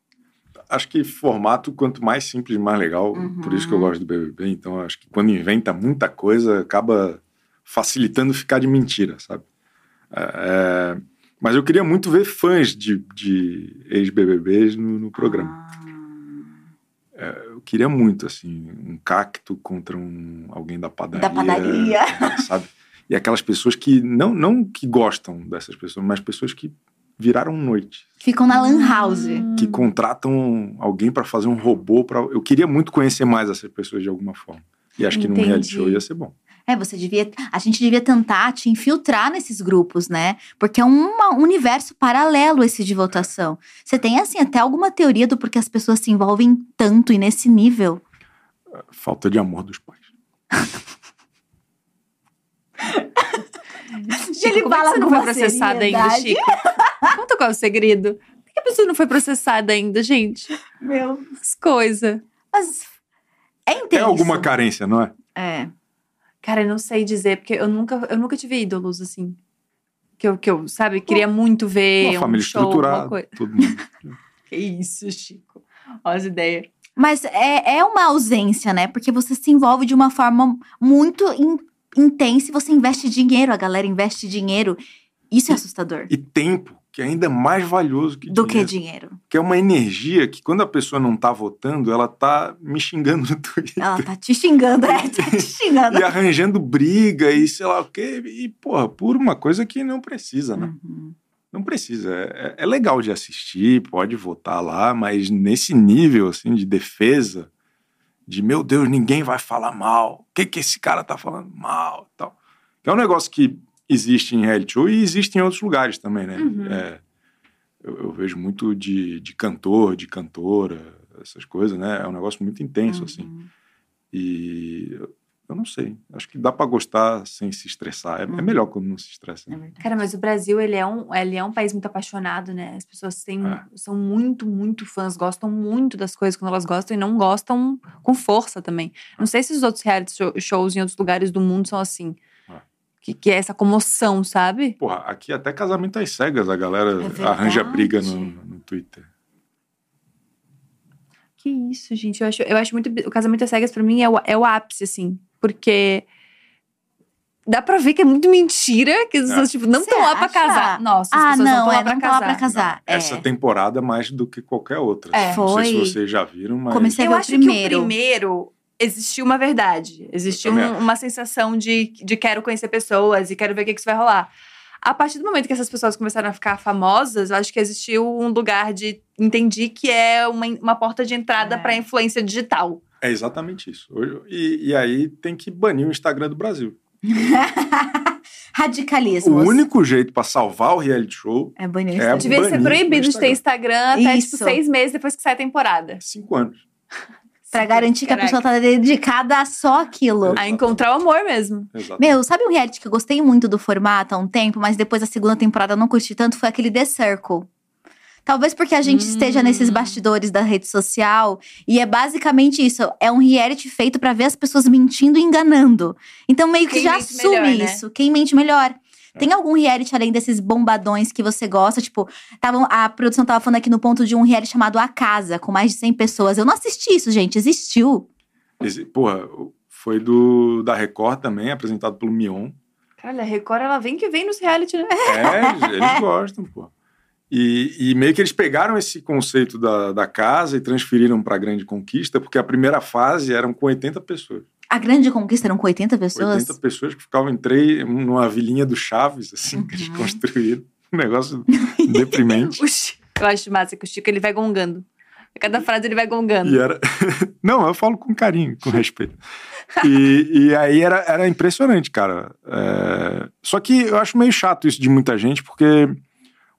Speaker 3: Acho que formato, quanto mais simples, mais legal.
Speaker 2: Uhum.
Speaker 3: Por isso que eu gosto do BBB. Então, acho que quando inventa muita coisa, acaba facilitando ficar de mentira, sabe? É, é, Mas eu queria muito ver fãs de, de ex-BBBs no, no programa.
Speaker 2: Ah.
Speaker 3: Eu queria muito, assim, um cacto contra um, alguém da padaria.
Speaker 2: Ah, Da padaria.
Speaker 3: *laughs* Sabe? E aquelas pessoas que, não, não que gostam dessas pessoas, mas pessoas que viraram noite,
Speaker 2: Ficam na Lan House.
Speaker 3: que
Speaker 1: Hum.
Speaker 3: contratam alguém pra fazer um robô para eu queria muito conhecer mais essas pessoas de alguma forma e acho que num
Speaker 1: Entendi.
Speaker 3: reality show ia ser bom
Speaker 2: É, você devia. A gente devia tentar te infiltrar nesses grupos, né? Porque é uma- um universo paralelo esse de votação. Você tem, assim, até alguma teoria do porquê as pessoas se envolvem tanto e nesse
Speaker 1: *laughs*
Speaker 2: nível?
Speaker 3: Falta de amor dos pais.
Speaker 1: Chico,
Speaker 2: Ele
Speaker 1: como é que
Speaker 2: fala
Speaker 1: você não
Speaker 2: com
Speaker 1: foi
Speaker 2: uma
Speaker 1: processada ainda,
Speaker 2: seriedade.
Speaker 1: Chico? Conta qual é o segredo. Por que a pessoa não foi processada ainda, gente?
Speaker 2: Meu.
Speaker 1: As coisas.
Speaker 2: Mas. É intenso.
Speaker 3: Tem alguma carência, não é?
Speaker 2: É.
Speaker 1: Cara, eu não sei dizer, porque eu nunca, eu nunca tive ídolos assim. Que eu, que eu sabe, queria muito ver
Speaker 3: Uma
Speaker 1: um
Speaker 3: família
Speaker 1: show, alguma
Speaker 3: estruturada.
Speaker 1: coisa.
Speaker 3: Todo mundo.
Speaker 1: Que isso, Chico. Olha as ideias.
Speaker 2: Mas é, é uma ausência, né? Porque você se envolve de uma forma muito in- intensa e você investe dinheiro, a galera investe dinheiro. Isso é assustador.
Speaker 3: E tempo, que é ainda mais valioso que
Speaker 2: Do que
Speaker 3: dinheiro.
Speaker 2: dinheiro.
Speaker 3: que é uma energia que quando a pessoa não tá votando, ela tá me xingando *laughs* no Twitter.
Speaker 2: Ela tá te xingando, é, tá te xingando.
Speaker 3: *laughs* E arranjando briga e sei lá o quê. E, porra, por uma coisa que não precisa, né?
Speaker 2: Uhum.
Speaker 3: Não precisa. É, é legal de assistir, pode votar lá, mas nesse nível, assim, de defesa, de meu Deus, ninguém vai falar mal. O que, que esse cara tá falando mal e tal. Que é um negócio que existe em reality show e existe em outros lugares também, né?
Speaker 1: Uhum.
Speaker 3: É, eu, eu vejo muito de, de cantor, de cantora, essas coisas, né? É um negócio muito intenso, assim.
Speaker 2: Uhum.
Speaker 3: E eu- eu não sei. Acho que dá pra gostar sem se estressar. É, é
Speaker 2: Uhum.
Speaker 3: melhor quando não se estressa.
Speaker 2: É
Speaker 3: Né?
Speaker 2: verdade.
Speaker 1: Cara, mas o Brasil, ele é um, ele é um país muito apaixonado, né? As pessoas têm,
Speaker 3: É.
Speaker 1: são muito, muito fãs, gostam muito das coisas quando elas gostam e não gostam com força também.
Speaker 3: É.
Speaker 1: Não sei se os outros reality show- shows em outros lugares do mundo são assim.
Speaker 3: É.
Speaker 1: Que, que é essa comoção, sabe?
Speaker 3: Porra, aqui até casamento às cegas a galera
Speaker 2: É verdade.
Speaker 3: arranja briga no, no Twitter.
Speaker 1: Que isso, gente. Eu acho, eu acho muito. bi- O casamento às cegas, pra mim, é o, é o ápice, assim. Porque. Dá pra ver que é muito mentira,
Speaker 3: É.
Speaker 1: que as pessoas, tipo, não
Speaker 2: Cê
Speaker 1: estão lá pra
Speaker 2: acha?
Speaker 1: casar. Nossa, as
Speaker 2: Ah,
Speaker 1: pessoas
Speaker 2: não,
Speaker 1: não
Speaker 2: é,
Speaker 1: estão lá
Speaker 2: não
Speaker 1: pra
Speaker 2: tão lá pra
Speaker 1: casar.
Speaker 2: casar.
Speaker 3: Não, Essa
Speaker 2: é.
Speaker 3: temporada mais do que qualquer outra.
Speaker 1: É.
Speaker 3: Não sei
Speaker 2: Foi.
Speaker 3: se vocês já viram, mas
Speaker 2: Comecei a
Speaker 1: Eu
Speaker 2: ver o
Speaker 1: acho que
Speaker 2: primeiro.
Speaker 1: o primeiro existiu uma verdade. Existiu
Speaker 3: Eu também
Speaker 1: um- uma sensação de, de quero conhecer pessoas e quero ver o que, que isso vai rolar. A partir do momento que essas pessoas começaram a ficar famosas, eu acho que existiu um lugar de. Entendi que é uma, uma porta de entrada
Speaker 2: É.
Speaker 1: pra influência digital.
Speaker 3: é exatamente isso. Hoje- E, e aí tem que banir o Instagram do Brasil. O
Speaker 2: Radicalismo.
Speaker 3: único jeito pra salvar o reality show
Speaker 2: É bonito.
Speaker 3: É
Speaker 1: Devia ser
Speaker 3: banido
Speaker 1: proibido
Speaker 3: do
Speaker 1: de ter Instagram até tipo,
Speaker 2: Isso.
Speaker 1: seis meses depois que sai a temporada.
Speaker 3: é cinco anos.
Speaker 2: Pra garantir que a
Speaker 1: Caraca.
Speaker 2: pessoa tá dedicada a só aquilo.
Speaker 1: A encontrar o amor mesmo.
Speaker 3: Exato.
Speaker 2: Meu, sabe um reality que eu gostei muito do formato há um tempo, mas depois da segunda temporada eu não curti tanto? Foi aquele The Circle. Talvez porque a gente
Speaker 1: Hum.
Speaker 2: esteja nesses bastidores da rede social e é basicamente isso. É um reality feito pra ver as pessoas mentindo e enganando. Então meio que
Speaker 1: Quem
Speaker 2: já
Speaker 1: mente
Speaker 2: assume
Speaker 1: melhor, né?
Speaker 2: isso. Quem mente melhor.
Speaker 3: É.
Speaker 2: Tem algum reality além desses bombadões que você gosta? Tipo, tavam, a produção tava falando aqui no ponto de um reality chamado A Casa, com mais de 100 pessoas. Eu não assisti isso, gente. Existiu.
Speaker 3: Esse- Porra, foi do da Record também, apresentado pelo Mion.
Speaker 1: Caralho, a Record, ela vem que vem nos reality, né?
Speaker 3: É, eles gostam, pô. E, e meio que eles pegaram esse conceito da, da casa e transferiram pra Grande Conquista, porque a primeira fase eram com 80 pessoas.
Speaker 2: A Grande Conquista eram com 80 pessoas?
Speaker 3: 80 pessoas que ficavam em três, numa vilinha do Chaves, assim, que eles
Speaker 2: Uhum.
Speaker 3: construíram. Um negócio deprimente.
Speaker 1: O Chico- Eu acho massa que o Chico, ele vai gongando. A cada frase ele vai gongando.
Speaker 3: E era... *laughs* Não, eu falo com carinho, com respeito. E, e aí era, era impressionante, cara. É, Só que eu acho meio chato isso de muita gente, porque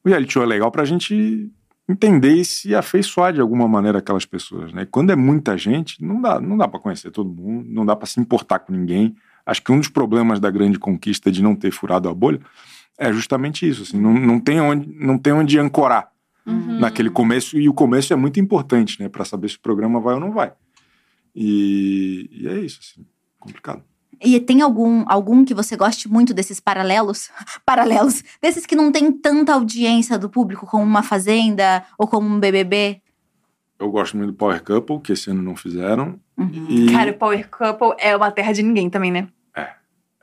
Speaker 3: o reality show é legal pra gente entender e se afeiçoar de alguma maneira aquelas pessoas, né? Quando é muita gente, não dá, não dá para conhecer todo mundo, não dá pra se importar com ninguém. Acho que um dos problemas da grande conquista de não ter furado a bolha é justamente isso, assim, não, não tem onde, não tem onde ancorar
Speaker 1: Uhum.
Speaker 3: naquele começo e o começo é muito importante, né, Pra saber se o programa vai ou não vai. E, e é isso, assim, complicado.
Speaker 2: E tem algum, algum que você goste muito desses paralelos? *laughs* paralelos? Desses que não tem tanta audiência do público, como uma Fazenda ou como um BBB?
Speaker 3: Eu gosto muito do Power Couple, que esse ano não fizeram.
Speaker 2: Uhum.
Speaker 3: E
Speaker 1: Cara, o Power Couple é uma terra de ninguém também, né?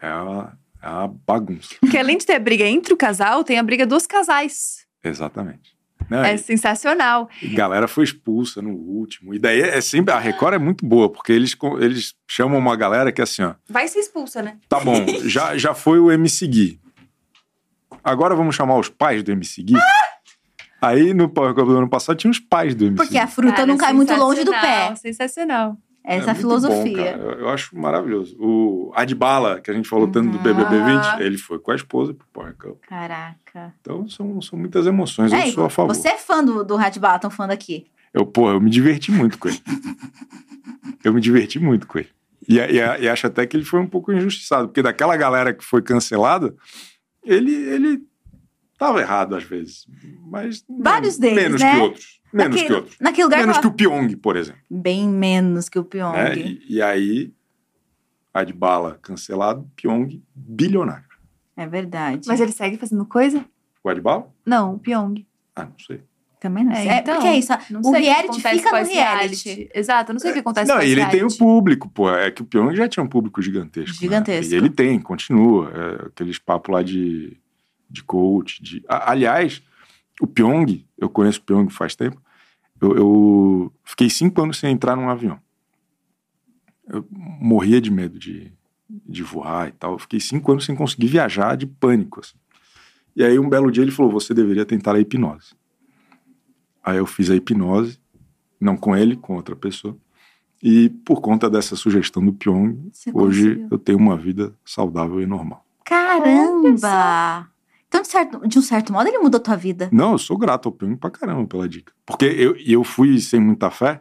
Speaker 3: é, uma, é uma bagunça.
Speaker 1: Porque além de ter a briga entre o casal, tem a briga dos casais.
Speaker 3: Exatamente. Não,
Speaker 1: É assim. sensacional.
Speaker 3: e Galera foi expulsa no último. E daí é sempre. A Record é muito boa, porque eles, co- eles chamam uma galera que é assim, ó.
Speaker 1: Vai ser expulsa, né? *laughs*
Speaker 3: Tá bom, já, já foi o MC Gui. Agora vamos chamar os pais do MC Gui.
Speaker 1: Ah!
Speaker 3: Aí no Power Couple do ano passado tinha os pais do MC
Speaker 2: Porque
Speaker 3: Gui.
Speaker 2: a fruta
Speaker 1: Cara,
Speaker 2: não cai muito longe do
Speaker 1: sensacional,
Speaker 2: pé.
Speaker 1: Sensacional.
Speaker 2: Essa
Speaker 3: é muito bom,
Speaker 2: filosofia.
Speaker 3: cara. eu, eu acho maravilhoso. O Adbala, que a gente falou tanto do BBB20, ele foi com a esposa pro Power Cup.
Speaker 2: Caraca.
Speaker 3: Então são, são muitas emoções.
Speaker 2: É,
Speaker 3: eu sou a favor.
Speaker 2: Você é fã do, do Ratbaton, fã daqui.
Speaker 3: Eu, pô, eu me diverti muito com ele. *laughs* eu me diverti muito com ele. E, a- e a- e acho até que ele foi um pouco injustiçado, porque daquela galera que foi cancelada, ele, ele tava errado às vezes. Mas.
Speaker 2: Vários
Speaker 3: menos,
Speaker 2: deles,
Speaker 3: Menos
Speaker 2: né?
Speaker 3: que outros. Menos
Speaker 2: naquele,
Speaker 3: que outros.
Speaker 2: Naquele lugar
Speaker 3: Menos
Speaker 2: que
Speaker 3: que
Speaker 2: eu...
Speaker 3: o Pyong, por exemplo.
Speaker 2: Bem menos que o Pyong.
Speaker 3: né? E, e aí, Adbala cancelado, Pyong bilionário.
Speaker 2: É verdade.
Speaker 1: Mas ele segue fazendo coisa?
Speaker 3: O Adbala?
Speaker 1: Não, o Pyong.
Speaker 3: Ah, não sei.
Speaker 2: Também não
Speaker 1: É,
Speaker 2: sei. É,
Speaker 1: então,
Speaker 2: porque é isso.
Speaker 1: Não
Speaker 2: O
Speaker 1: sei que
Speaker 2: reality
Speaker 1: acontece
Speaker 2: fica
Speaker 1: com
Speaker 2: no
Speaker 1: esse
Speaker 2: reality.
Speaker 1: Exato, eu não sei o que acontece
Speaker 3: Não,
Speaker 1: com
Speaker 3: e
Speaker 1: esse
Speaker 3: ele tem o
Speaker 1: reality.
Speaker 3: público, pô. É que o Pyong já tinha um público gigantesco. né?
Speaker 2: Gigantesco.
Speaker 3: E ele tem, continua. É, aqueles papos lá de, de coach. De... A- aliás, o Pyong, eu conheço o Pyong faz tempo. Eu, eu fiquei cinco anos sem entrar num avião. Eu morria de medo de, de voar e tal. Eu fiquei cinco anos sem conseguir viajar, de pânico. assim. E aí, um belo dia, ele falou: Você deveria tentar a hipnose. Aí eu fiz a hipnose, não com ele, com outra pessoa. E por conta dessa sugestão do Pyong,
Speaker 2: Você
Speaker 3: hoje
Speaker 2: conseguiu.
Speaker 3: eu tenho uma vida saudável e normal.
Speaker 2: Caramba! Então, de, certo, de um certo modo, ele mudou tua vida.
Speaker 3: Não, eu sou grato ao Pyong pra caramba pela dica. Porque eu, e eu fui sem muita fé.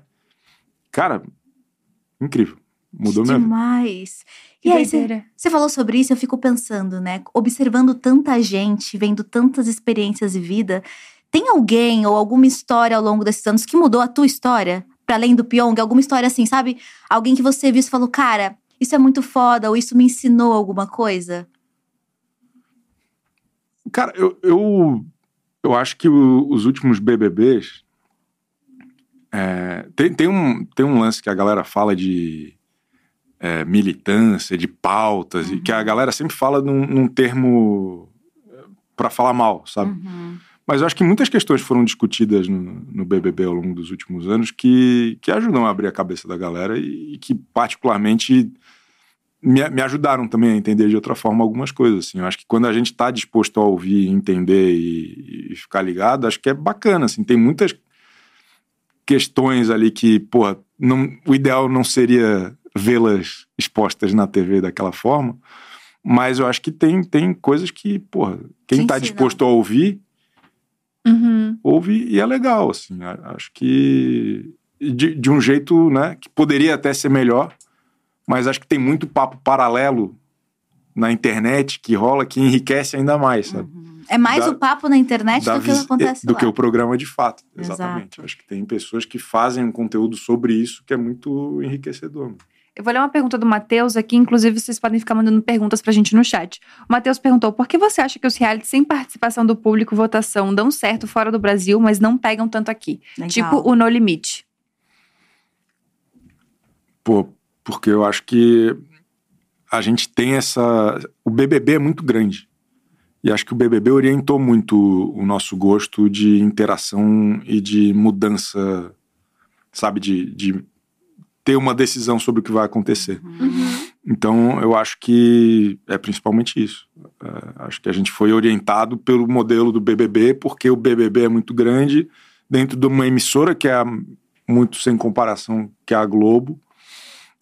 Speaker 3: Cara, incrível. Mudou minha vida.
Speaker 2: Demais.
Speaker 1: Que
Speaker 2: E aí, você
Speaker 1: doideira.
Speaker 2: Você falou sobre isso, eu fico pensando, né? Observando tanta gente, vendo tantas experiências de vida, tem alguém ou alguma história ao longo desses anos que mudou a tua história? Pra além do Pyong, alguma história assim, sabe? Alguém que você viu e falou, cara, isso é muito foda, ou isso me ensinou alguma coisa?
Speaker 3: Cara, eu, eu, eu acho que o- os últimos BBBs. é, tem, tem, um, tem um lance que a galera fala de é, militância, de pautas, e que a galera sempre fala num, num termo para falar mal, sabe?
Speaker 2: Uhum,
Speaker 3: Mas eu acho que muitas questões foram discutidas no, no BBB ao longo dos últimos anos que, que ajudam a abrir a cabeça da galera e, e que, particularmente, me, me ajudaram também a entender de outra forma algumas coisas. Assim. Eu acho que quando a gente está disposto a ouvir, entender e, e ficar ligado, acho que é bacana. Assim. Tem muitas questões ali que, porra, não, o ideal não seria vê-las expostas na TV daquela forma, mas eu acho que tem, tem coisas que, porra, quem
Speaker 2: Te
Speaker 3: está
Speaker 2: ensinam.
Speaker 3: disposto a ouvir
Speaker 1: Uhum.
Speaker 3: houve e é legal, assim. a- Acho que de, de um jeito, né, que poderia até ser melhor, mas acho que tem muito papo paralelo na internet que rola que enriquece ainda mais, sabe?
Speaker 2: É mais
Speaker 3: Dá-
Speaker 2: o papo na internet
Speaker 3: Da
Speaker 2: do que o que
Speaker 3: vis-
Speaker 2: acontece
Speaker 3: do
Speaker 2: lá.
Speaker 3: que o programa de fato,
Speaker 2: Exato.
Speaker 3: exatamente. Acho que tem pessoas que fazem um conteúdo sobre isso que é muito enriquecedor. né?
Speaker 1: Eu vou ler uma pergunta do Matheus aqui, inclusive vocês podem ficar mandando perguntas pra gente no chat. O Matheus perguntou: por que você acha que os realities sem participação do público, votação, dão certo fora do Brasil, mas não pegam tanto aqui?
Speaker 2: Legal.
Speaker 1: Tipo o No Limite.
Speaker 3: Pô, porque eu acho que a gente tem essa. O BBB é muito grande. E acho que o BBB orientou muito o nosso gosto de interação e de mudança, sabe? De, de ter uma decisão sobre o que vai acontecer.
Speaker 2: Uhum.
Speaker 3: Então, eu acho que é principalmente isso. É, acho que a gente foi orientado pelo modelo do BBB, porque o BBB é muito grande, dentro de uma emissora que é a- muito sem comparação, que é a Globo.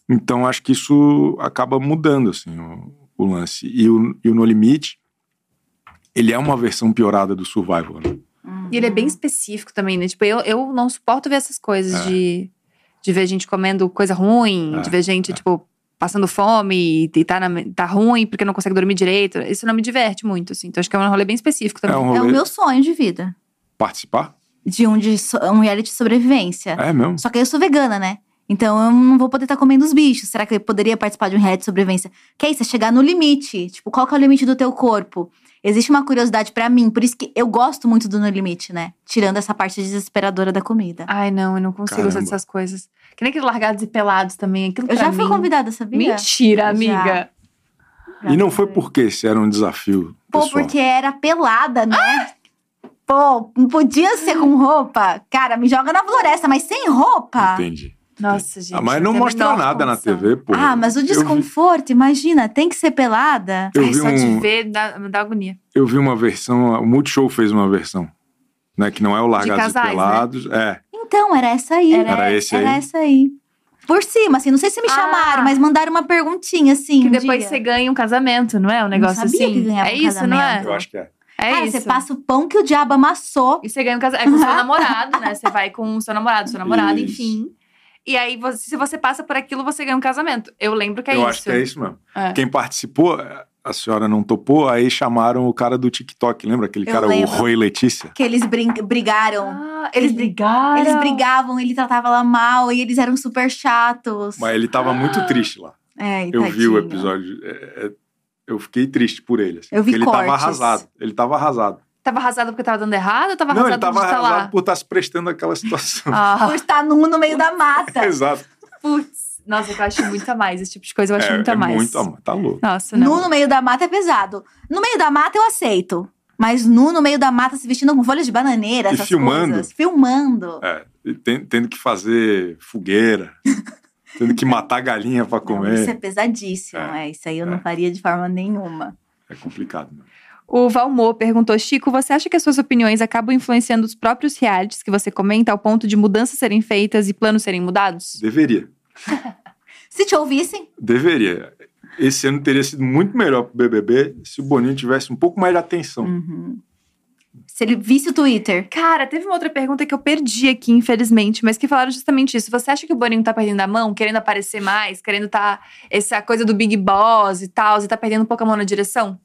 Speaker 3: Então acho que isso acaba mudando assim, o, o lance. E o, e o No Limite, ele é uma versão piorada do Survivor. né?
Speaker 2: Uhum.
Speaker 1: E ele é bem específico também, né? Tipo, eu, eu não suporto ver essas coisas de, de ver gente comendo coisa ruim,
Speaker 3: É,
Speaker 1: de ver gente, tipo, passando fome e tá, na, tá ruim porque não consegue dormir direito. Isso não me diverte muito, assim. Então acho que é um rolê bem específico também.
Speaker 3: É um
Speaker 2: É o
Speaker 3: rolê.
Speaker 2: meu sonho de vida.
Speaker 3: Participar?
Speaker 2: De um, de so- um reality de sobrevivência.
Speaker 3: É mesmo?
Speaker 2: Só que eu sou vegana, né? Então eu não vou poder estar comendo os bichos. Será que eu poderia participar de um reality de sobrevivência? Que é isso, é chegar no limite. Tipo, qual que é o limite do teu corpo? Existe uma curiosidade pra mim, por isso que eu gosto muito do No Limite, né? Tirando essa parte desesperadora da comida.
Speaker 1: Ai, não, eu não consigo gostar
Speaker 3: Caramba.
Speaker 1: dessas coisas. Que nem aqueles largados e pelados também. Aquilo
Speaker 2: eu
Speaker 1: pra
Speaker 2: já fui
Speaker 1: mim-
Speaker 2: convidada, sabia?
Speaker 1: Mentira, amiga.
Speaker 3: E não foi porque se era um desafio.
Speaker 2: É. Pô,
Speaker 3: pessoal.
Speaker 2: porque era pelada, né? Pô, não podia ser com roupa. Cara, me joga na floresta, mas sem roupa.
Speaker 3: Entendi.
Speaker 1: Nossa, gente.
Speaker 3: Ah, mas não
Speaker 1: tem a
Speaker 3: mostra
Speaker 1: menor
Speaker 3: nada na
Speaker 1: condição.
Speaker 3: TV, pô.
Speaker 2: Ah, mas o
Speaker 3: Eu vi-
Speaker 2: desconforto, imagina, tem que ser pelada.
Speaker 3: Eu
Speaker 1: Ai,
Speaker 3: vi,
Speaker 1: é só de
Speaker 3: um,
Speaker 1: ver dá, me dá agonia.
Speaker 3: eu vi uma versão, o Multishow fez uma versão, né? Que não é o Largados
Speaker 1: casais,
Speaker 3: e
Speaker 1: né?
Speaker 3: Pelados. É.
Speaker 2: Então, era essa aí.
Speaker 1: Era
Speaker 3: Era esse
Speaker 2: Era
Speaker 3: aí.
Speaker 2: essa aí. por cima, assim. Não sei se me
Speaker 1: Ah.
Speaker 2: chamaram, mas mandaram uma perguntinha, assim.
Speaker 1: Que
Speaker 2: um
Speaker 1: depois
Speaker 2: dia.
Speaker 1: você ganha um casamento, não é? Um negócio
Speaker 2: sabia
Speaker 1: assim.
Speaker 2: que ganhava
Speaker 1: é
Speaker 2: um
Speaker 1: isso, não é?
Speaker 2: casamento.
Speaker 3: Eu acho que é.
Speaker 1: É
Speaker 2: Cara,
Speaker 1: isso.
Speaker 2: você passa o pão que o diabo amassou.
Speaker 1: E você ganha um casamento. É com o seu namorado, né? Você vai com o seu namorado,
Speaker 3: *laughs*
Speaker 1: seu namorado,
Speaker 3: Isso.
Speaker 1: enfim. E aí, você- se você passa por aquilo, você ganha um casamento. Eu lembro que é
Speaker 3: eu
Speaker 1: isso.
Speaker 3: acho que é isso mesmo.
Speaker 1: É.
Speaker 3: Quem participou, a senhora não topou, aí chamaram o cara do TikTok, lembra aquele
Speaker 2: Eu
Speaker 3: cara,
Speaker 2: lembro.
Speaker 3: o Roy Letícia?
Speaker 2: Que eles brin- brigaram.
Speaker 1: Ah, eles brigaram.
Speaker 2: Eles brigavam, ele tratava ela mal e eles eram super chatos.
Speaker 3: Mas ele
Speaker 1: Ah,
Speaker 3: tava muito triste lá.
Speaker 2: É, e
Speaker 3: Eu vi o
Speaker 2: tadinho.
Speaker 3: episódio. é, é, eu fiquei triste por ele. assim,
Speaker 2: Eu vi
Speaker 3: porque ele tava
Speaker 2: cortes.
Speaker 3: arrasado. Ele tava arrasado.
Speaker 1: Tava arrasado porque tava dando errado ou tava
Speaker 3: não, ele
Speaker 1: arrasado
Speaker 3: tava
Speaker 1: por estar
Speaker 3: arrasado
Speaker 1: lá?
Speaker 3: por estar se prestando àquela situação.
Speaker 1: Ah, *laughs*
Speaker 2: Por
Speaker 3: *laughs*
Speaker 2: estar nu no meio da mata.
Speaker 1: Tá.
Speaker 3: Exato.
Speaker 1: putz. Nossa, eu acho muito a mais. Esse tipo de coisa eu acho
Speaker 3: é,
Speaker 1: muito a
Speaker 3: é
Speaker 1: mais.
Speaker 3: muito amor. Tá louco.
Speaker 1: Nossa, não.
Speaker 2: nu no meio da mata é pesado. No meio da mata eu aceito. Mas nu no meio da mata, se vestindo com folhas de bananeira,
Speaker 3: E
Speaker 2: essas
Speaker 3: filmando.
Speaker 2: coisas. Filmando.
Speaker 3: É, e ten- tendo que fazer fogueira, tendo que matar galinha pra
Speaker 2: Não, isso é
Speaker 3: comer.
Speaker 2: pesadíssimo, é. Isso aí eu não faria de forma nenhuma.
Speaker 3: É complicado. Né?
Speaker 1: O Valmor perguntou, Chico, você acha que as suas opiniões acabam influenciando os próprios realities que você comenta ao ponto de mudanças serem feitas e planos serem mudados?
Speaker 3: Deveria.
Speaker 2: Se te ouvissem,
Speaker 3: Deveria. Esse ano teria sido muito melhor pro BBB se o Boninho tivesse um pouco mais de atenção.
Speaker 2: uhum. se ele visse o Twitter.
Speaker 1: Cara, teve uma outra pergunta que eu perdi aqui, infelizmente, mas que falaram justamente isso. Você acha que o Boninho tá perdendo a mão, querendo aparecer mais, querendo tá essa coisa do Big Boss e tal, e tá perdendo um pouco a mão na direção?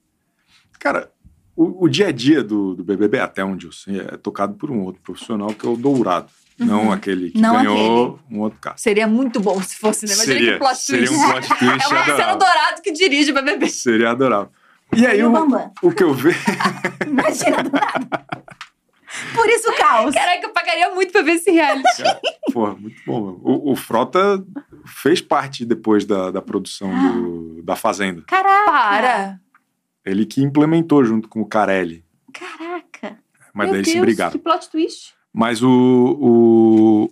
Speaker 3: Cara, o, o dia a dia do, do BBB, até onde eu sei, é tocado por um outro profissional que é o Dourado. Não aquele que
Speaker 2: Não
Speaker 3: ganhou um outro cara.
Speaker 1: Seria muito bom se fosse, né? Imagina que plot
Speaker 3: seria
Speaker 1: twist.
Speaker 3: um plot
Speaker 1: É o
Speaker 3: twist
Speaker 1: Marcelo
Speaker 3: adorável.
Speaker 1: Dourado que dirige o BBB.
Speaker 3: Seria adorável. E aí,
Speaker 2: E o
Speaker 3: o,
Speaker 2: Bambam.
Speaker 3: o que É, eu vejo...
Speaker 2: Imagina do nada. *laughs* Por isso o caos.
Speaker 1: Caraca, eu pagaria muito pra ver esse reality.
Speaker 3: Porra, muito bom. meu. O, o Frota fez parte depois da, da produção
Speaker 1: Ah.
Speaker 3: do- da Fazenda.
Speaker 2: Caraca.
Speaker 1: Para!
Speaker 3: Ele que implementou junto com o Carelli.
Speaker 2: Caraca.
Speaker 3: Mas
Speaker 1: Meu
Speaker 3: daí eles
Speaker 1: Deus,
Speaker 3: se brigaram.
Speaker 1: que plot twist.
Speaker 3: Mas o,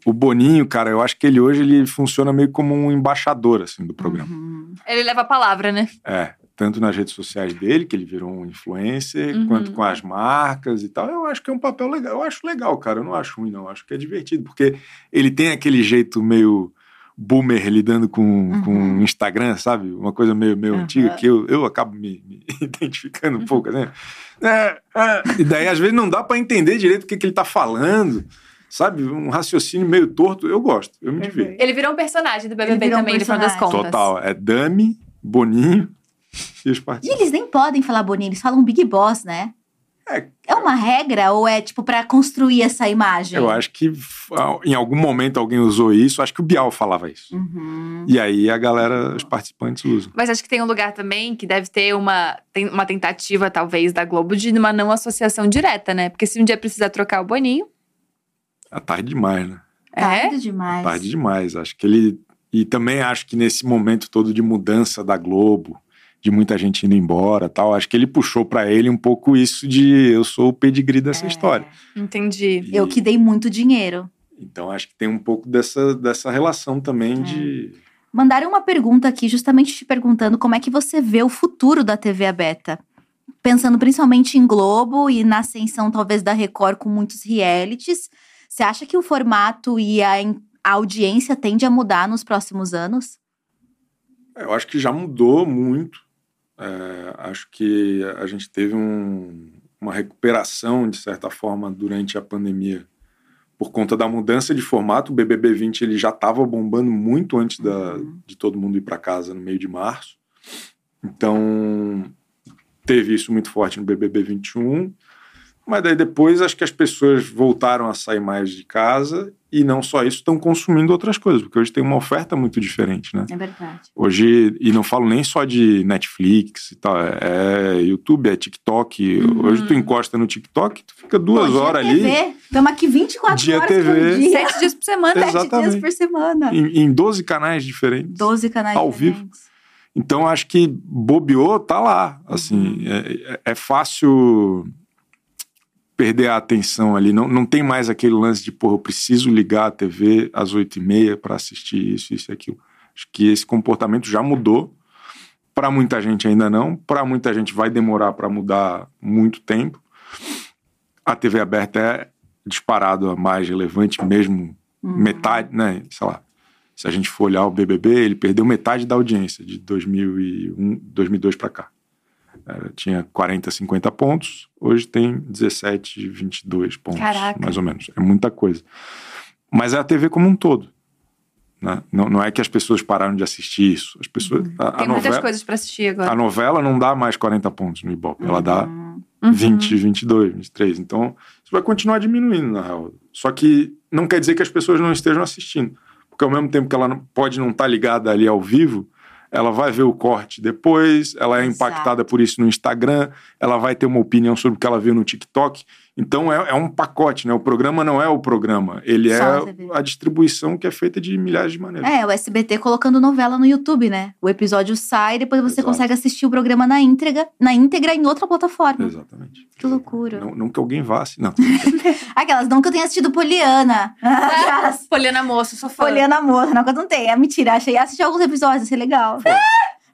Speaker 3: o, o Boninho, cara, eu acho que ele hoje ele funciona meio como um embaixador assim, do programa.
Speaker 2: Uhum.
Speaker 1: Ele leva a palavra, né?
Speaker 3: É. Tanto nas redes sociais dele, que ele virou um influencer,
Speaker 1: Uhum.
Speaker 3: quanto com as marcas e tal. Eu acho que é um papel legal. Eu acho legal, cara. Eu não acho ruim, não. Eu acho que é divertido, porque ele tem aquele jeito meio boomer lidando com,
Speaker 2: Uhum.
Speaker 3: com o Instagram, sabe? Uma coisa meio, meio
Speaker 1: Uhum.
Speaker 3: antiga que eu, eu acabo me, me *laughs* identificando um pouco, né? É, é. E daí, às vezes, não dá pra entender direito o que, que ele tá falando, sabe? Um raciocínio meio torto. Eu gosto, eu me divirto.
Speaker 1: Ele virou um personagem do BBB
Speaker 2: virou um
Speaker 1: também, no final das
Speaker 2: personagem.
Speaker 1: contas.
Speaker 3: Total. É Dami, Boninho e os
Speaker 2: E
Speaker 3: partidos.
Speaker 2: eles nem podem falar Boninho, eles falam Big Boss, né?
Speaker 3: É,
Speaker 2: É uma regra ou é, tipo, pra construir essa imagem?
Speaker 3: Eu acho que f- em algum momento alguém usou isso, acho que o Bial falava isso.
Speaker 2: Uhum.
Speaker 3: E aí a galera, os participantes usam.
Speaker 1: Mas acho que tem um lugar também que deve ter uma, tem uma tentativa, talvez, da Globo de uma não associação direta, né? Porque se um dia precisar trocar o Boninho.
Speaker 3: É tarde demais, né?
Speaker 1: É?
Speaker 2: Tarde demais.
Speaker 3: Tarde demais. Acho que ele. E também acho que nesse momento todo de mudança da Globo, de muita gente indo embora tal, acho que ele puxou pra ele um pouco isso de eu sou o pedigree dessa
Speaker 2: É.
Speaker 3: história.
Speaker 1: Entendi.
Speaker 3: E-
Speaker 2: Eu que dei muito dinheiro.
Speaker 3: Então acho que tem um pouco dessa, dessa relação também
Speaker 2: É.
Speaker 3: de.
Speaker 2: Mandaram uma pergunta aqui, justamente te perguntando como é que você vê o futuro da TV aberta. Pensando principalmente em Globo e na ascensão, talvez, da Record com muitos realities. Você acha que o formato e a, en- a audiência tende a mudar nos próximos anos?
Speaker 3: É, Eu acho que já mudou muito. É, acho que a gente teve um- uma recuperação, de certa forma, durante a pandemia, por conta da mudança de formato. O BBB 20 ele já estava bombando muito antes da-
Speaker 2: Uhum.
Speaker 3: de todo mundo ir para casa no meio de março. Então, teve isso muito forte no BBB 21. Mas daí depois acho que as pessoas voltaram a sair mais de casa e não só isso, estão consumindo outras coisas, porque hoje tem uma oferta muito diferente, né?
Speaker 2: É verdade.
Speaker 3: Hoje, e não falo nem só de Netflix e tal, é é YouTube, é TikTok.
Speaker 1: Uhum.
Speaker 3: Hoje tu encosta no Tik-tok, tu fica duas horas ali.
Speaker 2: né? Estamos aqui 24
Speaker 3: Dia
Speaker 2: horas
Speaker 3: TV.
Speaker 2: por dia.
Speaker 1: Sete dias por semana.
Speaker 3: Exato.
Speaker 2: Sete dias
Speaker 3: Exatamente.
Speaker 2: por semana.
Speaker 3: Em, em 12 canais diferentes.
Speaker 2: 12 canais
Speaker 3: Ao vivo.
Speaker 2: diferentes.
Speaker 3: Então acho que bobeou, tá lá. Assim, é, é- é fácil perder a atenção ali. Não, não tem mais aquele lance de, porra, eu preciso ligar a TV às oito e meia para assistir isso, isso e aquilo. Acho que esse comportamento já mudou. Para muita gente ainda não. Para muita gente vai demorar para mudar muito tempo. A TV aberta é disparado a mais relevante, mesmo
Speaker 2: Uhum.
Speaker 3: metade, né? Sei lá, Se a gente for olhar o BBB, ele perdeu metade da audiência de 2001, 2002 para cá. Era- tinha 40, 50 pontos, hoje tem 17, 22 pontos,
Speaker 1: Caraca.
Speaker 3: mais ou menos. É muita coisa. Mas é a TV como um todo. né? Não, não é que as pessoas pararam de assistir isso. As pessoas, a, a
Speaker 1: Uhum. Tem muitas
Speaker 3: novela,
Speaker 1: coisas pra assistir agora.
Speaker 3: a novela não dá mais 40 pontos no Ibope, ela dá
Speaker 1: Uhum.
Speaker 3: 20, 22, 23. Então, isso vai continuar diminuindo, na real. Só que não quer dizer que as pessoas não estejam assistindo. Porque ao mesmo tempo que ela não- pode não estar ligada ali ao vivo, ela vai ver o corte depois, ela é
Speaker 2: Exato.
Speaker 3: impactada por isso no Instagram, ela vai ter uma opinião sobre o que ela viu no TikTok. Então, é, é um pacote, né? O programa não é o programa, ele
Speaker 2: Só
Speaker 3: é
Speaker 2: a TV.
Speaker 3: a distribuição que é feita de milhares de maneiras.
Speaker 2: É, o SBT colocando novela no YouTube, né? O episódio sai, depois você
Speaker 3: Exato.
Speaker 2: consegue assistir o programa na íntegra, na íntegra em outra plataforma.
Speaker 3: Exatamente.
Speaker 2: É. Que loucura.
Speaker 3: Não, não que alguém vá assim,
Speaker 2: *laughs*
Speaker 3: não.
Speaker 2: Aquelas, não que eu tenha assistido
Speaker 1: *laughs*
Speaker 2: Poliana. Aquelas.
Speaker 1: Poliana Moço, sou fã.
Speaker 2: Poliana Moça, não que eu não tenha. É mentira, achei. Assisti alguns episódios, achei legal.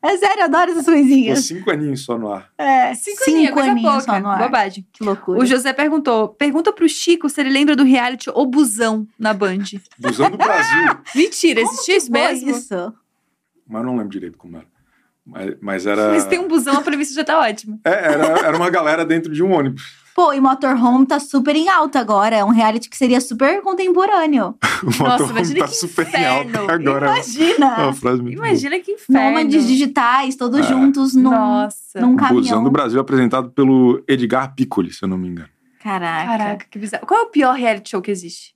Speaker 2: É sério, eu adoro essas
Speaker 3: Ficou
Speaker 2: coisinhas.
Speaker 3: cinco aninhos só no ar.
Speaker 2: É,
Speaker 1: Cinco, aninhos, coisa pouca.
Speaker 2: só é? no ar.
Speaker 1: Bobagem.
Speaker 2: Que loucura.
Speaker 1: O José perguntou, pergunta pro Chico se ele lembra do reality O Busão
Speaker 2: *laughs*
Speaker 1: na Band.
Speaker 3: Busão do Brasil.
Speaker 1: Mentira, existia isso
Speaker 2: Pô,
Speaker 1: mesmo?
Speaker 2: isso.
Speaker 3: mas eu não lembro direito como era. Mas, mas era,
Speaker 1: Mas tem um busão, a premissa já tá ótima.
Speaker 3: É, era. Era uma galera dentro de um ônibus. *laughs*
Speaker 2: Pô, e Motorhome tá super em alta agora. É um reality que seria super
Speaker 3: *laughs*
Speaker 2: contemporâneo.
Speaker 3: O
Speaker 1: Nossa,
Speaker 3: motorhome
Speaker 1: imagina
Speaker 3: tá
Speaker 1: que
Speaker 3: super em
Speaker 1: inferno.
Speaker 3: alta *laughs* agora. É
Speaker 2: Imagina!
Speaker 3: uma frase muito boa.
Speaker 1: Imagina que inferno.
Speaker 2: Nômades digitais, todos
Speaker 3: É.
Speaker 2: juntos num,
Speaker 1: Nossa.
Speaker 2: num
Speaker 3: O Busão
Speaker 2: caminhão.
Speaker 3: do Brasil apresentado pelo Edgar Piccoli, se eu não me engano.
Speaker 2: Caraca.
Speaker 1: Caraca, que bizarro. Qual é o pior reality show que existe?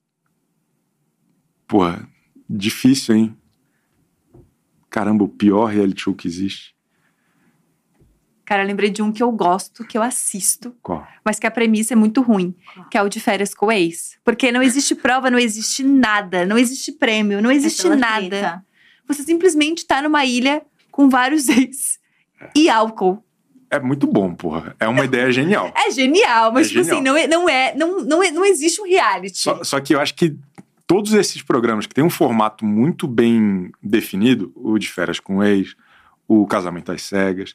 Speaker 3: Porra, difícil, hein? Caramba, o pior reality show que existe.
Speaker 1: Cara, eu lembrei de um que eu gosto, que eu assisto,
Speaker 3: Qual?
Speaker 1: mas que a premissa é muito ruim, que é o de férias com o ex. Porque não existe prova, não existe nada, não existe prêmio, não
Speaker 2: É
Speaker 1: existe
Speaker 2: pela
Speaker 1: nada.
Speaker 2: treta.
Speaker 1: Você simplesmente tá numa ilha com vários *laughs* ex e álcool.
Speaker 3: É muito bom, porra. É uma ideia genial.
Speaker 1: É genial, mas
Speaker 3: É
Speaker 1: tipo
Speaker 3: genial.
Speaker 1: assim, não é, não é, não, não, é- não existe um reality.
Speaker 3: Só, só que eu acho que todos esses programas que têm um formato muito bem definido, o de férias com ex, o casamento às cegas,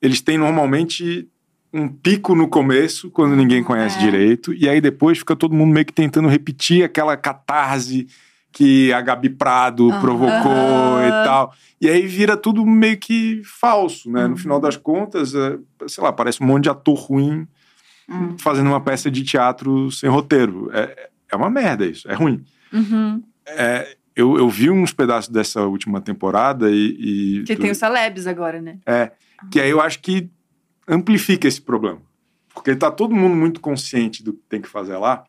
Speaker 3: eles têm normalmente um pico no começo, quando ninguém conhece
Speaker 2: É.
Speaker 3: direito, e aí depois fica todo mundo meio que tentando repetir aquela catarse que a Gabi Prado
Speaker 2: Aham.
Speaker 3: provocou e tal. E aí vira tudo meio que falso, né?
Speaker 2: Uhum.
Speaker 3: No final das contas, é, sei lá, parece um monte de ator ruim
Speaker 2: Hum.
Speaker 3: fazendo uma peça de teatro sem roteiro. É, é uma merda isso, é ruim.
Speaker 1: Uhum.
Speaker 3: Eu, eu vi uns pedaços dessa última temporada e. e
Speaker 1: Que tem os celebs agora, né?
Speaker 3: que aí eu acho que amplifica esse problema. Porque tá todo mundo muito consciente do que tem que fazer lá.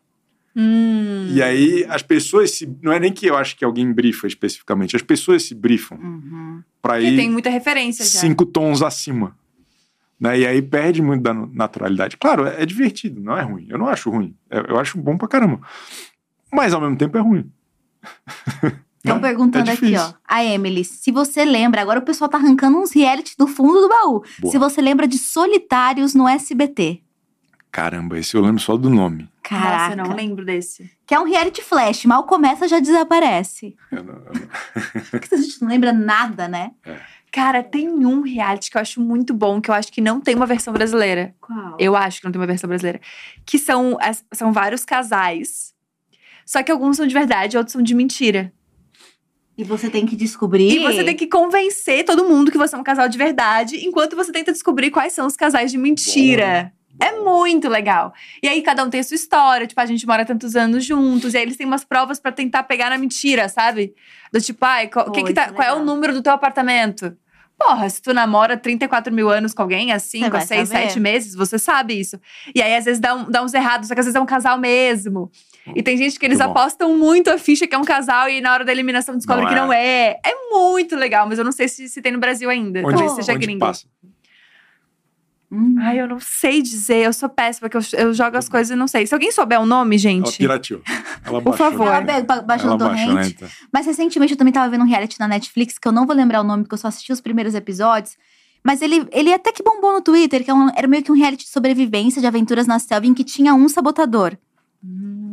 Speaker 1: Hum.
Speaker 3: E aí as pessoas se. Não é nem que eu acho que alguém brifa especificamente, as pessoas se brifam
Speaker 2: Uhum.
Speaker 3: para
Speaker 1: Porque tem
Speaker 3: ir
Speaker 1: muita referência já.
Speaker 3: cinco tons acima. Né? E aí perde muito da no- naturalidade. Claro, é é divertido, não é ruim. Eu não acho ruim. É, Eu eu acho bom pra caramba. Mas ao mesmo tempo é ruim.
Speaker 2: Estão
Speaker 3: Né?
Speaker 2: perguntando
Speaker 3: É
Speaker 2: aqui,
Speaker 3: difícil.
Speaker 2: ó. A Emily, se você lembra, agora o pessoal tá arrancando uns reality do fundo do baú.
Speaker 3: Boa.
Speaker 2: Se você lembra de solitários no SBT.
Speaker 3: Caramba, esse eu lembro só do nome.
Speaker 1: Nossa,
Speaker 2: Caraca.
Speaker 1: eu não lembro desse.
Speaker 2: Que é um reality flash. Mal começa, já desaparece.
Speaker 3: Eu não- eu não-
Speaker 2: Por que a gente não lembra nada, né?
Speaker 1: Cara, tem um reality que eu acho muito bom, que eu acho que não tem uma versão brasileira.
Speaker 2: Qual?
Speaker 1: Eu acho que não tem uma versão brasileira. Que são, as- são vários casais. Só que alguns são de verdade, outros são de mentira.
Speaker 2: E você tem que descobrir.
Speaker 1: E você tem que convencer todo mundo que você é um casal de verdade, enquanto você tenta descobrir quais são os casais de mentira. É muito legal. E aí cada um tem a sua história, tipo, a gente mora tantos anos juntos, e aí eles têm umas provas pra tentar pegar na mentira, sabe? Do tipo, ai, qual,
Speaker 2: Pô,
Speaker 1: que que tá-
Speaker 2: isso é
Speaker 1: qual é o
Speaker 2: legal.
Speaker 1: número do teu apartamento? Porra, se tu namora 34 mil anos com alguém, há 5,
Speaker 2: vai
Speaker 1: a 6,
Speaker 2: saber.
Speaker 1: 7 meses, você sabe isso. E aí, às vezes, dá, um- dá uns errados, só que às vezes é um casal mesmo. E tem gente que eles
Speaker 3: Muito bom.
Speaker 1: apostam muito a ficha que é um casal e na hora da eliminação descobre
Speaker 3: Não
Speaker 1: que
Speaker 3: é.
Speaker 1: não é. É muito legal, mas eu não sei se, se tem no Brasil ainda. Talvez
Speaker 2: Onde-
Speaker 1: seja gringo.
Speaker 3: passa?
Speaker 2: Hum.
Speaker 1: Ai, eu não sei dizer, eu sou péssima, que eu, eu jogo as coisas e não sei. Se alguém souber o nome,
Speaker 3: Uhum. Ela é
Speaker 1: gente.
Speaker 3: pirateou. Ela
Speaker 1: Por
Speaker 3: baixou,
Speaker 1: favor.
Speaker 3: né?
Speaker 2: Ela tá be- ba- baixou
Speaker 3: Ela
Speaker 2: no
Speaker 3: baixou,
Speaker 2: torrent.
Speaker 3: né? Então.
Speaker 2: Mas recentemente eu também tava vendo um reality na Netflix, que eu não vou lembrar o nome, porque eu só assisti os primeiros episódios. Mas ele, ele até que bombou no Twitter, que é um- era meio que um reality de sobrevivência, de aventuras na selva, em que tinha um sabotador.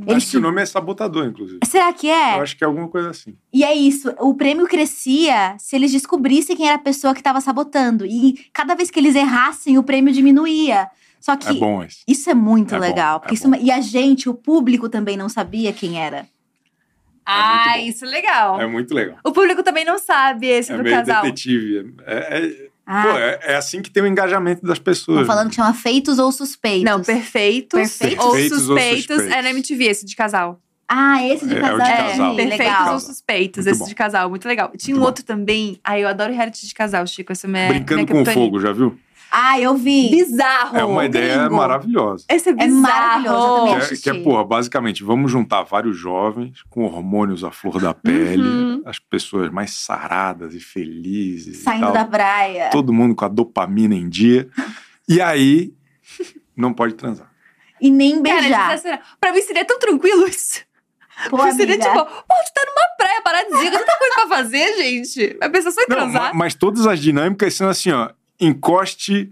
Speaker 2: Eles
Speaker 3: Acho que o
Speaker 2: tinham-
Speaker 3: nome é Sabotador, inclusive.
Speaker 2: Será que é?
Speaker 3: Eu acho que é alguma coisa assim.
Speaker 2: E é isso, o prêmio crescia se eles descobrissem quem era a pessoa que tava sabotando. E cada vez que eles errassem, o prêmio diminuía. Só que
Speaker 3: É bom esse.
Speaker 2: isso é muito
Speaker 3: É bom,
Speaker 2: legal.
Speaker 3: é
Speaker 2: porque isso
Speaker 3: bom.
Speaker 2: é uma- E a gente, o público também não sabia quem era.
Speaker 1: ah,
Speaker 3: bom.
Speaker 1: isso é legal.
Speaker 3: É muito legal.
Speaker 1: O público também não sabe esse
Speaker 3: É
Speaker 1: do
Speaker 3: meio
Speaker 1: casal.
Speaker 3: detetive. É, é-
Speaker 2: Ah,
Speaker 3: pô, é- é assim que tem o engajamento das
Speaker 2: tô
Speaker 3: pessoas.
Speaker 2: falando que chama feitos ou suspeitos.
Speaker 1: Não, perfeitos,
Speaker 2: Perfeitos?
Speaker 1: ou
Speaker 3: Perfeitos
Speaker 1: suspeitos.
Speaker 3: ou suspeitos.
Speaker 1: É na MTV esse de casal.
Speaker 2: Ah, esse de
Speaker 3: É, é o
Speaker 2: casal.
Speaker 3: de casal.
Speaker 2: sim,
Speaker 1: Perfeitos
Speaker 2: legal.
Speaker 1: ou suspeitos,
Speaker 3: Muito
Speaker 1: esse
Speaker 3: bom.
Speaker 1: de casal, muito legal. Tinha um
Speaker 3: Muito bom.
Speaker 1: outro também. Ai, eu adoro reality de casal, Chico. Essa é minha,
Speaker 3: Brincando
Speaker 1: minha
Speaker 3: com o
Speaker 1: criptonita.
Speaker 3: fogo, já viu?
Speaker 2: Ah, eu vi.
Speaker 1: Bizarro!
Speaker 3: É uma ideia
Speaker 2: gringo.
Speaker 3: maravilhosa.
Speaker 1: Esse é
Speaker 2: É
Speaker 1: bizarro.
Speaker 2: maravilhoso, eu também
Speaker 3: Que é,
Speaker 2: assisti.
Speaker 3: que é, porra, basicamente, vamos juntar vários jovens com hormônios à flor da pele,
Speaker 1: Uhum.
Speaker 3: as pessoas mais saradas e felizes. e
Speaker 2: Saindo
Speaker 3: tal.
Speaker 2: da praia.
Speaker 3: Todo mundo com a dopamina em dia. E aí, não pode transar.
Speaker 2: E nem
Speaker 3: É.
Speaker 1: Cara,
Speaker 2: beijar.
Speaker 1: desastroso. pra mim seria tão tranquilo isso.
Speaker 2: Pô,
Speaker 1: pra mim seria
Speaker 2: amiga.
Speaker 1: tipo, pô, tu tá numa praia paradisíaca, tanta coisa pra fazer, gente. A pessoa só em
Speaker 3: Não, ma-
Speaker 1: transar.
Speaker 3: mas todas as dinâmicas são assim, ó. Encoste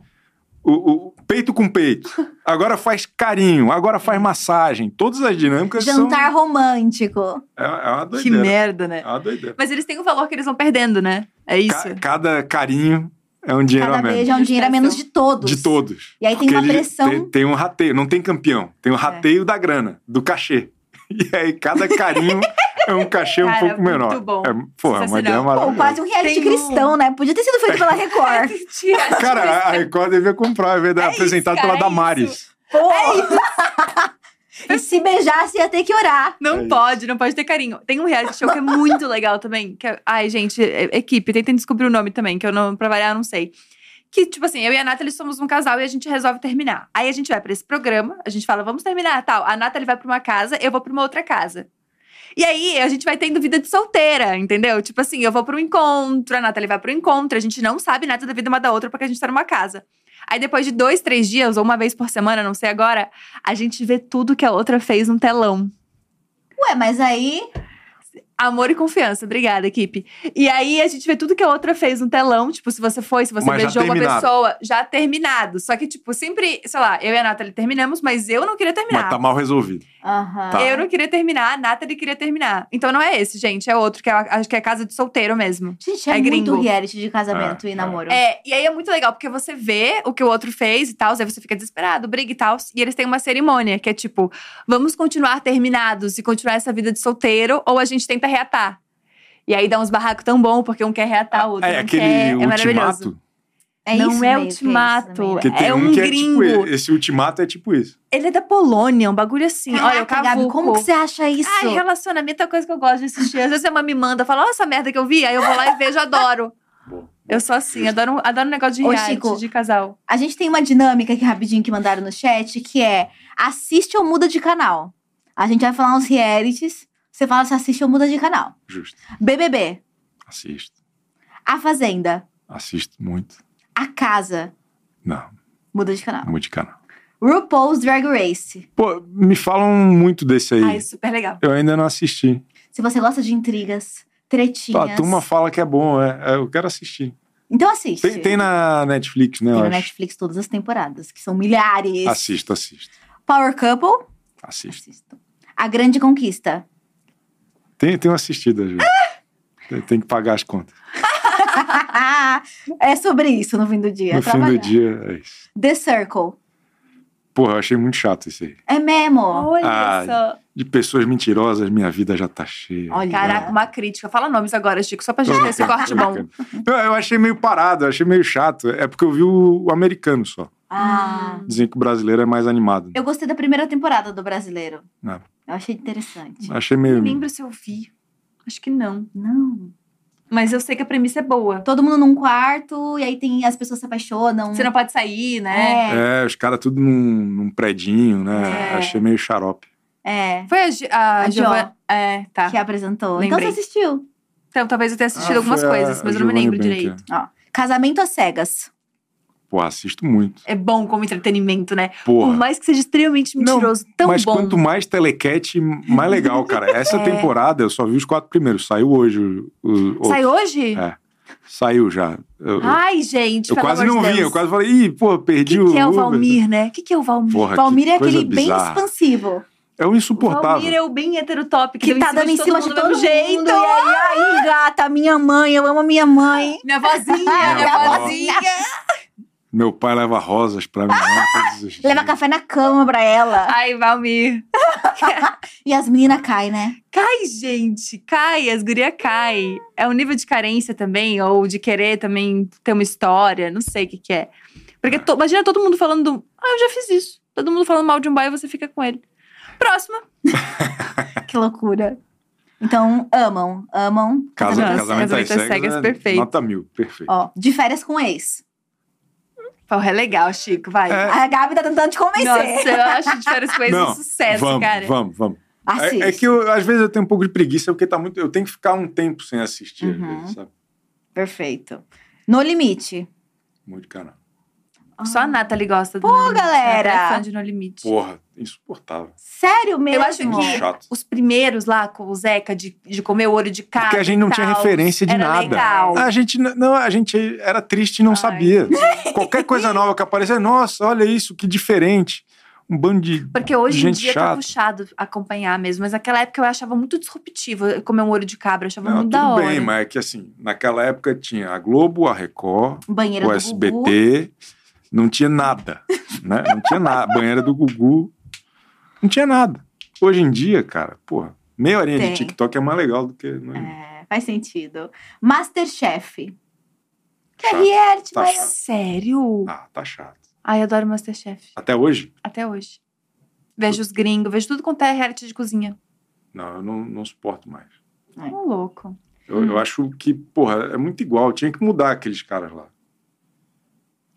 Speaker 3: o, o peito com peito. Agora faz carinho, agora faz massagem. Todas as dinâmicas
Speaker 2: Jantar romântico.
Speaker 3: são... É, é uma
Speaker 1: que
Speaker 3: doideira.
Speaker 1: merda, né?
Speaker 3: é uma doideira.
Speaker 1: Mas eles têm um valor que eles vão perdendo, né? É isso.
Speaker 3: Ca- cada carinho é um dinheiro
Speaker 2: Cada
Speaker 3: a menos.
Speaker 2: beijo é um dinheiro a menos de todos.
Speaker 3: De todos.
Speaker 2: E aí tem
Speaker 3: Porque
Speaker 2: uma
Speaker 3: ele
Speaker 2: pressão.
Speaker 3: Tem, tem um rateio, não tem campeão. Tem o rateio da grana, do cachê. *laughs* E aí cada carinho é um cachê um
Speaker 1: Cara,
Speaker 3: pouco
Speaker 1: muito
Speaker 3: menor.
Speaker 1: bom.
Speaker 3: É, porra, é uma
Speaker 1: Sensacional.
Speaker 3: ideia
Speaker 1: Pô,
Speaker 2: Pô,
Speaker 3: maravilhosa.
Speaker 2: quase um reality
Speaker 1: Tem um-
Speaker 2: cristão, né? Podia ter sido feito pela
Speaker 1: *laughs*
Speaker 2: Record.
Speaker 1: Mentira.
Speaker 3: Cara, a Record devia comprar, é verdade.
Speaker 1: É isso,
Speaker 3: apresentado
Speaker 1: cara,
Speaker 3: pela
Speaker 1: é
Speaker 3: Damares.
Speaker 2: Pô! É *laughs* e se beijasse, ia ter que orar.
Speaker 3: É
Speaker 1: Não
Speaker 3: isso.
Speaker 1: pode, não pode ter carinho. Tem um reality show que é muito *laughs* legal também. Que é- ai, gente, é- equipe, tentem descobrir o nome também, que eu não, pra variar, eu não sei. Que, tipo assim, eu e a Nathalie somos um casal e a gente resolve terminar. Aí a gente vai pra esse programa, a gente fala, vamos terminar, tal. A Nathalie vai pra uma casa, eu vou pra uma outra casa. E aí, a gente vai tendo vida de solteira, entendeu? Tipo assim, eu vou pro encontro, a Nathalie vai pro encontro, a gente não sabe nada da vida uma da outra porque a gente tá numa casa. Aí depois de dois, três dias, ou uma vez por semana, não sei agora, a gente vê tudo que a outra fez no telão.
Speaker 2: Ué, mas aí.
Speaker 1: Amor e confiança, obrigada, equipe. E aí a gente vê tudo que a outra fez no telão, tipo, se você foi, se você
Speaker 3: Mas já
Speaker 1: beijou uma
Speaker 3: terminado.
Speaker 1: pessoa, já terminado. Só que, tipo, sempre, sei lá, eu e a Nathalie terminamos, mas eu não queria
Speaker 3: Mas
Speaker 1: terminar.
Speaker 3: tá mal resolvido.
Speaker 2: Aham.
Speaker 3: Tá.
Speaker 1: Eu não queria terminar, a Nathalie queria terminar. Então não é esse, gente, é outro, que é, a- acho que é casa de solteiro mesmo.
Speaker 2: Gente, é,
Speaker 1: É
Speaker 2: muito
Speaker 1: gringo.
Speaker 2: reality de casamento
Speaker 3: É,
Speaker 2: e namoro.
Speaker 1: É, e aí é muito legal, porque você vê o que o outro fez e tal, aí você fica desesperado, briga e tal. E eles têm uma cerimônia, que é tipo, vamos continuar terminados e continuar essa vida de solteiro, ou a gente tenta reatar. E aí dá uns barracos tão bom, porque um quer reatar o outro.
Speaker 3: É
Speaker 1: não
Speaker 3: aquele
Speaker 1: quer, é maravilhoso.
Speaker 3: ultimato.
Speaker 2: É
Speaker 1: não
Speaker 2: isso
Speaker 1: é
Speaker 2: mesmo,
Speaker 1: ultimato.
Speaker 2: é isso
Speaker 3: Que tem
Speaker 1: É
Speaker 3: um,
Speaker 1: um
Speaker 3: que
Speaker 1: gringo.
Speaker 3: é tipo. Esse ultimato é tipo isso.
Speaker 1: Ele é da Polônia, um bagulho assim.
Speaker 2: mesmo.
Speaker 1: Olha, o
Speaker 2: Caraca, Gabi,
Speaker 1: cavuco.
Speaker 2: como que você acha isso?
Speaker 1: Ai, relacionamento é coisa que eu gosto de assistir. Às vezes a mãe me manda, fala, olha essa merda que eu vi. Aí eu vou lá e vejo, adoro.
Speaker 3: Bom,
Speaker 1: Eu sou assim, adoro, um- adoro um negócio de
Speaker 2: Ô,
Speaker 1: reality,
Speaker 2: Chico.
Speaker 1: de casal.
Speaker 2: A gente tem uma dinâmica aqui rapidinho que mandaram no chat, que é assiste ou muda de canal. A gente vai falar uns realities, você fala se assiste ou muda de canal.
Speaker 3: justo.
Speaker 2: BBB,
Speaker 3: Assisto.
Speaker 2: A Fazenda,
Speaker 3: Assisto muito.
Speaker 2: A Casa,
Speaker 3: Não,
Speaker 2: muda de canal.
Speaker 3: muito de canal.
Speaker 2: RuPaul's Drag Race.
Speaker 3: Pô, me falam muito desse aí.
Speaker 1: Ai, super legal.
Speaker 3: Eu ainda não assisti.
Speaker 2: Se você gosta de intrigas,
Speaker 3: Pô,
Speaker 2: tretinhas.
Speaker 3: a turma fala que é bom, é. é, Eu quero assistir.
Speaker 2: Então assiste.
Speaker 3: Tem, tem na Netflix, né?
Speaker 2: Tem
Speaker 3: eu
Speaker 2: no
Speaker 3: acho.
Speaker 2: Netflix todas as temporadas, que são milhares.
Speaker 3: Assisto, assisto.
Speaker 2: Power Couple,
Speaker 3: Assisto.
Speaker 2: assistam. A Grande Conquista. *laughs*
Speaker 3: Tem, tem uma assistida, às vezes. Tem- Tem que pagar as contas.
Speaker 2: é sobre isso no fim do dia.
Speaker 3: no fim
Speaker 2: trabalhar.
Speaker 3: do dia, é isso.
Speaker 2: The Circle.
Speaker 3: Porra, eu achei muito chato isso aí.
Speaker 2: É mesmo.
Speaker 1: Olha
Speaker 3: Ai.
Speaker 1: só.
Speaker 3: De pessoas mentirosas, minha vida já tá cheia.
Speaker 2: Olha.
Speaker 1: Caraca, uma crítica. Fala nomes agora, Chico, só pra
Speaker 3: Tô
Speaker 1: gente ter esse corte
Speaker 3: brincando, tô
Speaker 1: bom.
Speaker 3: brincando. Não, eu achei meio parado, eu achei meio chato. É porque eu vi o, o americano só.
Speaker 2: Ah.
Speaker 3: Dizem que o brasileiro é mais animado.
Speaker 2: Eu gostei da primeira temporada do Brasileiro.
Speaker 3: Não.
Speaker 2: Eu achei interessante.
Speaker 3: Achei
Speaker 1: Não
Speaker 3: meio.
Speaker 1: lembro se eu vi. Acho que não.
Speaker 2: Não.
Speaker 1: Mas eu sei que a premissa é boa.
Speaker 2: Todo mundo num quarto, e aí tem as pessoas se apaixonam.
Speaker 1: Você não pode sair, né?
Speaker 2: É,
Speaker 3: É, os caras tudo num, num predinho, né?
Speaker 1: É.
Speaker 3: Achei meio xarope.
Speaker 2: é.
Speaker 1: Foi a, Gi- a,
Speaker 2: A Jo.
Speaker 1: Giovana. É, tá.
Speaker 2: Que apresentou.
Speaker 1: Lembrei.
Speaker 2: Então você assistiu.
Speaker 1: Então talvez eu tenha assistido
Speaker 3: Ah,
Speaker 1: algumas
Speaker 3: foi a
Speaker 1: coisas, mas eu não me
Speaker 3: Giovanna
Speaker 1: lembro
Speaker 3: Bank,
Speaker 1: direito.
Speaker 3: é.
Speaker 2: Casamento às cegas.
Speaker 3: Pô, assisto muito.
Speaker 1: É bom como entretenimento, né? Por
Speaker 3: Porra.
Speaker 1: mais que seja extremamente
Speaker 3: Não,
Speaker 1: mentiroso, tão
Speaker 3: Mas
Speaker 1: bom.
Speaker 3: quanto mais telecat, mais
Speaker 1: *laughs*
Speaker 3: legal, cara. Essa
Speaker 2: É.
Speaker 3: temporada eu só vi os quatro primeiros. Saiu hoje. o- o-
Speaker 1: Sai hoje?
Speaker 3: É. Saiu já. Eu,
Speaker 1: Ai, gente,
Speaker 3: eu
Speaker 1: pelo
Speaker 3: quase
Speaker 1: amor
Speaker 3: não
Speaker 1: de
Speaker 3: vi,
Speaker 1: Deus.
Speaker 3: eu quase falei, ih, pô,
Speaker 1: O
Speaker 3: perdi
Speaker 1: que,
Speaker 3: o.
Speaker 1: que é o
Speaker 3: Uber.
Speaker 1: Valmir, né? O que, que é o Valmir?
Speaker 3: Porra, que
Speaker 2: Valmir é
Speaker 3: coisa
Speaker 2: aquele bem
Speaker 3: bizarra.
Speaker 2: expansivo.
Speaker 3: É um
Speaker 1: o Valmir
Speaker 3: insuportável.
Speaker 1: é o bem heterotópico.
Speaker 2: Que tá dando em cima de todo,
Speaker 1: mundo. do mesmo
Speaker 2: mundo. E aí, ah! aí, gata, minha mãe, eu amo a minha mãe.
Speaker 1: *laughs* Minha vozinha,
Speaker 3: Minha
Speaker 1: minha
Speaker 3: avó.
Speaker 1: vozinha.
Speaker 3: Meu pai leva rosas
Speaker 1: *laughs*
Speaker 3: pra minha mãe todos os dias.
Speaker 2: Leva café na cama pra ela.
Speaker 1: Ai, Valmir.
Speaker 2: E as meninas caem, né?
Speaker 1: Cai, gente, cai, as guria cai. É um nível de carência também, ou de querer também ter uma história, não sei o que que é. Porque to- imagina todo mundo falando, do- ah, eu já fiz isso. Todo mundo falando mal de um boy e você fica com ele. Próxima.
Speaker 2: Que loucura. Então, amam, amam.
Speaker 3: Casa,
Speaker 1: Nossa,
Speaker 3: casamento às
Speaker 1: casamento às
Speaker 3: cegas,
Speaker 1: cegas,
Speaker 3: é
Speaker 1: perfeito.
Speaker 3: Nota mil, perfeito.
Speaker 2: Ó, de férias com ex.
Speaker 1: Porra, é legal, Chico, vai.
Speaker 3: É.
Speaker 2: A Gabi tá tentando te convencer.
Speaker 1: Nossa, eu acho de várias coisas
Speaker 3: Não,
Speaker 1: um sucesso,
Speaker 3: vamos,
Speaker 1: cara.
Speaker 3: vamos, vamos.
Speaker 2: Assiste.
Speaker 3: É, é que eu, às vezes eu tenho um pouco de preguiça, porque tá muito, eu tenho que ficar um tempo sem assistir, às
Speaker 2: Uhum.
Speaker 3: vezes, sabe?
Speaker 2: Perfeito. No limite.
Speaker 3: Muito canal.
Speaker 1: Ah. Só a Nathalie gosta do
Speaker 2: Pô,
Speaker 1: No Limite,
Speaker 2: galera!
Speaker 1: ela É fã de No Limite.
Speaker 3: Porra, insuportável.
Speaker 2: Sério mesmo?
Speaker 1: acho
Speaker 3: Muito
Speaker 1: que-
Speaker 3: chato.
Speaker 1: Os primeiros lá com o Zeca de, de comer o olho de cara.
Speaker 3: Porque a gente não tinha referência de
Speaker 1: era
Speaker 3: nada.
Speaker 1: Legal.
Speaker 3: A gente n- não, a gente era triste e não
Speaker 1: Ai.
Speaker 3: sabia.
Speaker 2: *laughs*
Speaker 3: Qualquer coisa nova que aparecia, nossa, olha isso, que diferente. Um bando de
Speaker 1: Porque hoje em
Speaker 3: Gente
Speaker 1: dia
Speaker 3: chata.
Speaker 1: tá puxado acompanhar mesmo. Mas naquela época eu achava muito disruptivo eu comer um olho de cabra. Eu achava
Speaker 3: Não,
Speaker 1: muito
Speaker 3: tudo
Speaker 1: da hora.
Speaker 3: bem, mas é que assim, naquela época tinha a Globo, a Record,
Speaker 2: Banheira
Speaker 3: o
Speaker 2: do Gugu.
Speaker 3: SBT, não tinha nada, né? Não tinha nada, *laughs* banheira do Gugu, não tinha nada. Hoje em dia, cara, porra, meia horinha
Speaker 2: Tem.
Speaker 3: de TikTok é mais legal do que... No...
Speaker 2: É, faz sentido. Masterchef. Que é
Speaker 3: Chato.
Speaker 2: reality,
Speaker 3: Tá
Speaker 2: mas-
Speaker 3: chato.
Speaker 1: Sério?
Speaker 3: Ah, tá chato.
Speaker 1: Ai, adoro Masterchef.
Speaker 3: Até hoje?
Speaker 1: Até hoje. Vejo os gringos, vejo tudo quanto é reality de cozinha.
Speaker 3: Não, eu não, não suporto mais.
Speaker 1: Um louco.
Speaker 3: Eu,
Speaker 2: Uhum.
Speaker 3: eu acho que, porra, é muito igual, tinha que mudar aqueles caras lá.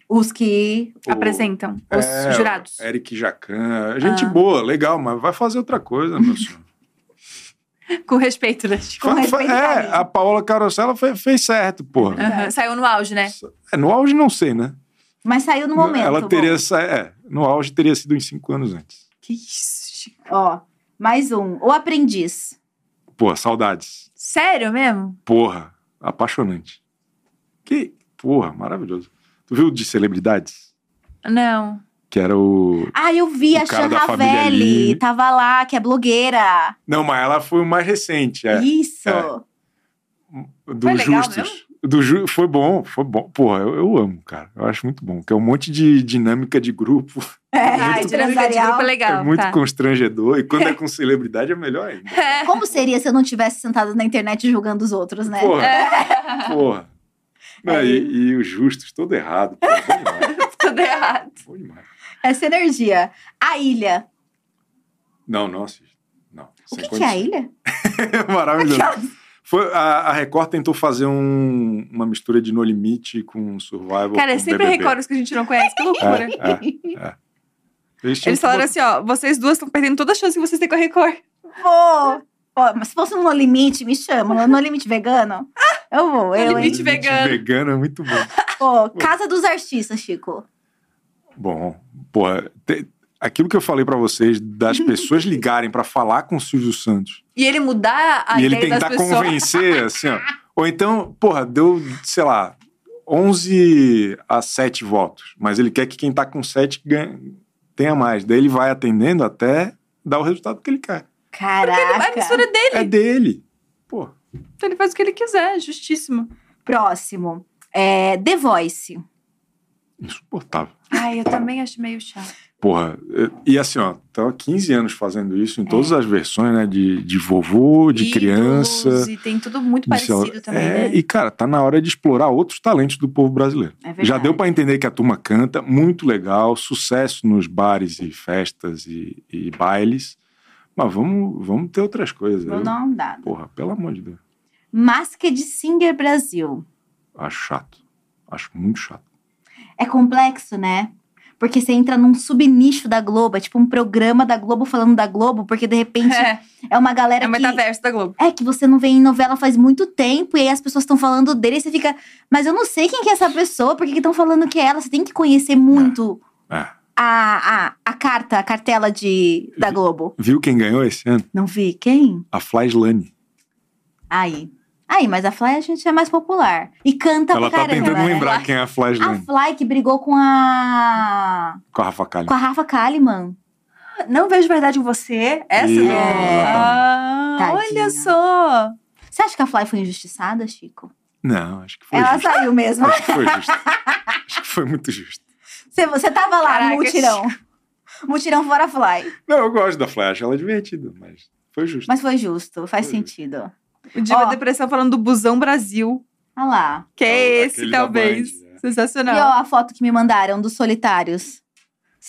Speaker 2: Os que...
Speaker 3: O-
Speaker 1: Apresentam os
Speaker 3: É,
Speaker 1: jurados.
Speaker 3: Eric Jacan, gente
Speaker 1: Ah.
Speaker 3: boa, legal, mas vai fazer outra coisa,
Speaker 2: *laughs*
Speaker 3: meu senhor.
Speaker 1: Com respeito, né?
Speaker 2: Com
Speaker 3: Fa- fa-
Speaker 2: respeito e
Speaker 3: é,
Speaker 2: carinho.
Speaker 3: a Paola Carosella fe- fez, certo,
Speaker 2: Ah.
Speaker 3: porra.
Speaker 1: Aham, Saiu no auge, né?
Speaker 3: É, no auge não sei, né?
Speaker 2: Mas saiu no momento.
Speaker 3: Ela
Speaker 2: bom.
Speaker 3: teria sa- é, no auge teria sido uns cinco anos antes.
Speaker 1: Que isso, Chico.
Speaker 2: Ó, mais um. O Aprendiz.
Speaker 3: Porra, saudades.
Speaker 1: Sério mesmo?
Speaker 3: Porra, apaixonante. Que porra, maravilhoso. Tu viu o de celebridades?
Speaker 1: Não.
Speaker 3: Que era o.
Speaker 2: Ah, eu vi
Speaker 3: O
Speaker 2: a
Speaker 3: cara
Speaker 2: Chan
Speaker 3: da família
Speaker 2: Ravelli.
Speaker 3: ali.
Speaker 2: Tava lá, que é blogueira.
Speaker 3: Não, mas ela foi o mais recente, é.
Speaker 2: Isso.
Speaker 3: é. Do
Speaker 1: Foi legal
Speaker 3: Justus. Do Ju- Foi bom, foi bom. Porra, eu, eu amo, cara. Eu acho muito bom. Que é um monte de dinâmica de grupo. *laughs*
Speaker 1: Ai,
Speaker 2: muito
Speaker 1: dinâmica de
Speaker 2: É, empresarial.
Speaker 1: grupo é legal.
Speaker 3: é muito
Speaker 1: tá.
Speaker 3: constrangedor.
Speaker 1: *laughs*
Speaker 3: E quando é com celebridade é melhor ainda.
Speaker 1: É.
Speaker 2: Como seria se eu não tivesse sentado na internet julgando os outros, né?
Speaker 3: Porra.
Speaker 1: É. *laughs*
Speaker 3: Porra. Não,
Speaker 2: Aí.
Speaker 3: e, e o Justus, todo errado. Pô, bom demais, *laughs*
Speaker 1: Tudo errado.
Speaker 3: bom demais.
Speaker 2: Essa energia. A ilha.
Speaker 3: Não, não assisto. Não. É
Speaker 2: O que, que é a ilha?
Speaker 3: *laughs* Maravilhoso.
Speaker 1: é?
Speaker 3: Foi, a, a Record tentou fazer um- uma mistura de No Limite com Survival.
Speaker 1: Cara,
Speaker 3: com
Speaker 1: é sempre
Speaker 3: BBB.
Speaker 1: recorda os que a gente não conhece. Que *laughs* loucura.
Speaker 3: É, Eles, tinham
Speaker 1: Eles
Speaker 3: que
Speaker 1: falaram
Speaker 3: botar-
Speaker 1: assim, ó, vocês duas estão perdendo toda a chance que vocês têm com a Record.
Speaker 2: Vou. Ó, mas se fosse um No Limite, me chama. No Limite vegano? Eu vou, eu, hein?
Speaker 1: Limite assim, vegano.
Speaker 3: vegano é muito bom.
Speaker 2: Pô, Casa dos Artistas, Chico.
Speaker 3: Bom, porra, te- aquilo que eu falei pra vocês,
Speaker 1: *laughs*
Speaker 3: das pessoas ligarem pra falar com o Silvio Santos
Speaker 1: E ele mudar a
Speaker 3: e ele
Speaker 1: ideia
Speaker 3: tentar
Speaker 1: das pessoas.
Speaker 3: convencer, assim, ó. Ou então, porra, deu, sei lá, 11 a 7 votos, mas ele quer que quem tá com 7 ganha, tenha mais. Daí ele vai atendendo até dar o resultado que ele quer.
Speaker 1: A
Speaker 2: Caraca.
Speaker 1: mistura dele,
Speaker 3: É dele. Pô,
Speaker 1: então ele faz o que ele quiser, justíssimo.
Speaker 2: Próximo. É, The Voice.
Speaker 3: insuportável.
Speaker 1: Ai, eu também acho meio chato.
Speaker 3: Porra, e e assim, ó, tô há 15 anos fazendo isso em todas as versões, né? De, de vovô, de
Speaker 1: É. Ídolos,
Speaker 3: criança.
Speaker 1: E tem tudo muito
Speaker 3: Isso é-
Speaker 1: parecido também,
Speaker 3: é,
Speaker 1: né?
Speaker 3: E, cara, tá na hora de explorar outros talentos do povo brasileiro.
Speaker 2: É verdade.
Speaker 3: Já deu pra entender que a turma canta, muito legal, sucesso nos bares e festas e, e bailes. Mas vamos, vamos ter outras coisas.
Speaker 2: Vou
Speaker 3: eu-
Speaker 2: dar um dado.
Speaker 3: Porra, pelo amor de Deus.
Speaker 2: Masked Singer Brasil.
Speaker 3: Acho chato. Acho muito chato.
Speaker 2: É complexo, né? Porque você entra num subnicho da Globo, é tipo um programa da Globo falando da Globo, porque de
Speaker 1: *laughs*
Speaker 2: repente é,
Speaker 1: *laughs* É,
Speaker 2: uma galera
Speaker 1: é o
Speaker 2: que.
Speaker 1: metaverso da Globo.
Speaker 2: É, que você não vê em novela faz muito tempo, e aí as pessoas estão falando dele, e você fica. Mas eu não sei quem que é essa pessoa, por que estão falando que é ela? Você tem que conhecer muito
Speaker 3: É.
Speaker 2: a, a, a carta, a cartela de,
Speaker 3: Uhum.
Speaker 2: da Globo.
Speaker 3: Viu quem ganhou esse ano?
Speaker 2: Não vi quem?
Speaker 3: A Flyslane.
Speaker 2: Aí. Aí, mas a Fly a gente é mais popular. E canta
Speaker 3: Ela
Speaker 2: pra
Speaker 3: tá
Speaker 2: caramba.
Speaker 3: tentando
Speaker 2: né?
Speaker 3: lembrar quem é a
Speaker 2: A
Speaker 3: Flyslane.
Speaker 2: Fly que brigou com a.
Speaker 3: Com a Rafa Kalimann.
Speaker 2: Com a Rafa Kalimann.
Speaker 1: Não vejo verdade em você. Essa
Speaker 3: Isso,
Speaker 1: não.
Speaker 2: exatamente.
Speaker 1: Ah,
Speaker 2: Tadinha.
Speaker 1: olha só.
Speaker 2: Você acha que a Fly foi injustiçada, Chico?
Speaker 3: Não, acho que foi
Speaker 2: Ela tá-
Speaker 3: justo.
Speaker 2: saiu mesmo.
Speaker 3: Acho que foi justo. Acho que Foi muito justo.
Speaker 2: Você, você tava lá
Speaker 1: Caraca.
Speaker 2: no mutirão. Mutirão fora fly.
Speaker 3: Não, eu gosto da Flash, ela é divertida, mas foi justo.
Speaker 2: Mas foi justo, faz
Speaker 3: Foi.
Speaker 2: sentido.
Speaker 1: O Diva
Speaker 2: Ó.
Speaker 1: Depressão falando do Busão Brasil,
Speaker 2: Olha Ah lá.
Speaker 1: que
Speaker 3: Ou
Speaker 1: é esse,
Speaker 3: daquele da
Speaker 1: talvez.
Speaker 3: Band, né?
Speaker 1: Sensacional.
Speaker 2: E ó, a foto que me mandaram dos solitários.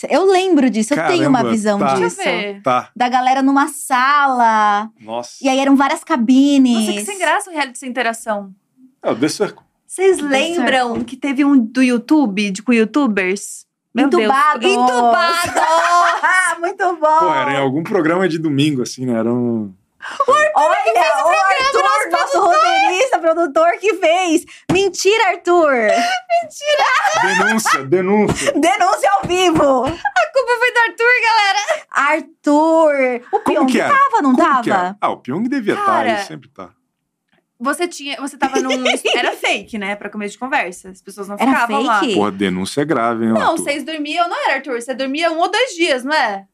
Speaker 2: Eu lembro disso, eu tenho uma
Speaker 3: Caramba,
Speaker 2: visão
Speaker 3: tá.
Speaker 1: Deixa eu
Speaker 2: disso.
Speaker 1: ver.
Speaker 3: Tá,
Speaker 2: Da galera numa sala.
Speaker 3: nossa.
Speaker 2: E aí eram várias cabines.
Speaker 1: Nossa, que sem graça o reality sem interação.
Speaker 3: É o The Circle.
Speaker 1: Vocês
Speaker 2: Tá
Speaker 1: lembram que teve um do YouTube, de, com youtubers? Meu Deus.
Speaker 2: Entubado!
Speaker 1: Entubado!
Speaker 2: *laughs* Ah, Muito bom!
Speaker 3: Pô, era em algum programa de domingo, assim, né? Era um...
Speaker 2: Olha, o Arthur, nosso, roteirista, produtor que fez. Mentira,
Speaker 3: *laughs*
Speaker 2: Arthur!
Speaker 3: Denúncia, denúncia.
Speaker 2: Denúncia ao vivo!
Speaker 1: A culpa *laughs* foi do Arthur, galera.
Speaker 2: Arthur! O
Speaker 3: Como
Speaker 2: Pyong
Speaker 3: que era?
Speaker 2: tava, não
Speaker 3: Como
Speaker 2: tava?
Speaker 3: que era? Ah, o Pyong devia estar,
Speaker 1: Cara,
Speaker 3: ele sempre tá.
Speaker 1: Você tinha, você tava
Speaker 2: *laughs*
Speaker 1: num... Era fake, né? Pra começo de conversa. As pessoas não
Speaker 2: Era
Speaker 1: ficavam lá.
Speaker 2: fake?
Speaker 3: Porra, denúncia é grave, hein,
Speaker 1: Não,
Speaker 3: Arthur?
Speaker 1: vocês dormiam, não era, Arthur? Você dormia um ou dois dias, não é?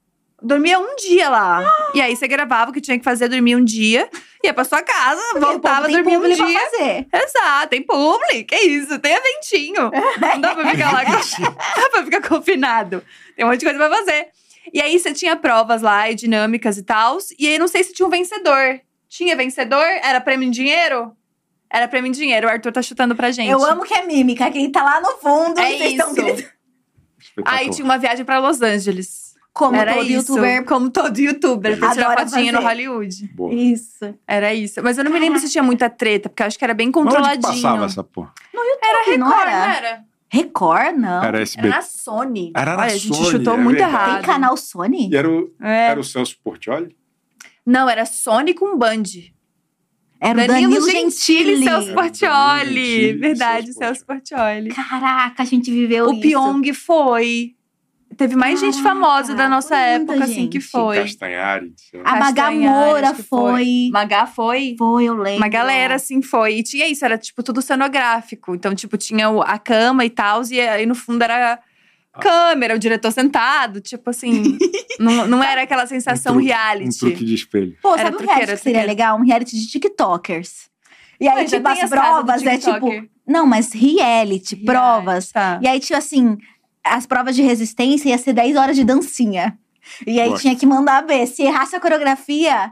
Speaker 1: Dormia um dia lá. E aí você gravava o que tinha que fazer, dormia um dia, ia pra sua casa, voltava,
Speaker 2: Tem
Speaker 1: dormia um
Speaker 2: público
Speaker 1: dia.
Speaker 2: pra fazer.
Speaker 1: Exato, tem público, que isso, tem eventinho. Não dá
Speaker 2: *laughs*
Speaker 1: pra
Speaker 3: *laughs*
Speaker 1: ficar lá, não dá *laughs* pra ficar confinado. Tem um monte de coisa pra fazer. E aí você tinha provas lá e dinâmicas e tal. E aí não sei se tinha um vencedor. Tinha vencedor? Era prêmio em dinheiro? Era prêmio em dinheiro, o Arthur tá chutando pra gente.
Speaker 2: Eu amo que é mímica. Quem tá lá no fundo,
Speaker 1: É
Speaker 2: vocês estão
Speaker 1: isso.
Speaker 2: gritando.
Speaker 3: Espetacular.
Speaker 1: Aí tinha uma viagem pra Los Angeles.
Speaker 2: Como
Speaker 1: era
Speaker 2: todo
Speaker 1: isso.
Speaker 2: youtuber.
Speaker 1: Como todo youtuber. Pra tirar
Speaker 2: Adora
Speaker 1: fotinha no
Speaker 2: fazer.
Speaker 1: Hollywood.
Speaker 3: Boa.
Speaker 2: Isso.
Speaker 1: Era isso. Mas eu não me lembro se tinha muita treta, porque eu acho que era bem
Speaker 3: Mas
Speaker 1: controladinho.
Speaker 3: Onde que passava essa porra?
Speaker 1: Era
Speaker 2: Não
Speaker 1: Record,
Speaker 2: era?
Speaker 1: não era?
Speaker 2: Record, não.
Speaker 3: Era
Speaker 1: Era
Speaker 3: SBT.
Speaker 1: na Sony.
Speaker 3: Era na
Speaker 1: Olha, a gente
Speaker 3: Sony,
Speaker 1: chutou
Speaker 3: é
Speaker 1: muito
Speaker 3: verdade.
Speaker 1: errado.
Speaker 2: Tem canal Sony?
Speaker 3: E era o,
Speaker 1: É.
Speaker 3: era o Celso Portioli?
Speaker 1: Não, era Sony com Band.
Speaker 2: Era o Danilo, Gentili.
Speaker 1: e Celso
Speaker 3: Danilo Gentili
Speaker 1: Portioli.
Speaker 3: e
Speaker 1: Verdade,
Speaker 3: Celso
Speaker 1: Celso Portioli.
Speaker 2: Caraca, a gente viveu
Speaker 1: O
Speaker 2: Então, isso.
Speaker 1: Pyong foi. Teve mais gente
Speaker 2: Caraca,
Speaker 1: famosa da nossa
Speaker 2: muita
Speaker 1: época, assim, que
Speaker 2: gente.
Speaker 1: foi.
Speaker 3: Tá. Castanhari. sei lá.
Speaker 2: A Maga
Speaker 1: Castanhari,
Speaker 2: Moura
Speaker 1: acho que foi.
Speaker 2: foi.
Speaker 1: Magá foi?
Speaker 2: Foi, é. eu lembro.
Speaker 1: Uma galera, assim, foi. E tinha isso, era, tipo, tudo cenográfico. Então, tipo, tinha o- a cama e tal, e aí no fundo era
Speaker 3: Ah.
Speaker 1: a câmera, o diretor sentado. Tipo
Speaker 3: *laughs*
Speaker 1: assim, não, não era aquela sensação
Speaker 3: truque,
Speaker 1: reality.
Speaker 3: Um truque de espelho.
Speaker 2: Pô,
Speaker 1: Era
Speaker 2: sabe um
Speaker 1: truqueira,
Speaker 2: reality que seria
Speaker 1: truqueira.
Speaker 2: legal? Um reality de tiktokers. E aí,
Speaker 1: Mas já
Speaker 2: tipo,
Speaker 1: tem
Speaker 2: as
Speaker 1: as casas do
Speaker 2: provas é
Speaker 1: TikToker.
Speaker 2: tipo… Não, mas reality, provas.
Speaker 1: Tá.
Speaker 2: E aí, tipo assim, as provas de resistência ia ser 10 horas de dancinha. E aí,
Speaker 3: Gosto.
Speaker 2: tinha que mandar ver. Se errasse a coreografia,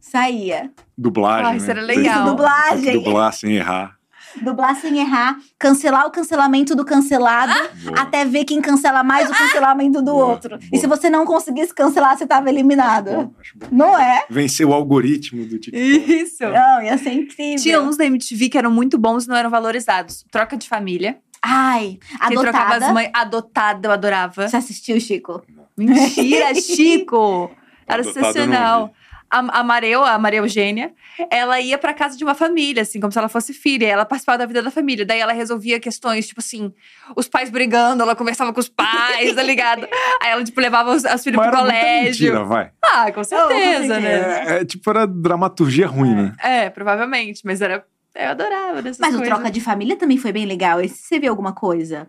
Speaker 2: saía.
Speaker 3: Dublagem,
Speaker 1: Ai,
Speaker 3: né?
Speaker 1: isso era legal.
Speaker 3: Tem que-
Speaker 2: Dublagem.
Speaker 3: tem que Dublar sem errar.
Speaker 2: Dublar sem errar, cancelar o cancelamento do cancelado…
Speaker 3: Boa.
Speaker 2: Até ver quem cancela mais o cancelamento do
Speaker 3: Ah. Boa,
Speaker 2: outro. E
Speaker 3: boa.
Speaker 2: se você não conseguisse cancelar, você tava eliminado.
Speaker 3: Bom, acho bom.
Speaker 2: Não é?
Speaker 3: Vencer o algoritmo do TikTok.
Speaker 1: Isso.
Speaker 2: Não, ia ser incrível.
Speaker 1: Tinha um uns da MTV que eram muito bons e não eram valorizados. Troca de família.
Speaker 2: Ai,
Speaker 1: Quem trocava as
Speaker 2: adotada.
Speaker 1: mães. Adotada,
Speaker 2: *laughs*
Speaker 1: eu adorava.
Speaker 2: Você assistiu, Chico?
Speaker 1: Mentira, Chico! Era
Speaker 3: Adotado eu não
Speaker 1: sensacional.
Speaker 3: vi.
Speaker 1: A, a Mareu, a Maria Eugênia, ela ia pra casa de uma família, assim, como se ela fosse filha. e Ela participava da vida da família. Daí ela resolvia questões, tipo assim, os pais brigando, ela conversava com os pais,
Speaker 2: *laughs*
Speaker 1: tá ligado? Aí ela, tipo, levava os, as filhas
Speaker 3: Mas
Speaker 1: pro
Speaker 3: era muita
Speaker 1: colégio.
Speaker 3: Mentira, vai.
Speaker 1: Ah, com certeza,
Speaker 2: Oh, com certeza.
Speaker 1: né?
Speaker 3: É, é, tipo, era dramaturgia ruim, né?
Speaker 1: É, provavelmente. Mas era. Eu adorava dessas
Speaker 2: Mas o
Speaker 1: coisas.
Speaker 2: Troca de Família também foi bem legal. Esse você viu alguma coisa?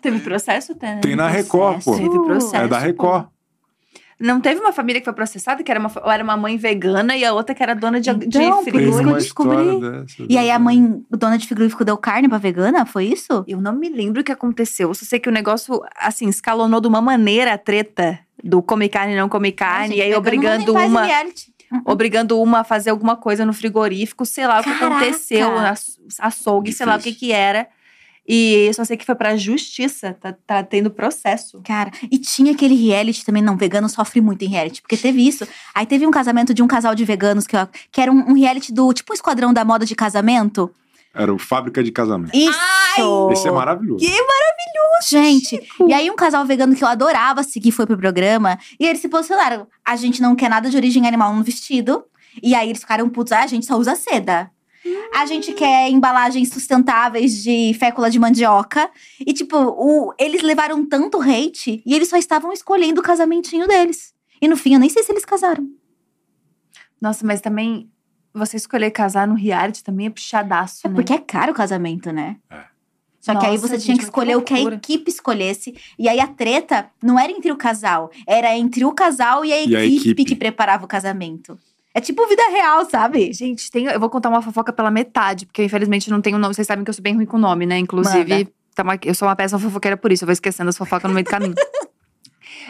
Speaker 1: Teve processo até, né?
Speaker 3: Tem na
Speaker 2: Processo.
Speaker 3: Record, pô.
Speaker 1: Teve processo.
Speaker 3: É da Record.
Speaker 1: Não teve uma família que foi processada, que era uma, era uma mãe vegana e a outra que era dona de, de
Speaker 2: Então,
Speaker 1: frigorífico.
Speaker 2: por isso que eu
Speaker 3: uma
Speaker 2: descobri.
Speaker 3: história dessa,
Speaker 2: E aí a
Speaker 3: verdade.
Speaker 2: mãe, dona de frigorífico, deu carne pra vegana? Foi isso?
Speaker 1: Eu não me lembro o que aconteceu. Eu só sei que o negócio, assim, escalonou de uma maneira a treta do comer carne não comer carne. e aí obrigando uma, obrigando uma a fazer alguma coisa no frigorífico, sei lá o que
Speaker 2: Caraca!
Speaker 1: aconteceu, aço- açougue, sei lá o que
Speaker 3: Difícil.
Speaker 1: que era. E eu só sei que foi pra justiça, tá, tá tendo processo.
Speaker 2: Cara, e tinha aquele reality também, não, vegano sofre muito em reality, porque teve isso. Aí teve um casamento de um casal de veganos que, eu- que era um, um reality do tipo um esquadrão da moda de casamento.
Speaker 3: Era o Fábrica de Casamento.
Speaker 2: Isso! Oh.
Speaker 3: Esse é maravilhoso.
Speaker 1: Que-
Speaker 2: Gente, e aí um casal vegano que eu adorava seguir foi pro programa. E eles se posicionaram. A gente não quer nada de origem animal no vestido. E aí eles ficaram putos, ah, a gente só usa seda. A gente quer embalagens sustentáveis de fécula de mandioca. E tipo, o- eles levaram tanto hate e eles só estavam escolhendo o casamentinho deles. E no fim, eu nem sei se eles casaram. É
Speaker 1: Nossa, mas também você escolher casar no reality também é puxadaço,
Speaker 2: É
Speaker 1: né?
Speaker 2: porque é caro o casamento, né?
Speaker 3: É.
Speaker 2: Só que aí
Speaker 1: Nossa,
Speaker 2: você tinha que
Speaker 1: gente, mas que
Speaker 2: escolher o que a
Speaker 1: loucura.
Speaker 2: equipe escolhesse. E aí a treta não era entre o casal, era entre o casal e a,
Speaker 3: E
Speaker 2: equipe,
Speaker 3: a equipe.
Speaker 2: que preparava o casamento. É tipo vida real, sabe?
Speaker 1: Tipo Gente, tem, eu vou contar uma fofoca pela metade, porque eu, infelizmente não tenho nome. Vocês sabem que eu sou bem ruim com nome, né? Inclusive, tá uma- eu sou uma péssima fofoqueira por isso, eu vou esquecendo as fofocas no meio do caminho. *laughs*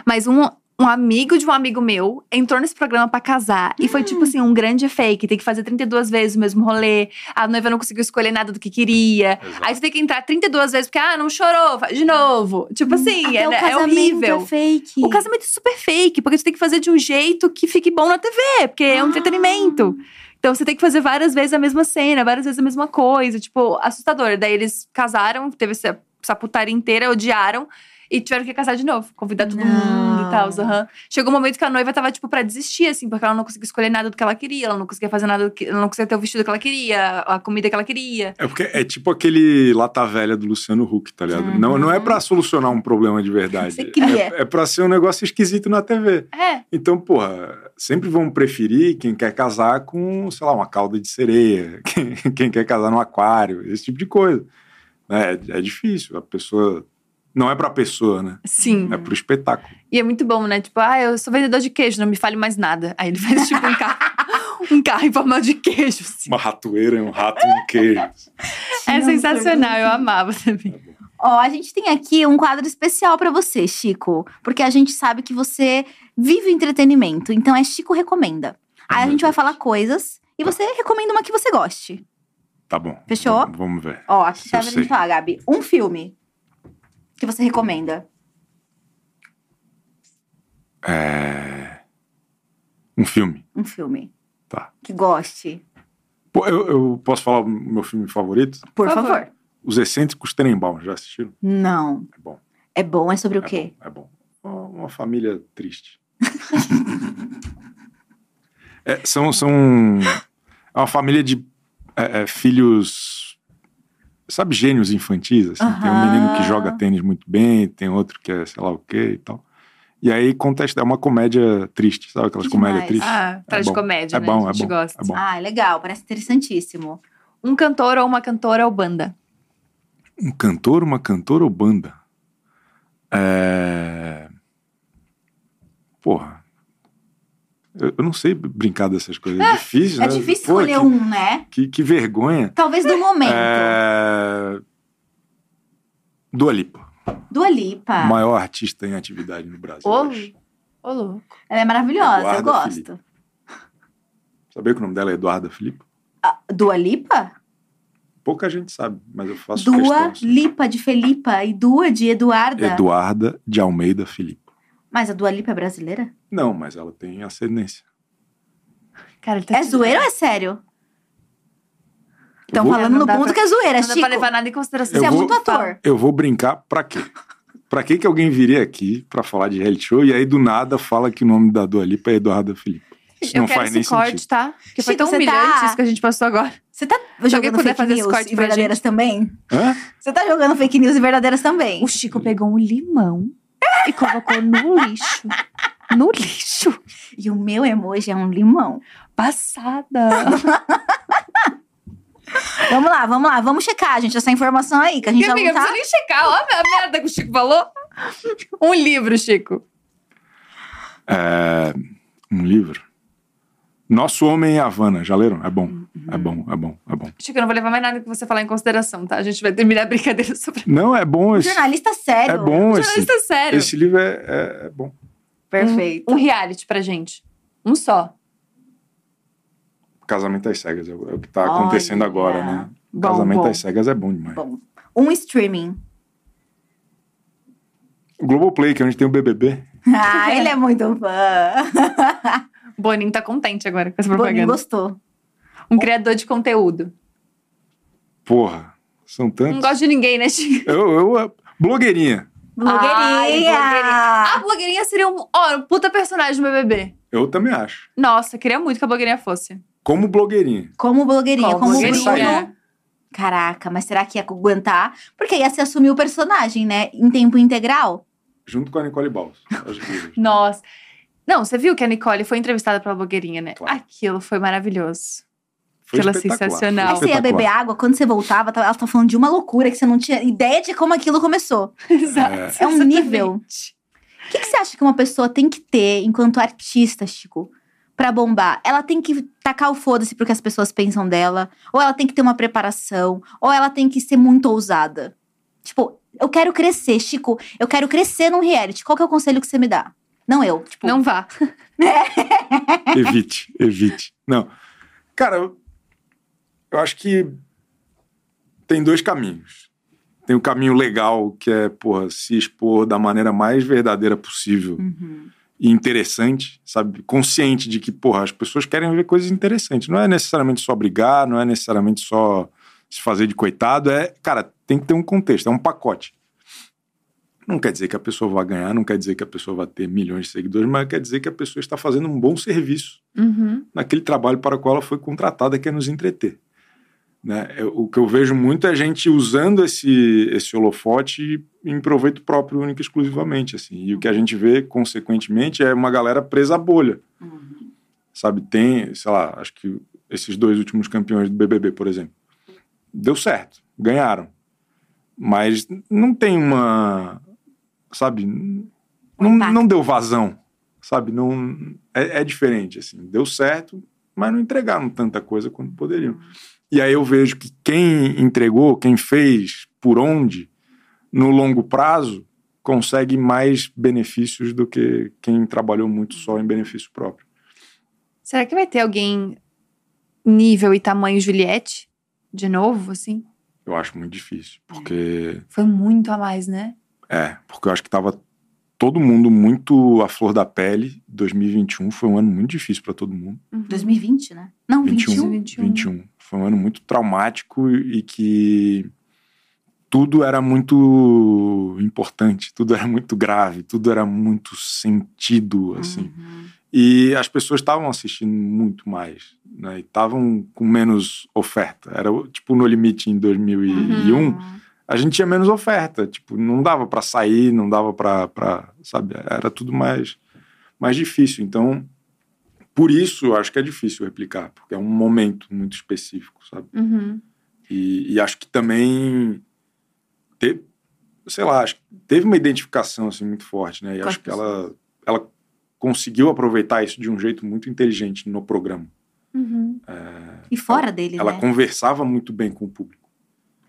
Speaker 1: Mas um, um amigo de um amigo meu entrou nesse programa pra casar. E foi
Speaker 2: Hum.
Speaker 1: tipo assim, um grande fake. Tem que fazer 32 vezes o mesmo rolê. A noiva não conseguiu escolher nada do que queria.
Speaker 3: Exato.
Speaker 1: Aí você tem que entrar 32 vezes, porque, ah, não chorou, faz de novo. Tipo assim,
Speaker 2: Uhum. Até
Speaker 1: é,
Speaker 2: o
Speaker 1: é
Speaker 2: casamento
Speaker 1: horrível.
Speaker 2: É fake.
Speaker 1: O casamento é super fake, porque você tem que fazer de um jeito que fique bom na TV, porque é um
Speaker 2: Ah.
Speaker 1: entretenimento. Então você tem que fazer várias vezes a mesma cena, várias vezes a mesma coisa. Tipo, assustador. Daí eles casaram, teve essa, essa putaria inteira, odiaram. E tiveram que casar de novo, convidar todo
Speaker 2: Não.
Speaker 1: mundo e tal. aham. Chegou um momento que a noiva tava, tipo, pra desistir, assim, porque ela não conseguia escolher nada do que ela queria, ela não conseguia fazer nada, do que, ela não conseguia ter o vestido que ela queria, a comida que ela queria.
Speaker 3: É porque é tipo aquele lata velha do Luciano Huck, tá ligado?
Speaker 2: Uhum.
Speaker 3: Não, não é pra solucionar um problema de verdade.
Speaker 2: Você cria.
Speaker 3: É, é pra ser um negócio esquisito na TV.
Speaker 1: É.
Speaker 3: Então, porra, sempre vão preferir quem quer casar com, sei lá, uma cauda de sereia, *laughs* quem, quem quer casar num aquário, esse tipo de coisa. né? É, é difícil. A pessoa. Não é pra pessoa, né?
Speaker 1: Sim.
Speaker 2: Uhum.
Speaker 3: É pro espetáculo.
Speaker 1: E é muito bom, né? Tipo, ah, eu sou vendedor de queijo, não me fale mais nada. Aí ele faz tipo um carro, *laughs* um carro em forma de queijo. assim.
Speaker 3: Uma ratoeira, um rato e um queijo.
Speaker 1: É sensacional, eu amava também.
Speaker 2: Ó, a gente tem aqui um quadro especial pra você, Chico, porque a gente sabe que você vive o entretenimento, então é Chico recomenda. Aí a
Speaker 3: Ah, Meu
Speaker 2: gente vai
Speaker 3: Deus.
Speaker 2: falar coisas e você recomenda uma que você goste.
Speaker 3: Tá bom.
Speaker 2: Fechou?
Speaker 3: Vamos, vamos ver.
Speaker 2: Ó, aqui tá
Speaker 3: Eu
Speaker 2: vendo
Speaker 3: sei.
Speaker 2: então, Gabi, um filme que você recomenda.
Speaker 3: É. Um filme.
Speaker 2: Um filme.
Speaker 3: Tá.
Speaker 2: Que goste.
Speaker 3: Pô, eu, eu posso falar o meu filme favorito?
Speaker 2: Por,
Speaker 1: Por
Speaker 2: favor.
Speaker 1: favor.
Speaker 3: Os Excêntricos Tenenbaum, já assistiram?
Speaker 2: Não.
Speaker 3: É bom.
Speaker 2: É bom, é sobre o
Speaker 3: é
Speaker 2: quê?
Speaker 3: Bom, é bom. Ó, Uma família
Speaker 2: *laughs*
Speaker 3: triste. É, são, são... É uma família de é, é, filhos... Sabe, gênios infantis, assim? Tem um
Speaker 2: Aham.
Speaker 3: menino que joga tênis muito bem, tem outro que é sei lá o quê e tal. E aí contesta, é uma comédia triste, sabe aquelas
Speaker 2: Demais.
Speaker 3: comédias tristes?
Speaker 1: Ah, traz de comédia,
Speaker 3: É
Speaker 1: né?
Speaker 3: bom,
Speaker 1: a
Speaker 3: é
Speaker 1: gente
Speaker 3: bom,
Speaker 1: gosta.
Speaker 3: é bom.
Speaker 2: Ah, legal, parece interessantíssimo.
Speaker 1: Um cantor ou uma cantora ou banda.
Speaker 3: Um cantor, uma cantora ou banda? É... Porra. Eu, eu não sei brincar dessas coisas. É difícil,
Speaker 2: É
Speaker 3: né?
Speaker 2: difícil
Speaker 3: Pô,
Speaker 2: escolher
Speaker 3: que,
Speaker 2: um, né?
Speaker 3: Que, que vergonha.
Speaker 2: Talvez do momento.
Speaker 3: É... Dua Lipa.
Speaker 2: Dua Lipa.
Speaker 3: Maior artista em atividade no Brasil.
Speaker 1: Ô,
Speaker 3: eu acho.
Speaker 1: ô louco.
Speaker 2: Ela é maravilhosa, eu
Speaker 3: Eduarda
Speaker 2: gosto.
Speaker 3: Filipe. Sabia que o nome dela é Eduarda Filipe?
Speaker 2: Ah, Dua Lipa?
Speaker 3: Pouca gente sabe, mas eu faço
Speaker 2: Dua
Speaker 3: questão. assim.
Speaker 2: Lipa de Felipa e Dua de Eduarda.
Speaker 3: Eduarda de Almeida Filipe.
Speaker 2: Mas a Dua Lipa é brasileira?
Speaker 3: Não, mas ela tem ascendência.
Speaker 1: Cara, ele tá
Speaker 2: é
Speaker 1: te-
Speaker 2: zoeira ou é sério?
Speaker 3: Eu
Speaker 2: Estão
Speaker 3: vou-
Speaker 2: falando
Speaker 1: Não
Speaker 2: no
Speaker 1: dá
Speaker 2: mundo
Speaker 1: pra-
Speaker 2: que é zoeira,
Speaker 1: Não dá pra
Speaker 2: Chico.
Speaker 1: levar nada em consideração.
Speaker 3: Eu
Speaker 2: Você é
Speaker 3: vou-
Speaker 2: muito ator.
Speaker 3: Eu vou brincar pra quê? Pra que que alguém viria aqui pra falar de reality show e aí do nada fala que o nome da Dua Lipa é Eduarda Felipe? Isso
Speaker 1: Eu
Speaker 3: não
Speaker 1: quero
Speaker 3: faz
Speaker 1: esse
Speaker 3: nem
Speaker 1: corte,
Speaker 3: sentido.
Speaker 1: tá? Porque foi
Speaker 2: Chico,
Speaker 1: tão
Speaker 2: você
Speaker 1: humilhante
Speaker 2: tá-
Speaker 1: isso que a gente passou agora.
Speaker 2: Você tá
Speaker 1: alguém
Speaker 2: jogando
Speaker 1: puder
Speaker 2: fake
Speaker 1: fazer esse
Speaker 2: news
Speaker 1: corte
Speaker 2: e
Speaker 1: pra
Speaker 2: verdadeiras também?
Speaker 3: Hã?
Speaker 2: Você tá jogando fake news e verdadeiras também?
Speaker 1: O Chico pegou um limão e colocou no lixo. No lixo.
Speaker 2: E o meu emoji é um limão.
Speaker 1: Passada.
Speaker 2: Vamos lá, vamos lá. Vamos checar, gente, essa informação aí, que a gente
Speaker 1: Minha
Speaker 2: já
Speaker 1: amiga,
Speaker 2: não
Speaker 1: não
Speaker 2: tá...
Speaker 1: precisa nem checar. Olha a merda que o Chico falou. *laughs* Um livro, Chico.
Speaker 3: É, um livro. Nosso Homem em Havana, já leram? É bom, é bom, é bom, é bom.
Speaker 1: Chico, eu não vou levar mais nada que você falar em consideração, tá? A gente vai terminar a brincadeira *laughs* sobre.
Speaker 3: Não, é bom esse.
Speaker 2: Jornalista
Speaker 3: É
Speaker 2: sério.
Speaker 3: bom esse.
Speaker 1: Jornalista sério.
Speaker 3: assim? Esse livro é, é- é bom.
Speaker 2: Perfeito.
Speaker 1: Um reality pra gente. Um só.
Speaker 3: Casamento às Cegas é o é o que tá
Speaker 2: Olha.
Speaker 3: acontecendo agora, né?
Speaker 1: Bom,
Speaker 3: Casamento
Speaker 1: bom.
Speaker 3: às Cegas é bom demais.
Speaker 2: Bom. Um streaming.
Speaker 3: O Globoplay, que é onde tem o BBB.
Speaker 2: Ah, ele é muito fã.
Speaker 1: Boninho tá contente agora com essa
Speaker 2: Boninho
Speaker 1: propaganda.
Speaker 2: gostou.
Speaker 1: Um criador de conteúdo.
Speaker 3: Porra, são
Speaker 1: Não
Speaker 3: tantos.
Speaker 1: gosto de ninguém, né, Chico?
Speaker 3: Eu, eu, blogueirinha.
Speaker 2: Blogueirinha!
Speaker 1: A blogueirinha seria um. Ó, um puta personagem do BBB.
Speaker 3: Eu também acho.
Speaker 1: Nossa, queria muito que a blogueirinha fosse.
Speaker 3: Como blogueirinha.
Speaker 2: Como blogueirinha, como,
Speaker 3: Sem
Speaker 2: Bruno.
Speaker 3: sair.
Speaker 2: Caraca, mas será que ia aguentar? Porque ia se assumir o personagem, né? Em tempo integral.
Speaker 3: Junto com a Nicole Baus. Acho
Speaker 1: *laughs*
Speaker 3: que-
Speaker 1: Nossa. Não, você viu que a Nicole foi entrevistada pela blogueirinha, né?
Speaker 3: Claro.
Speaker 1: Aquilo foi maravilhoso. *laughs*
Speaker 3: Foi
Speaker 1: Aquilo é
Speaker 3: espetacular, foi
Speaker 1: sensacional.
Speaker 2: Mas você ia
Speaker 3: espetacular.
Speaker 2: beber água, quando você voltava, tava- ela tá falando de uma loucura que você não tinha ideia de como aquilo começou.
Speaker 1: Exato.
Speaker 2: É um nível.
Speaker 1: exatamente.
Speaker 2: O que, que você acha que uma pessoa tem que ter enquanto artista, Chico? Pra bombar, ela tem que tacar o foda-se pro que as pessoas pensam dela, ou ela tem que ter uma preparação, ou ela tem que ser muito ousada. Tipo, eu quero crescer, Chico. Eu quero crescer num reality. Qual que é o conselho que você me dá? Não eu. Tipo,
Speaker 1: Não vá.
Speaker 3: Evite, evite. Não. Cara, eu, eu acho que tem dois caminhos. Tem o caminho legal, que é, porra, se expor da maneira mais verdadeira possível
Speaker 1: Uhum.
Speaker 3: e interessante, sabe? Consciente de que, porra, as pessoas querem ver coisas interessantes. Não é necessariamente só brigar, não é necessariamente só se fazer de coitado. É, cara, tem que ter um contexto, é um pacote. Não quer dizer que a pessoa vai ganhar, não quer dizer que a pessoa vai ter milhões de seguidores, mas quer dizer que a pessoa está fazendo um bom serviço
Speaker 1: Uhum.
Speaker 3: naquele trabalho para o qual ela foi contratada, que é nos entreter. Né? Eu- O que eu vejo muito é gente usando esse, esse holofote em proveito próprio, único e exclusivamente. Assim. E o que a gente vê, consequentemente, é uma galera presa à bolha. Sabe, tem, sei lá, acho que esses dois últimos campeões do BBB, por exemplo. Deu certo, ganharam. Mas não tem uma. Sabe, não,
Speaker 2: impacto.
Speaker 3: não deu vazão. Sabe, não. É, é diferente, assim. Deu certo, mas não entregaram tanta coisa quanto poderiam. E aí eu vejo que quem entregou, quem fez, por onde, no longo prazo, consegue mais benefícios do que quem trabalhou muito só em benefício próprio.
Speaker 1: Será que vai ter alguém nível e tamanho Juliette? De novo, assim?
Speaker 3: Eu acho muito difícil, porque
Speaker 1: Foi muito a mais, né?
Speaker 3: é, porque eu acho que tava todo mundo muito à flor da pele. 2021 foi um ano muito difícil para todo mundo.
Speaker 1: Uhum.
Speaker 2: 2020, né? Não, 21.
Speaker 3: 21.
Speaker 1: 21.
Speaker 3: 21. Foi um ano muito traumático e que tudo era muito importante, tudo era muito grave, tudo era muito sentido, assim.
Speaker 2: Uhum.
Speaker 3: E as pessoas estavam assistindo muito mais, né? E estavam com menos oferta. Era o- tipo no limite em 2001, a gente tinha menos oferta, tipo, não dava para sair, não dava para, para, sabe, era tudo mais mais difícil. Então, por isso eu acho que é difícil replicar, porque é um momento muito específico, sabe?
Speaker 1: Uhum.
Speaker 3: E, e acho que também teve, sei lá, acho que teve uma identificação assim muito forte, né? E
Speaker 2: Com
Speaker 3: acho
Speaker 2: as
Speaker 3: que ela, ela conseguiu aproveitar isso de um jeito muito inteligente no programa. É,
Speaker 1: Uhum.
Speaker 2: E fora dele,
Speaker 3: Ela
Speaker 2: né?
Speaker 3: conversava muito bem com o público.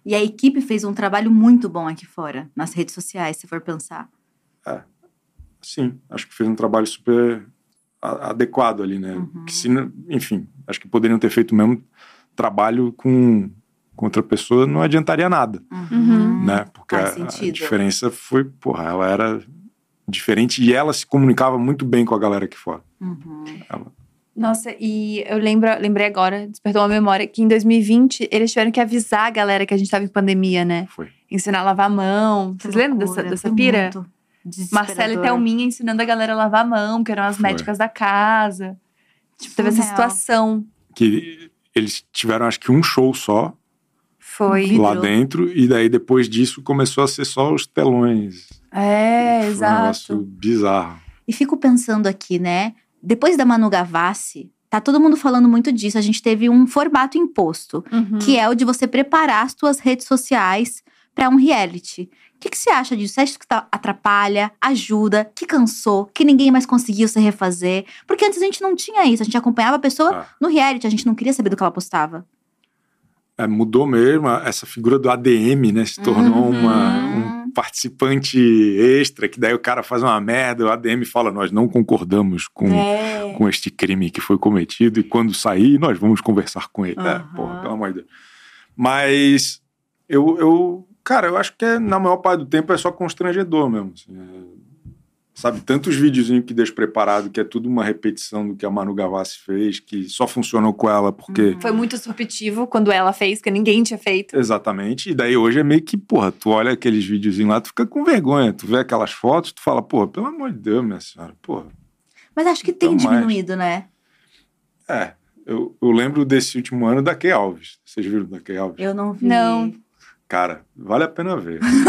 Speaker 2: E a equipe fez um trabalho muito bom aqui fora, nas redes sociais, se for pensar.
Speaker 3: Sim, acho que fez um trabalho super a- adequado ali, né?
Speaker 2: Uhum.
Speaker 3: Que se, não- enfim, acho que poderiam ter feito o mesmo trabalho com, com outra pessoa, não adiantaria nada.
Speaker 1: Uhum.
Speaker 3: né? Porque
Speaker 2: faz
Speaker 3: a- a,
Speaker 2: sentido.
Speaker 3: diferença foi, porra, ela era diferente e ela se comunicava muito bem com a galera aqui fora.
Speaker 2: Uhum.
Speaker 1: Nossa, e eu lembro, lembrei agora, despertou uma memória, que em 2020 eles tiveram que avisar a galera que a gente tava em pandemia, né?
Speaker 3: Foi.
Speaker 1: Ensinar a lavar a mão. Vocês lembram dessa,
Speaker 2: Loucura,
Speaker 1: dessa
Speaker 2: foi
Speaker 1: pira? um
Speaker 2: muito
Speaker 1: Marcela e
Speaker 2: desesperador.
Speaker 1: Thelminha ensinando a galera a lavar a mão, que eram as
Speaker 3: Foi.
Speaker 1: médicas da casa. Tipo, teve essa
Speaker 2: Surreal.
Speaker 1: situação.
Speaker 3: Que eles tiveram, acho que, um show só
Speaker 1: Foi.
Speaker 2: Vidro.
Speaker 3: lá dentro, e daí depois disso começou a ser só os telões.
Speaker 1: É,
Speaker 3: Foi um negócio
Speaker 1: exato.
Speaker 3: bizarro.
Speaker 2: E fico pensando aqui, né? Depois da Manu Gavassi, tá todo mundo falando muito disso. A gente teve um formato imposto,
Speaker 1: Uhum.
Speaker 2: que é o de você preparar as suas redes sociais pra um reality. O que, que você acha disso? Você acha que tá- atrapalha, ajuda, que cansou, que ninguém mais conseguiu se refazer? Porque antes a gente não tinha isso. A gente acompanhava a pessoa
Speaker 3: Ah.
Speaker 2: no reality, a gente não queria saber do que ela postava.
Speaker 3: É, mudou mesmo, a- essa figura do ADM, né? Se tornou
Speaker 1: Uhum.
Speaker 3: uma, um participante extra, que daí o cara faz uma merda, o ADM fala, nós não concordamos com
Speaker 1: É.
Speaker 3: com este crime que foi cometido e quando sair nós vamos conversar com ele. É,
Speaker 2: Aham.
Speaker 3: porra, pelo amor de Deus. Mas eu, eu, cara, eu acho que é, na maior parte do tempo é só constrangedor mesmo. assim, é. sabe, tantos videozinhos que deixo preparado que é tudo uma repetição do que a Manu Gavassi fez, que só funcionou com ela porque...
Speaker 2: Uhum.
Speaker 1: Foi muito disruptivo quando ela fez, que ninguém tinha feito.
Speaker 3: Exatamente, e daí hoje é meio que, porra, tu olha aqueles videozinhos lá, tu fica com vergonha, tu vê aquelas fotos, tu fala, porra, pelo amor de Deus, minha senhora, porra,
Speaker 2: Mas acho que tem
Speaker 3: Então, mas-
Speaker 2: diminuído, né?
Speaker 3: É, eu, eu lembro desse último ano da Key Alves. Vocês viram da Key Alves?
Speaker 2: Eu não vi.
Speaker 1: Não.
Speaker 3: Cara, vale a pena ver. *laughs*
Speaker 1: que
Speaker 2: *laughs*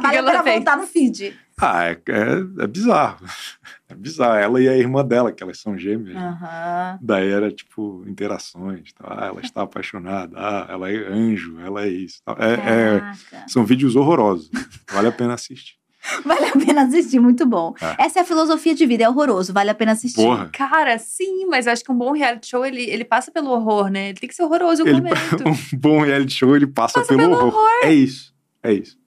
Speaker 2: vale a
Speaker 1: ela
Speaker 2: pena
Speaker 1: fez?
Speaker 2: voltar no feed.
Speaker 3: ah, é, é, é bizarro. *laughs* É bizarro. Ela e a irmã dela, que elas são gêmeas.
Speaker 2: Ah.
Speaker 3: né?
Speaker 2: Aham.
Speaker 3: Daí era tipo interações. tá? Ah, ela está apaixonada. Ah, ela é anjo. Ela é isso. tá? É- é-
Speaker 2: Caraca.
Speaker 3: são vídeos horrorosos. Vale a
Speaker 2: *laughs*
Speaker 3: pena assistir.
Speaker 2: Vale a pena assistir, muito bom.
Speaker 3: É.
Speaker 2: Essa é a filosofia de vida, é horroroso, vale a pena assistir.
Speaker 3: Porra. *laughs*
Speaker 1: Cara, sim, mas eu acho que um bom reality show, ele, ele passa pelo horror, né? Ele tem que ser horroroso em algum
Speaker 3: Ele-
Speaker 1: momento.
Speaker 3: Um bom reality show, ele passa,
Speaker 1: Passa pelo
Speaker 3: horror. É isso. É isso.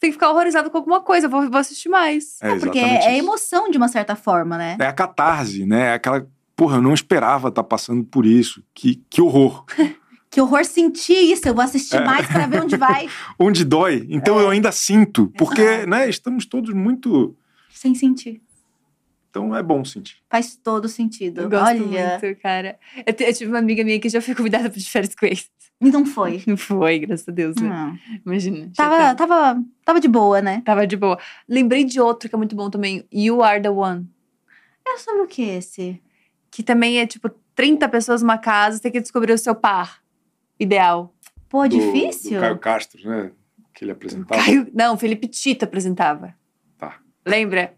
Speaker 1: tem que ficar horrorizado com alguma coisa, vou, vou assistir mais.
Speaker 3: É,
Speaker 2: Porque
Speaker 3: exatamente
Speaker 2: é, é
Speaker 3: isso.
Speaker 2: emoção de uma certa forma, né?
Speaker 3: É a catarse, né? É aquela. Porra, eu não esperava estar passando por isso. Que, que horror.
Speaker 2: Que horror sentir isso. Eu vou assistir
Speaker 3: É.
Speaker 2: mais pra ver onde
Speaker 3: *laughs*
Speaker 2: vai.
Speaker 3: Onde dói, então
Speaker 2: É.
Speaker 3: eu ainda sinto. Porque, né, estamos todos muito.
Speaker 2: Sem sentir.
Speaker 3: Então é bom sentir.
Speaker 2: Faz todo sentido.
Speaker 1: Eu gosto
Speaker 2: Olha.
Speaker 1: muito, cara. Eu, te- eu tive uma amiga minha que já foi convidada pro de férias com ele.
Speaker 2: E não foi.
Speaker 1: Não *laughs* foi, graças a Deus, né?
Speaker 2: Não.
Speaker 1: Imagina.
Speaker 2: Tava,
Speaker 1: chata.
Speaker 2: tava, tava de boa, né?
Speaker 1: Tava de boa. Lembrei de outro que é muito bom também, You Are The One.
Speaker 2: É sobre o que esse?
Speaker 1: Que também é, tipo, 30 pessoas numa casa, você tem que descobrir o seu par ideal.
Speaker 2: Pô,
Speaker 3: Do-
Speaker 2: difícil?
Speaker 3: Do Caio Castro, né? Que ele apresentava.
Speaker 1: Caio... Não, Felipe Tito apresentava.
Speaker 3: Tá.
Speaker 1: Lembra?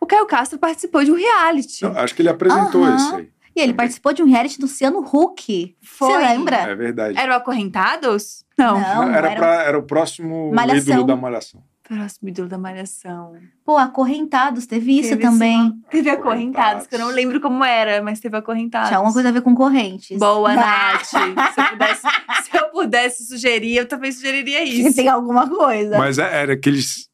Speaker 1: O Caio Castro participou de um reality.
Speaker 3: Não, acho que ele apresentou
Speaker 2: Aham.
Speaker 3: esse aí.
Speaker 2: E ele participou de um reality do Luciano Huck. Você lembra?
Speaker 3: É verdade.
Speaker 1: Eram acorrentados? Não.
Speaker 2: É, Não,
Speaker 3: era,
Speaker 2: era-
Speaker 3: pra- era o próximo
Speaker 2: Malhação.
Speaker 3: ídolo da Malhação.
Speaker 1: Próximo ídolo da Malhação.
Speaker 2: Pô, Acorrentados teve isso
Speaker 1: Teve
Speaker 2: também.
Speaker 1: esse nome. Teve acorrentados,
Speaker 3: Acorrentados.
Speaker 1: que eu não lembro como era, mas teve acorrentados.
Speaker 2: Tinha alguma coisa a ver com correntes. Bah!
Speaker 1: Boa, Nath. Se eu, pudesse, *laughs* se eu pudesse sugerir, eu também sugeriria isso.
Speaker 2: *laughs* Tem alguma coisa.
Speaker 3: Mas é- era aqueles.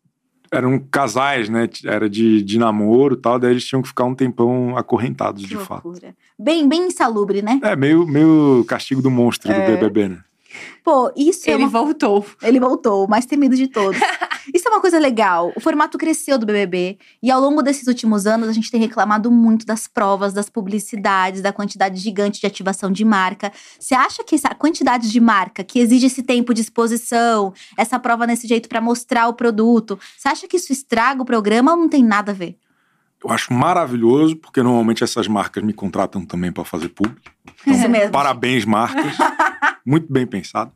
Speaker 3: Eram casais, né? Era de, de namoro e tal, daí eles tinham que ficar um tempão acorrentados,
Speaker 2: que
Speaker 3: de fato.
Speaker 2: loucura. Bem, bem insalubre, né?
Speaker 3: É, meio, meio castigo do monstro
Speaker 2: É.
Speaker 3: do BBB, né?
Speaker 2: Pô, isso é
Speaker 1: Ele
Speaker 2: uma
Speaker 1: voltou.
Speaker 2: Ele voltou, o mais temido de todos. Isso é uma coisa legal. O formato cresceu do BBB e ao longo desses últimos anos a gente tem reclamado muito das provas, das publicidades, da quantidade gigante de ativação de marca. Você acha que essa quantidade de marca que exige esse tempo de exposição, essa prova nesse jeito pra mostrar o produto, você acha que isso estraga o programa ou não tem nada a ver?
Speaker 3: Eu acho maravilhoso, porque normalmente essas marcas me contratam também para fazer público.
Speaker 2: *laughs* Isso mesmo.
Speaker 3: Parabéns, marcas. Muito bem pensado.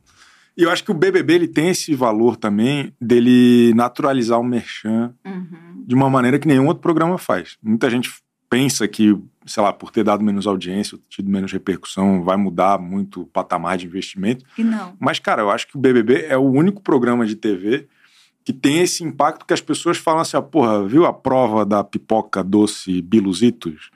Speaker 3: E eu acho que o BBB ele tem esse valor também dele naturalizar o merchan
Speaker 2: Uhum.
Speaker 3: de uma maneira que nenhum outro programa faz. Muita gente pensa que, sei lá, por ter dado menos audiência, tido menos repercussão, vai mudar muito o patamar de investimento.
Speaker 2: E não.
Speaker 3: Mas, cara, eu acho que o BBB é o único programa de TV que tem esse impacto que as pessoas falam assim, ah, porra, viu a prova da pipoca doce Biluzitos?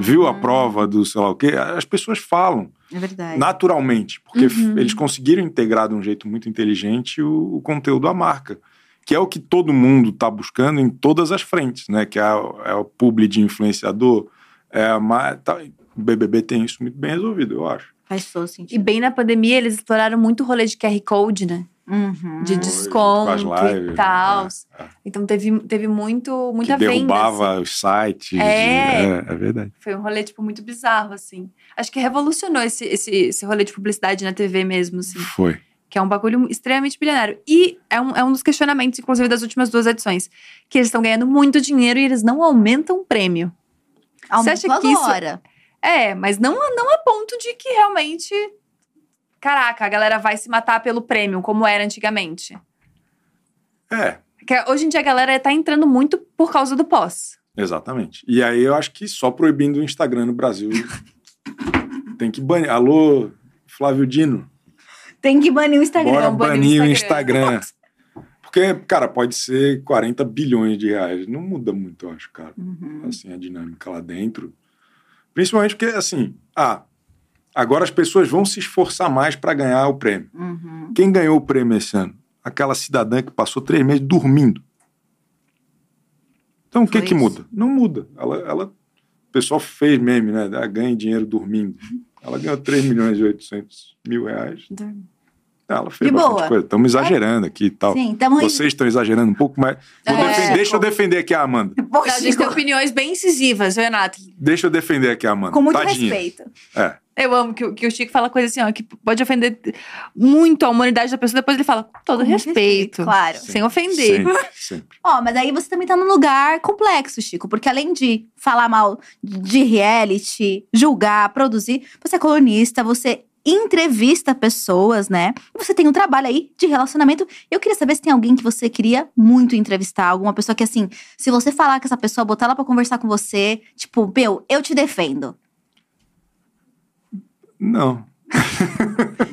Speaker 3: Viu a prova do sei lá o quê? As pessoas falam
Speaker 2: É verdade.
Speaker 3: naturalmente, porque f-
Speaker 1: Uhum.
Speaker 3: eles conseguiram integrar de um jeito muito inteligente o, o conteúdo à marca, que é o que todo mundo está buscando em todas as frentes, né? Que é, a- é o publi de influenciador, é a ma- tá- o BBB tem isso muito bem resolvido, eu acho.
Speaker 2: Faz todo
Speaker 1: E
Speaker 2: sentido.
Speaker 1: bem na pandemia, eles exploraram muito o rolê de QR Code, né?
Speaker 2: Uhum.
Speaker 1: De
Speaker 3: Foi,
Speaker 1: desconto
Speaker 3: junto Hum, com as lives,
Speaker 1: e tal.
Speaker 3: né? É, é.
Speaker 1: Então teve, teve muito, muita
Speaker 3: que
Speaker 1: venda.
Speaker 3: derrubava
Speaker 1: assim.
Speaker 3: os sites.
Speaker 1: É.
Speaker 3: É, é verdade.
Speaker 1: Foi um rolê, tipo, muito bizarro, assim. Acho que revolucionou esse, esse, esse rolê de publicidade na TV mesmo, assim.
Speaker 3: Foi.
Speaker 1: que é um bagulho extremamente bilionário. E é um, é um dos questionamentos, inclusive, das últimas duas edições. Que eles estão ganhando muito dinheiro e eles não aumentam o prêmio.
Speaker 2: Aumentou
Speaker 1: acha que isso-
Speaker 2: agora.
Speaker 1: É, mas não, não a ponto de que realmente. Caraca, a galera vai se matar pelo prêmio, como era antigamente.
Speaker 3: É,
Speaker 1: Que hoje em dia a galera tá entrando muito por causa do pós.
Speaker 3: Exatamente. E aí eu acho que só proibindo o Instagram
Speaker 1: *laughs*
Speaker 3: no Brasil tem que banir. Alô, Flávio Dino,
Speaker 2: Tem que banir o Instagram. um
Speaker 3: bora
Speaker 1: banir o
Speaker 3: banir o
Speaker 1: Instagram.
Speaker 3: Instagram. Porque, cara, pode ser 40 bilhões de reais. Não muda muito, eu acho, cara.
Speaker 2: Uhum.
Speaker 3: Assim, a dinâmica lá dentro. Principalmente porque, assim, ah, agora as pessoas vão se esforçar mais para ganhar o prêmio.
Speaker 2: Uhum.
Speaker 3: Quem ganhou o prêmio esse ano? Aquela cidadã que passou três meses dormindo. Então, o que
Speaker 2: Foi
Speaker 3: que
Speaker 2: isso?
Speaker 3: muda? Não muda. Ela, ela, o pessoal fez meme, né? Ah, ganha dinheiro dormindo. Ela ganhou 3 milhões e 800 mil reais. Ah,
Speaker 1: Dorme.
Speaker 3: Ela fez
Speaker 2: De
Speaker 3: bastante
Speaker 2: boa.
Speaker 3: coisa. Estamos exagerando aqui e tal.
Speaker 2: Sim, tamo aí. *laughs*
Speaker 3: Vocês estão exagerando um pouco, mas... Vou
Speaker 1: É.
Speaker 3: defender- deixa eu defender aqui a Amanda.
Speaker 2: Pô,
Speaker 1: a gente
Speaker 2: Chico,
Speaker 1: tem opiniões bem incisivas, Renato.
Speaker 3: Deixa eu defender aqui a Amanda.
Speaker 2: com muito
Speaker 3: Tadinha.
Speaker 2: respeito.
Speaker 3: É.
Speaker 1: Eu amo que, o- que o Chico fala coisa assim, ó, que pode ofender muito a humanidade da pessoa, depois ele fala, com todo
Speaker 2: Com muito
Speaker 1: respeito.
Speaker 2: Claro.
Speaker 1: Sem ofender.
Speaker 3: Sempre, sempre.
Speaker 2: Ó, mas aí você também tá num lugar complexo, Chico. Porque além de falar mal de reality, julgar, produzir, você é colunista, você entrevista pessoas, né? E você tem um trabalho aí de relacionamento. Eu queria saber se tem alguém que você queria muito entrevistar. Alguma pessoa que, assim, se você falar com essa pessoa, botar ela pra conversar com você, tipo, meu, eu te defendo.
Speaker 3: Não,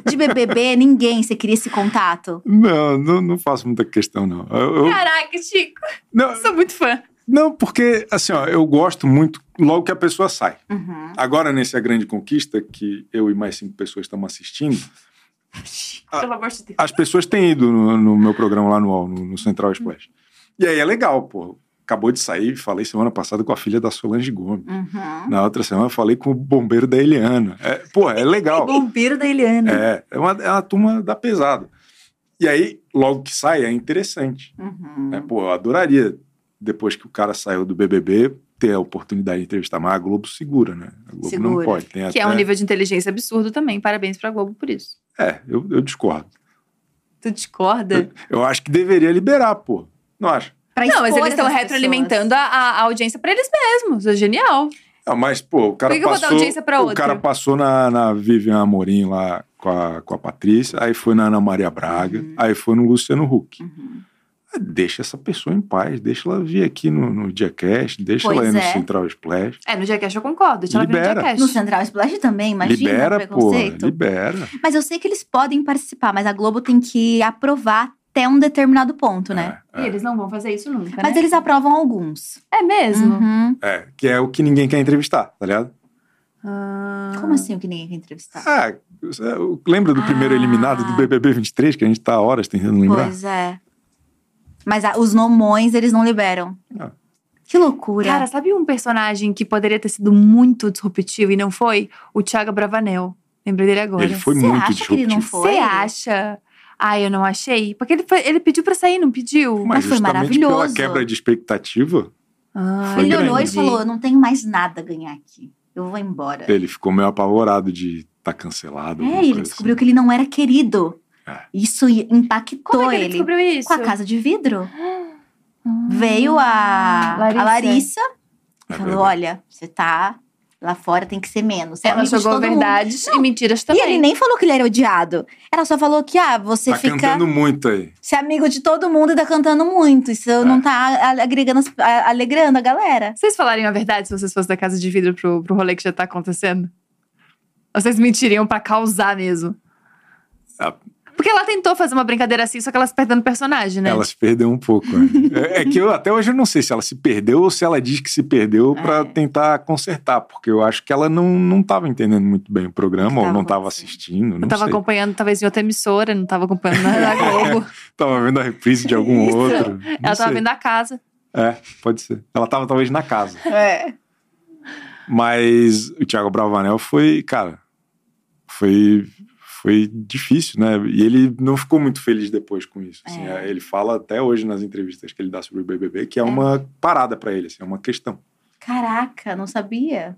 Speaker 2: De BBB, ninguém, você queria esse contato.
Speaker 3: não, não, não faço muita questão, não. Eu- eu-
Speaker 1: Caraca, Chico,
Speaker 3: não,
Speaker 1: eu sou muito fã.
Speaker 3: Não, porque, assim, ó, eu gosto muito logo que a pessoa sai.
Speaker 2: Uhum.
Speaker 3: Agora, nesse A Grande Conquista, que eu e mais cinco pessoas estamos assistindo,
Speaker 1: Pelo amor de Deus.
Speaker 3: As pessoas têm ido no, no meu programa lá no UOL, no, no Central Splash. E aí é legal, pô. Acabou de sair, falei semana passada com a filha da Solange Gomes.
Speaker 2: Uhum.
Speaker 3: Na outra semana eu falei com o bombeiro da Eliana. É, pô, é
Speaker 2: *laughs*
Speaker 3: legal.
Speaker 1: Bombeiro da Eliana.
Speaker 3: É, é uma, é uma turma da pesada. E aí, logo que sai, é interessante.
Speaker 2: Uhum.
Speaker 3: né? Pô, eu adoraria, depois que o cara saiu do BBB, ter a oportunidade de entrevistar, mas a Globo segura, né? A Globo não
Speaker 2: Segura.
Speaker 3: pode. Tem
Speaker 1: Que
Speaker 3: até...
Speaker 1: é um nível de inteligência absurdo também. Parabéns pra Globo por isso.
Speaker 3: É, eu, eu discordo.
Speaker 1: Tu discorda?
Speaker 3: Eu acho que deveria liberar, pô. Não acho.
Speaker 2: Pra
Speaker 1: não, mas
Speaker 2: expor
Speaker 1: eles estão
Speaker 2: essas
Speaker 1: retroalimentando a, a audiência pra eles mesmos. É genial.
Speaker 3: Ah, mas, pô, o cara
Speaker 1: Por que que eu vou dar
Speaker 3: passou.
Speaker 1: audiência pra
Speaker 3: o
Speaker 1: outro?
Speaker 3: cara passou na, na Vivian Amorim lá com a, com a Patrícia, aí foi na Ana Maria Braga,
Speaker 2: Uhum.
Speaker 3: aí foi no Luciano Huck.
Speaker 2: pessoas. Uhum.
Speaker 3: Ah, Deixa essa pessoa em paz, deixa ela vir aqui no, no Diacast, deixa ela
Speaker 2: Pois
Speaker 3: ir
Speaker 2: é.
Speaker 3: no Central Splash.
Speaker 1: É, no Jackass eu concordo. Deixa ela vir no
Speaker 3: Libera.
Speaker 1: Jackass.
Speaker 2: No Central Splash também, imagina o
Speaker 3: libera, pô,
Speaker 2: preconceito.
Speaker 3: libera.
Speaker 2: Mas eu sei que eles podem participar, mas a Globo tem que aprovar até um determinado ponto, né?
Speaker 3: É,
Speaker 1: E
Speaker 3: é.
Speaker 1: eles não vão fazer isso nunca,
Speaker 2: Mas
Speaker 1: né?
Speaker 2: eles aprovam alguns.
Speaker 1: É mesmo?
Speaker 2: Uhum.
Speaker 3: É, que é o que ninguém quer entrevistar, tá ligado?
Speaker 1: Ah.
Speaker 2: Como assim o que ninguém quer entrevistar?
Speaker 3: Ah, você- lembra do primeiro
Speaker 2: Ah.
Speaker 3: eliminado do BBB 23, que a gente tá há horas tentando lembrar?
Speaker 2: Pois é. Mas ah, os nomões eles não liberam.
Speaker 3: Ah.
Speaker 2: Que loucura.
Speaker 1: Cara, sabe um personagem que poderia ter sido muito disruptivo e não foi? O Thiago Bravanel. Lembrei dele agora.
Speaker 3: Ele foi
Speaker 2: Você
Speaker 3: muito
Speaker 2: acha que ele não
Speaker 3: disruptivo.
Speaker 2: foi?
Speaker 1: Você acha? Ah, eu não achei. Porque ele, foi- ele pediu pra sair, não pediu?
Speaker 2: Mas foi
Speaker 3: justamente
Speaker 2: maravilhoso.
Speaker 3: Pela quebra de expectativa,
Speaker 1: Ah,
Speaker 3: Foi
Speaker 2: ele
Speaker 3: grande.
Speaker 2: olhou e
Speaker 1: entendi.
Speaker 2: falou: Eu não tenho mais nada a ganhar aqui. Eu vou embora.
Speaker 3: ele ficou meio apavorado de estar tá cancelado. alguma
Speaker 2: É, ele
Speaker 3: coisa
Speaker 2: descobriu
Speaker 3: assim.
Speaker 2: que ele não era querido.
Speaker 3: É.
Speaker 2: Isso i- impactou
Speaker 1: Como é que ele descobriu isso?
Speaker 2: Com a casa de vidro.
Speaker 1: Ah.
Speaker 2: Veio a Larissa,
Speaker 1: Larissa.
Speaker 2: a Larissa
Speaker 3: É
Speaker 2: falou:
Speaker 3: verdade.
Speaker 2: Olha, você tá lá fora, tem que ser menos.
Speaker 1: Ela
Speaker 2: amigo de
Speaker 1: jogou
Speaker 2: todo mundo."
Speaker 1: verdades e mentiras
Speaker 2: E
Speaker 1: também.
Speaker 2: ele nem falou que ele era odiado. Ela só falou que, ah, você
Speaker 3: Tá
Speaker 2: fica.
Speaker 3: cantando muito aí.
Speaker 2: Você é amigo de todo mundo e tá cantando muito. Isso
Speaker 3: É.
Speaker 2: não tá a- agregando, as- a- alegrando a galera.
Speaker 1: Vocês falariam a verdade se vocês fossem da casa de vidro pro, pro rolê que já tá acontecendo? Ou Vocês mentiriam pra causar mesmo?
Speaker 3: Ah.
Speaker 1: Porque ela tentou fazer uma brincadeira assim, só que ela se perdendo personagem, né?
Speaker 3: Ela se perdeu um
Speaker 2: *laughs*
Speaker 3: pouco. né? é, é que eu até hoje eu não sei se ela se perdeu ou se ela diz que se perdeu pra
Speaker 2: É.
Speaker 3: tentar consertar, porque eu acho que ela não, não tava entendendo muito bem o
Speaker 2: O que
Speaker 3: programa ou
Speaker 2: tava
Speaker 3: não tava
Speaker 2: acontecendo.
Speaker 3: assistindo. Não
Speaker 1: Eu tava
Speaker 3: sei.
Speaker 1: acompanhando, talvez, em outra emissora, não tava acompanhando na na Globo.
Speaker 3: Tava vendo a reprise
Speaker 2: *laughs*
Speaker 3: de algum
Speaker 1: Isso.
Speaker 3: outro. Não
Speaker 1: Ela tava
Speaker 3: sei.
Speaker 1: vendo a casa.
Speaker 3: É, pode ser. Ela tava talvez na casa.
Speaker 2: É.
Speaker 3: Mas o Thiago Bravanel foi, cara, foi foi difícil, né? E ele não ficou muito feliz depois com isso. assim.
Speaker 2: É.
Speaker 3: Ele fala até hoje nas entrevistas que ele dá sobre o BBB que é,
Speaker 2: É.
Speaker 3: uma parada pra ele, assim, é uma questão.
Speaker 2: Caraca, não sabia.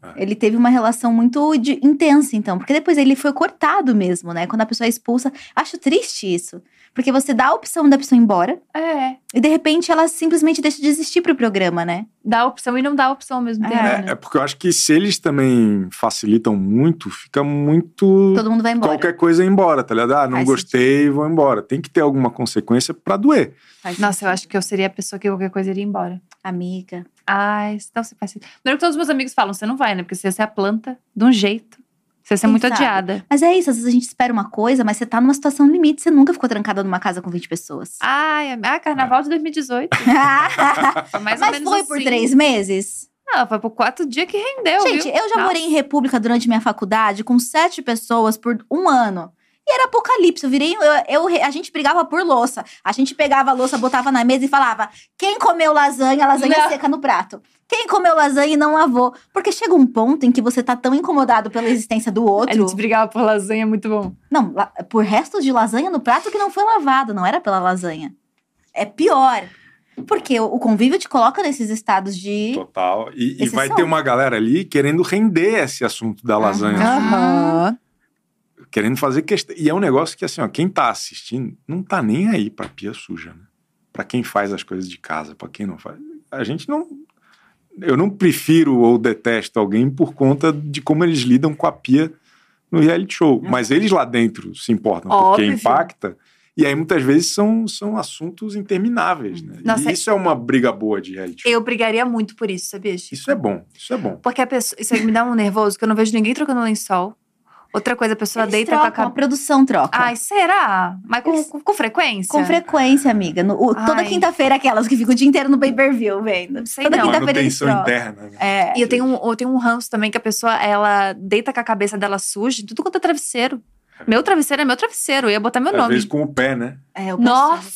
Speaker 3: É.
Speaker 2: Ele teve uma relação muito de- intensa, então. Porque depois ele foi cortado mesmo, né? Quando a pessoa é expulsa. Acho triste isso. Porque você dá a opção da pessoa ir embora
Speaker 1: É.
Speaker 2: e de repente ela simplesmente deixa de existir pro programa, né?
Speaker 1: Dá a opção e não dá a opção ao mesmo
Speaker 2: É.
Speaker 1: tempo.
Speaker 3: É,
Speaker 1: né?
Speaker 3: é porque eu acho que se eles também facilitam muito, fica muito
Speaker 2: Todo mundo vai embora.
Speaker 3: qualquer coisa ir embora, tá ligado? Ah, não
Speaker 2: Faz
Speaker 3: gostei, vou embora. Tem que ter alguma consequência pra doer.
Speaker 2: Faz
Speaker 1: Nossa, eu
Speaker 2: sentido.
Speaker 1: acho que eu seria a pessoa que qualquer coisa iria embora.
Speaker 2: Amiga.
Speaker 1: Ai, então você faz sentido. Primeiro que todos os meus amigos falam, você não vai, né? Porque você ia ser a planta de um jeito. Você ia ser
Speaker 2: Quem
Speaker 1: muito
Speaker 2: sabe?
Speaker 1: odiada.
Speaker 2: Mas é isso, às vezes a gente espera uma coisa, mas você tá numa situação limite. Você nunca ficou trancada numa casa com 20
Speaker 3: *laughs*
Speaker 2: pessoas. *laughs*
Speaker 1: Ai, am- ah, carnaval de 2018. Foi mais ou
Speaker 2: Mas
Speaker 1: menos
Speaker 2: foi
Speaker 1: assim.
Speaker 2: por três meses?
Speaker 1: Não, foi por quatro dias que rendeu,
Speaker 2: Gente,
Speaker 1: viu?
Speaker 2: eu já
Speaker 1: Nossa.
Speaker 2: morei em República durante minha faculdade com sete pessoas por um ano. E era apocalipse. Eu virei. Eu, eu- a gente brigava por louça. A gente pegava a louça, botava na mesa e falava: quem comeu lasanha, lasanha
Speaker 1: Não.
Speaker 2: seca no prato. Quem comeu lasanha e não lavou. Porque chega um ponto em que você tá tão incomodado pela existência do
Speaker 1: A
Speaker 2: outro.
Speaker 1: gente brigava por lasanha, é muito bom.
Speaker 2: Não, la- por restos de lasanha no prato que não foi lavado, não era pela lasanha. É pior. Porque o o convívio te coloca nesses estados de.
Speaker 3: Total. E, e vai
Speaker 2: Exceção.
Speaker 3: ter uma galera ali querendo render esse assunto
Speaker 2: É.
Speaker 3: da lasanha. né?
Speaker 2: Aham.
Speaker 3: Querendo fazer questão. E é um negócio que, assim, ó, quem tá assistindo não tá nem aí pra pia suja, né? Pra quem faz as coisas de casa, pra quem não faz. A gente não. Eu não prefiro ou detesto alguém por conta de como eles lidam com a pia no reality show. Mas eles lá dentro se importam, porque
Speaker 1: Óbvio.
Speaker 3: impacta. E aí, muitas vezes, são, são assuntos intermináveis, né?
Speaker 1: Nossa,
Speaker 3: e isso é uma briga boa de reality show.
Speaker 1: Eu brigaria muito por isso, sabia, Chico?
Speaker 3: Isso é bom, isso é bom.
Speaker 1: Porque a pessoa. Isso aí me dá um nervoso, que eu não vejo ninguém trocando lençol. Outra coisa, a pessoa
Speaker 2: Eles
Speaker 1: deita
Speaker 2: trocam,
Speaker 1: com a
Speaker 2: a
Speaker 1: cabeça.
Speaker 2: produção troca.
Speaker 1: Ai, será? Mas com,
Speaker 2: Eles-
Speaker 1: com, com frequência?
Speaker 2: Com frequência, amiga. No- o- toda
Speaker 1: Ai.
Speaker 2: quinta-feira, é aquelas que ficam o dia inteiro no pay-per-view vendo.
Speaker 1: Sei
Speaker 2: toda
Speaker 1: não.
Speaker 2: quinta-feira eles
Speaker 3: Manutenção
Speaker 2: trocam.
Speaker 3: interna, né?
Speaker 2: É.
Speaker 1: E eu tenho, um, eu tenho um ranço também que a pessoa, ela deita com a cabeça dela suja, em tudo quanto é travesseiro. Meu travesseiro é meu travesseiro, eu ia botar meu
Speaker 3: Às
Speaker 1: nome.
Speaker 3: vezes com o
Speaker 1: *laughs*
Speaker 3: pé, né?
Speaker 2: É, eu
Speaker 1: Nossa!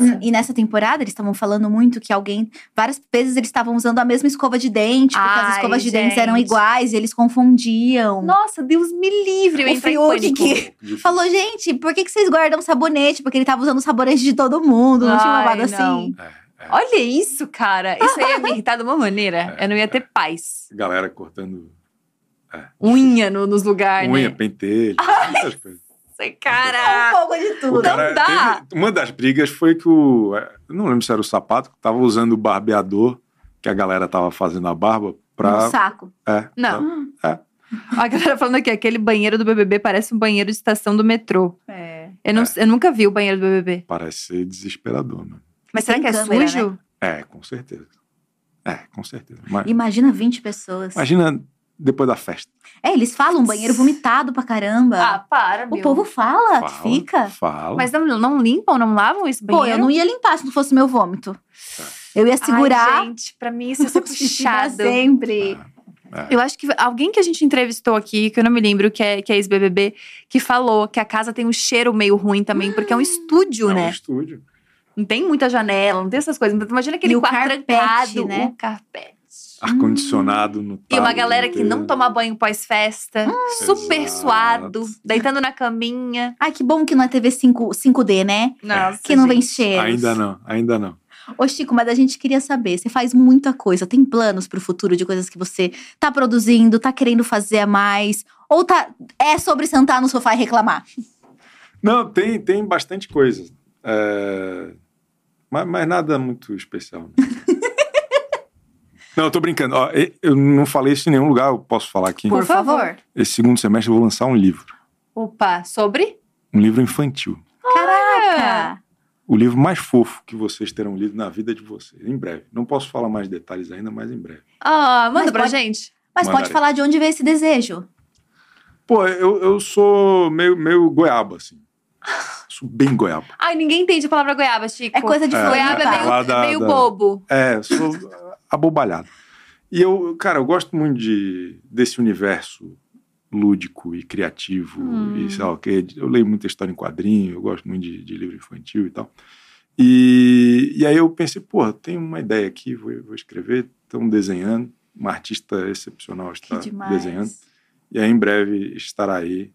Speaker 2: Não, e nessa temporada eles estavam falando muito que alguém. Várias vezes eles estavam usando a mesma escova de dente, porque as
Speaker 1: Ai,
Speaker 2: escovas de dentes eram
Speaker 1: gente.
Speaker 2: iguais e eles confundiam.
Speaker 1: Nossa, Deus me livre, eu
Speaker 2: O
Speaker 1: entrei em
Speaker 2: Fiuk
Speaker 1: pânico.
Speaker 2: que- Falou, gente, por que, que vocês guardam sabonete? Porque ele tava usando sabonete de todo mundo, não tinha uma
Speaker 1: Ai,
Speaker 2: babada
Speaker 1: não.
Speaker 2: assim.
Speaker 1: Olha isso, cara. Isso aí ia me irritar de uma
Speaker 3: *laughs*
Speaker 1: maneira.
Speaker 3: É,
Speaker 1: Eu não ia ter paz.
Speaker 3: Galera cortando é,
Speaker 1: Unha no- nos lugares, né?
Speaker 3: unha pentelho, essas coisas.
Speaker 1: Sei,
Speaker 2: Um
Speaker 1: Cara.
Speaker 2: pouco de tudo. É um
Speaker 3: O cara
Speaker 1: Não dá.
Speaker 3: teve- uma das brigas foi que o. é, eu Não lembro se era o sapato, que tava usando o barbeador que a galera tava fazendo a barba pra.
Speaker 2: Um saco.
Speaker 3: é,
Speaker 1: Não.
Speaker 3: É.
Speaker 1: A galera falando aqui, aquele banheiro do BBB parece um banheiro de estação do metrô.
Speaker 2: É.
Speaker 1: Eu, não- eu nunca vi o banheiro do BBB.
Speaker 3: Parece ser desesperador, né?
Speaker 1: Mas será
Speaker 2: Sem
Speaker 1: que é
Speaker 2: câmera,
Speaker 1: sujo?
Speaker 3: É, com certeza. É, com certeza. Mas,
Speaker 2: Imagina 20 pessoas.
Speaker 3: imagina depois da festa.
Speaker 2: É, eles falam banheiro vomitado pra caramba.
Speaker 1: Ah, para,
Speaker 2: Ah, o povo fala, fica.
Speaker 3: Fala.
Speaker 1: Ah, Mas não, não limpam, não lavam esse
Speaker 2: Pô,
Speaker 1: banheiro?
Speaker 2: eu não ia limpar se não fosse meu vômito.
Speaker 3: É.
Speaker 2: Eu ia
Speaker 1: Ai,
Speaker 2: segurar.
Speaker 1: gente, pra mim isso
Speaker 2: *laughs*
Speaker 1: ia ser
Speaker 2: pra
Speaker 1: puxado.
Speaker 2: sempre.
Speaker 3: É.
Speaker 1: Eu acho que alguém que a gente entrevistou aqui, que eu não me lembro, que é, que é ex-BBB, que falou que a casa tem um cheiro meio ruim também, porque é
Speaker 2: Ah.
Speaker 1: um estúdio,
Speaker 3: É um
Speaker 1: né?
Speaker 3: estúdio.
Speaker 1: Não tem muita janela, não tem essas coisas. Então, imagina aquele
Speaker 2: E o
Speaker 1: quarto
Speaker 2: carpete,
Speaker 1: trancado,
Speaker 2: né?
Speaker 1: o carpete.
Speaker 3: Ar-condicionado no
Speaker 1: Hum. E uma
Speaker 3: talo
Speaker 1: galera que não
Speaker 3: inteiro.
Speaker 1: toma banho pós-festa, super
Speaker 3: Exato.
Speaker 1: suado, deitando na caminha.
Speaker 2: Ai, que bom que não é TV 5, 5D, né?
Speaker 1: Nossa,
Speaker 2: Que não vem
Speaker 1: gente.
Speaker 2: cheiro.
Speaker 3: Ainda não, ainda não.
Speaker 2: Ô, Chico, mas a gente queria saber. Você faz muita coisa. Tem planos pro futuro de coisas que você tá produzindo, tá querendo fazer a mais? Ou tá. É sobre sentar no sofá e reclamar?
Speaker 3: Não, tem, tem bastante coisa. É, Mas, mas nada muito especial. né? não, eu tô brincando. Ó, e- eu não falei isso em nenhum lugar, eu posso falar aqui.
Speaker 1: Por favor.
Speaker 3: Esse segundo semestre eu vou lançar um livro.
Speaker 1: Opa, sobre? Ah,
Speaker 3: Um livro infantil.
Speaker 2: Caraca!
Speaker 3: O livro mais fofo que vocês terão lido na vida é de vocês. Em breve. Não posso falar mais detalhes ainda, mas em breve.
Speaker 1: Ah, manda
Speaker 2: Mas
Speaker 1: pra
Speaker 2: pode-
Speaker 1: gente.
Speaker 2: Mas pode
Speaker 3: Mandarei.
Speaker 2: falar de onde veio esse desejo.
Speaker 3: Pô, eu, eu sou meio, meio goiaba, assim. Sou bem goiaba.
Speaker 1: Ai, ninguém entende a palavra goiaba, Chico.
Speaker 2: É coisa de
Speaker 3: É,
Speaker 1: Goiaba é
Speaker 3: tá.
Speaker 1: meio,
Speaker 2: Floripa.
Speaker 3: Lá da-
Speaker 1: meio
Speaker 3: da-
Speaker 1: bobo.
Speaker 3: É, sou abobalhado. E eu, cara, eu gosto muito de, desse universo lúdico e criativo
Speaker 1: Hum.
Speaker 3: e sei lá o quê. Eu leio muita história em quadrinho, eu gosto muito de, de livro infantil e tal. E, e aí eu pensei, porra, tem uma ideia aqui, vou, vou escrever, estão desenhando, uma artista excepcional
Speaker 2: Que
Speaker 3: está
Speaker 2: demais.
Speaker 3: tá desenhando. E aí em breve estará aí.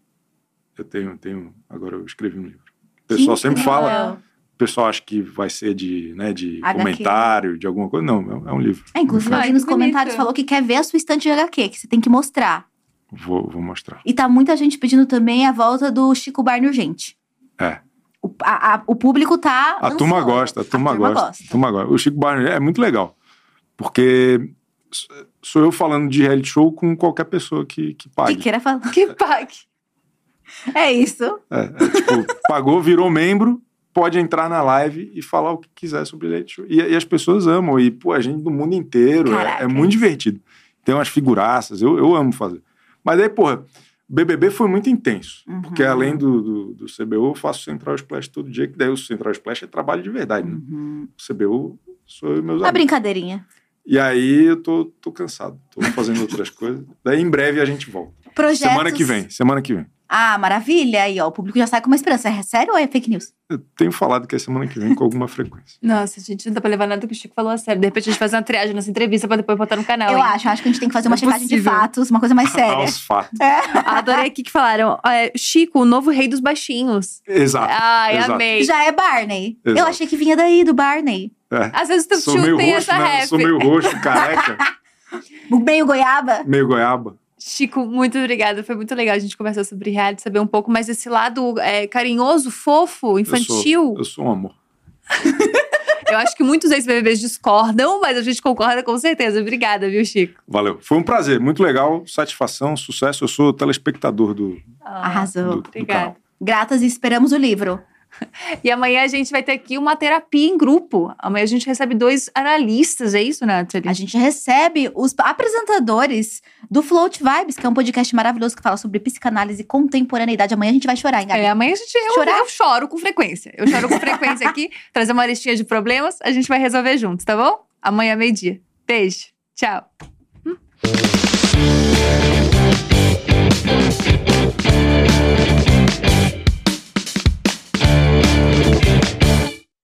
Speaker 3: Eu tenho, tenho, agora eu escrevi um livro. O pessoal sempre
Speaker 2: incrível.
Speaker 3: fala, o pessoal acha que vai ser de, né, de
Speaker 2: HQ.
Speaker 3: comentário, de alguma coisa. Não, é um- é um livro.
Speaker 2: É, inclusive,
Speaker 1: Ai,
Speaker 2: alguém
Speaker 1: que
Speaker 2: nos comentários
Speaker 1: bonito.
Speaker 2: falou que quer ver a sua estante de HQ, que você tem que mostrar.
Speaker 3: Vou, vou mostrar.
Speaker 2: E tá muita gente pedindo também a volta do Chico Barney Urgente.
Speaker 3: É.
Speaker 2: O, a- a- o público tá.
Speaker 3: A turma
Speaker 2: ansioso.
Speaker 3: gosta, a turma, gosta, A
Speaker 2: gosta.
Speaker 3: turma gosta. O Chico Barney é muito legal. Porque s- sou eu falando de reality show com qualquer pessoa que, que pague.
Speaker 2: *laughs* Que queira falar. *laughs*
Speaker 1: Que pague.
Speaker 2: É isso.
Speaker 3: É, é tipo, pagou, virou membro, pode entrar na live e falar o que quiser sobre reality show. E, e as pessoas amam. E, pô, a gente do mundo inteiro. É,
Speaker 2: Caraca.
Speaker 3: é muito divertido. Tem umas figuraças, eu, eu amo fazer. Mas aí, porra, BBB foi muito intenso.
Speaker 2: Uhum.
Speaker 3: Porque além do, do, do CBU, eu faço Central Splash todo dia, que daí o Central Splash é trabalho de verdade, né?
Speaker 2: Uhum. Tá
Speaker 3: O CBU sou eu e meus
Speaker 2: Uma
Speaker 3: amigos.
Speaker 2: brincadeirinha.
Speaker 3: E aí eu tô, tô cansado, tô fazendo
Speaker 2: *laughs*
Speaker 3: outras coisas. Daí em breve a gente volta.
Speaker 2: Projetos.
Speaker 3: Semana que vem, semana que vem.
Speaker 2: Ah, maravilha. Aí, ó, o público já sai com uma esperança. É sério ou é fake news?
Speaker 3: Eu tenho falado que é semana que vem com alguma frequência.
Speaker 1: Nossa, gente, não dá pra levar nada que o Chico falou a sério. De repente a gente faz uma triagem nessa entrevista pra depois botar no canal.
Speaker 2: eu
Speaker 1: hein?
Speaker 2: acho. Acho que a gente tem que fazer uma
Speaker 1: É
Speaker 2: checagem de
Speaker 1: possível.
Speaker 2: fatos, uma coisa
Speaker 3: *laughs*
Speaker 2: mais séria. É.
Speaker 3: Aos fatos.
Speaker 1: *laughs* Adorei aqui que falaram. é, Chico, o novo rei dos baixinhos.
Speaker 3: Exato.
Speaker 1: Ai,
Speaker 3: Ah, exato.
Speaker 1: amei.
Speaker 2: Já é Barney. Eu
Speaker 3: Exato.
Speaker 2: achei que vinha daí, do Barney.
Speaker 3: É.
Speaker 1: Às vezes o teu
Speaker 3: Sou meio
Speaker 1: tio tem
Speaker 3: roxo,
Speaker 1: essa
Speaker 3: né?
Speaker 1: rap.
Speaker 3: Sou meio roxo, careca,
Speaker 2: Meio goiaba.
Speaker 3: meio goiaba.
Speaker 1: Chico, muito obrigada. Foi muito legal a gente conversar sobre reality, saber um pouco mais desse lado é, carinhoso, fofo, infantil. Eu,
Speaker 3: Eu sou um amor.
Speaker 1: acho que muitos ex-BBBs discordam, mas a gente concorda com certeza. Obrigada, viu, Chico?
Speaker 3: Valeu. Foi um prazer, muito legal, satisfação, sucesso. Eu sou telespectador do,
Speaker 2: Arrasou.
Speaker 3: do, do canal.
Speaker 2: Gratas e esperamos o livro.
Speaker 1: E amanhã a gente vai ter aqui uma terapia em grupo. Amanhã a gente recebe dois analistas, é isso, Nathalie?
Speaker 2: A gente recebe os apresentadores do Float Vibes, que é um podcast maravilhoso que fala sobre psicanálise e contemporaneidade. Amanhã a gente vai chorar, hein, Gabi?
Speaker 1: É, amanhã a gente eu,
Speaker 2: Chorar?
Speaker 1: eu choro com frequência. Eu choro com
Speaker 2: *laughs*
Speaker 1: frequência aqui, trazer uma listinha de problemas, a gente vai resolver juntos, tá bom? Amanhã meio-dia. Beijo. Tchau.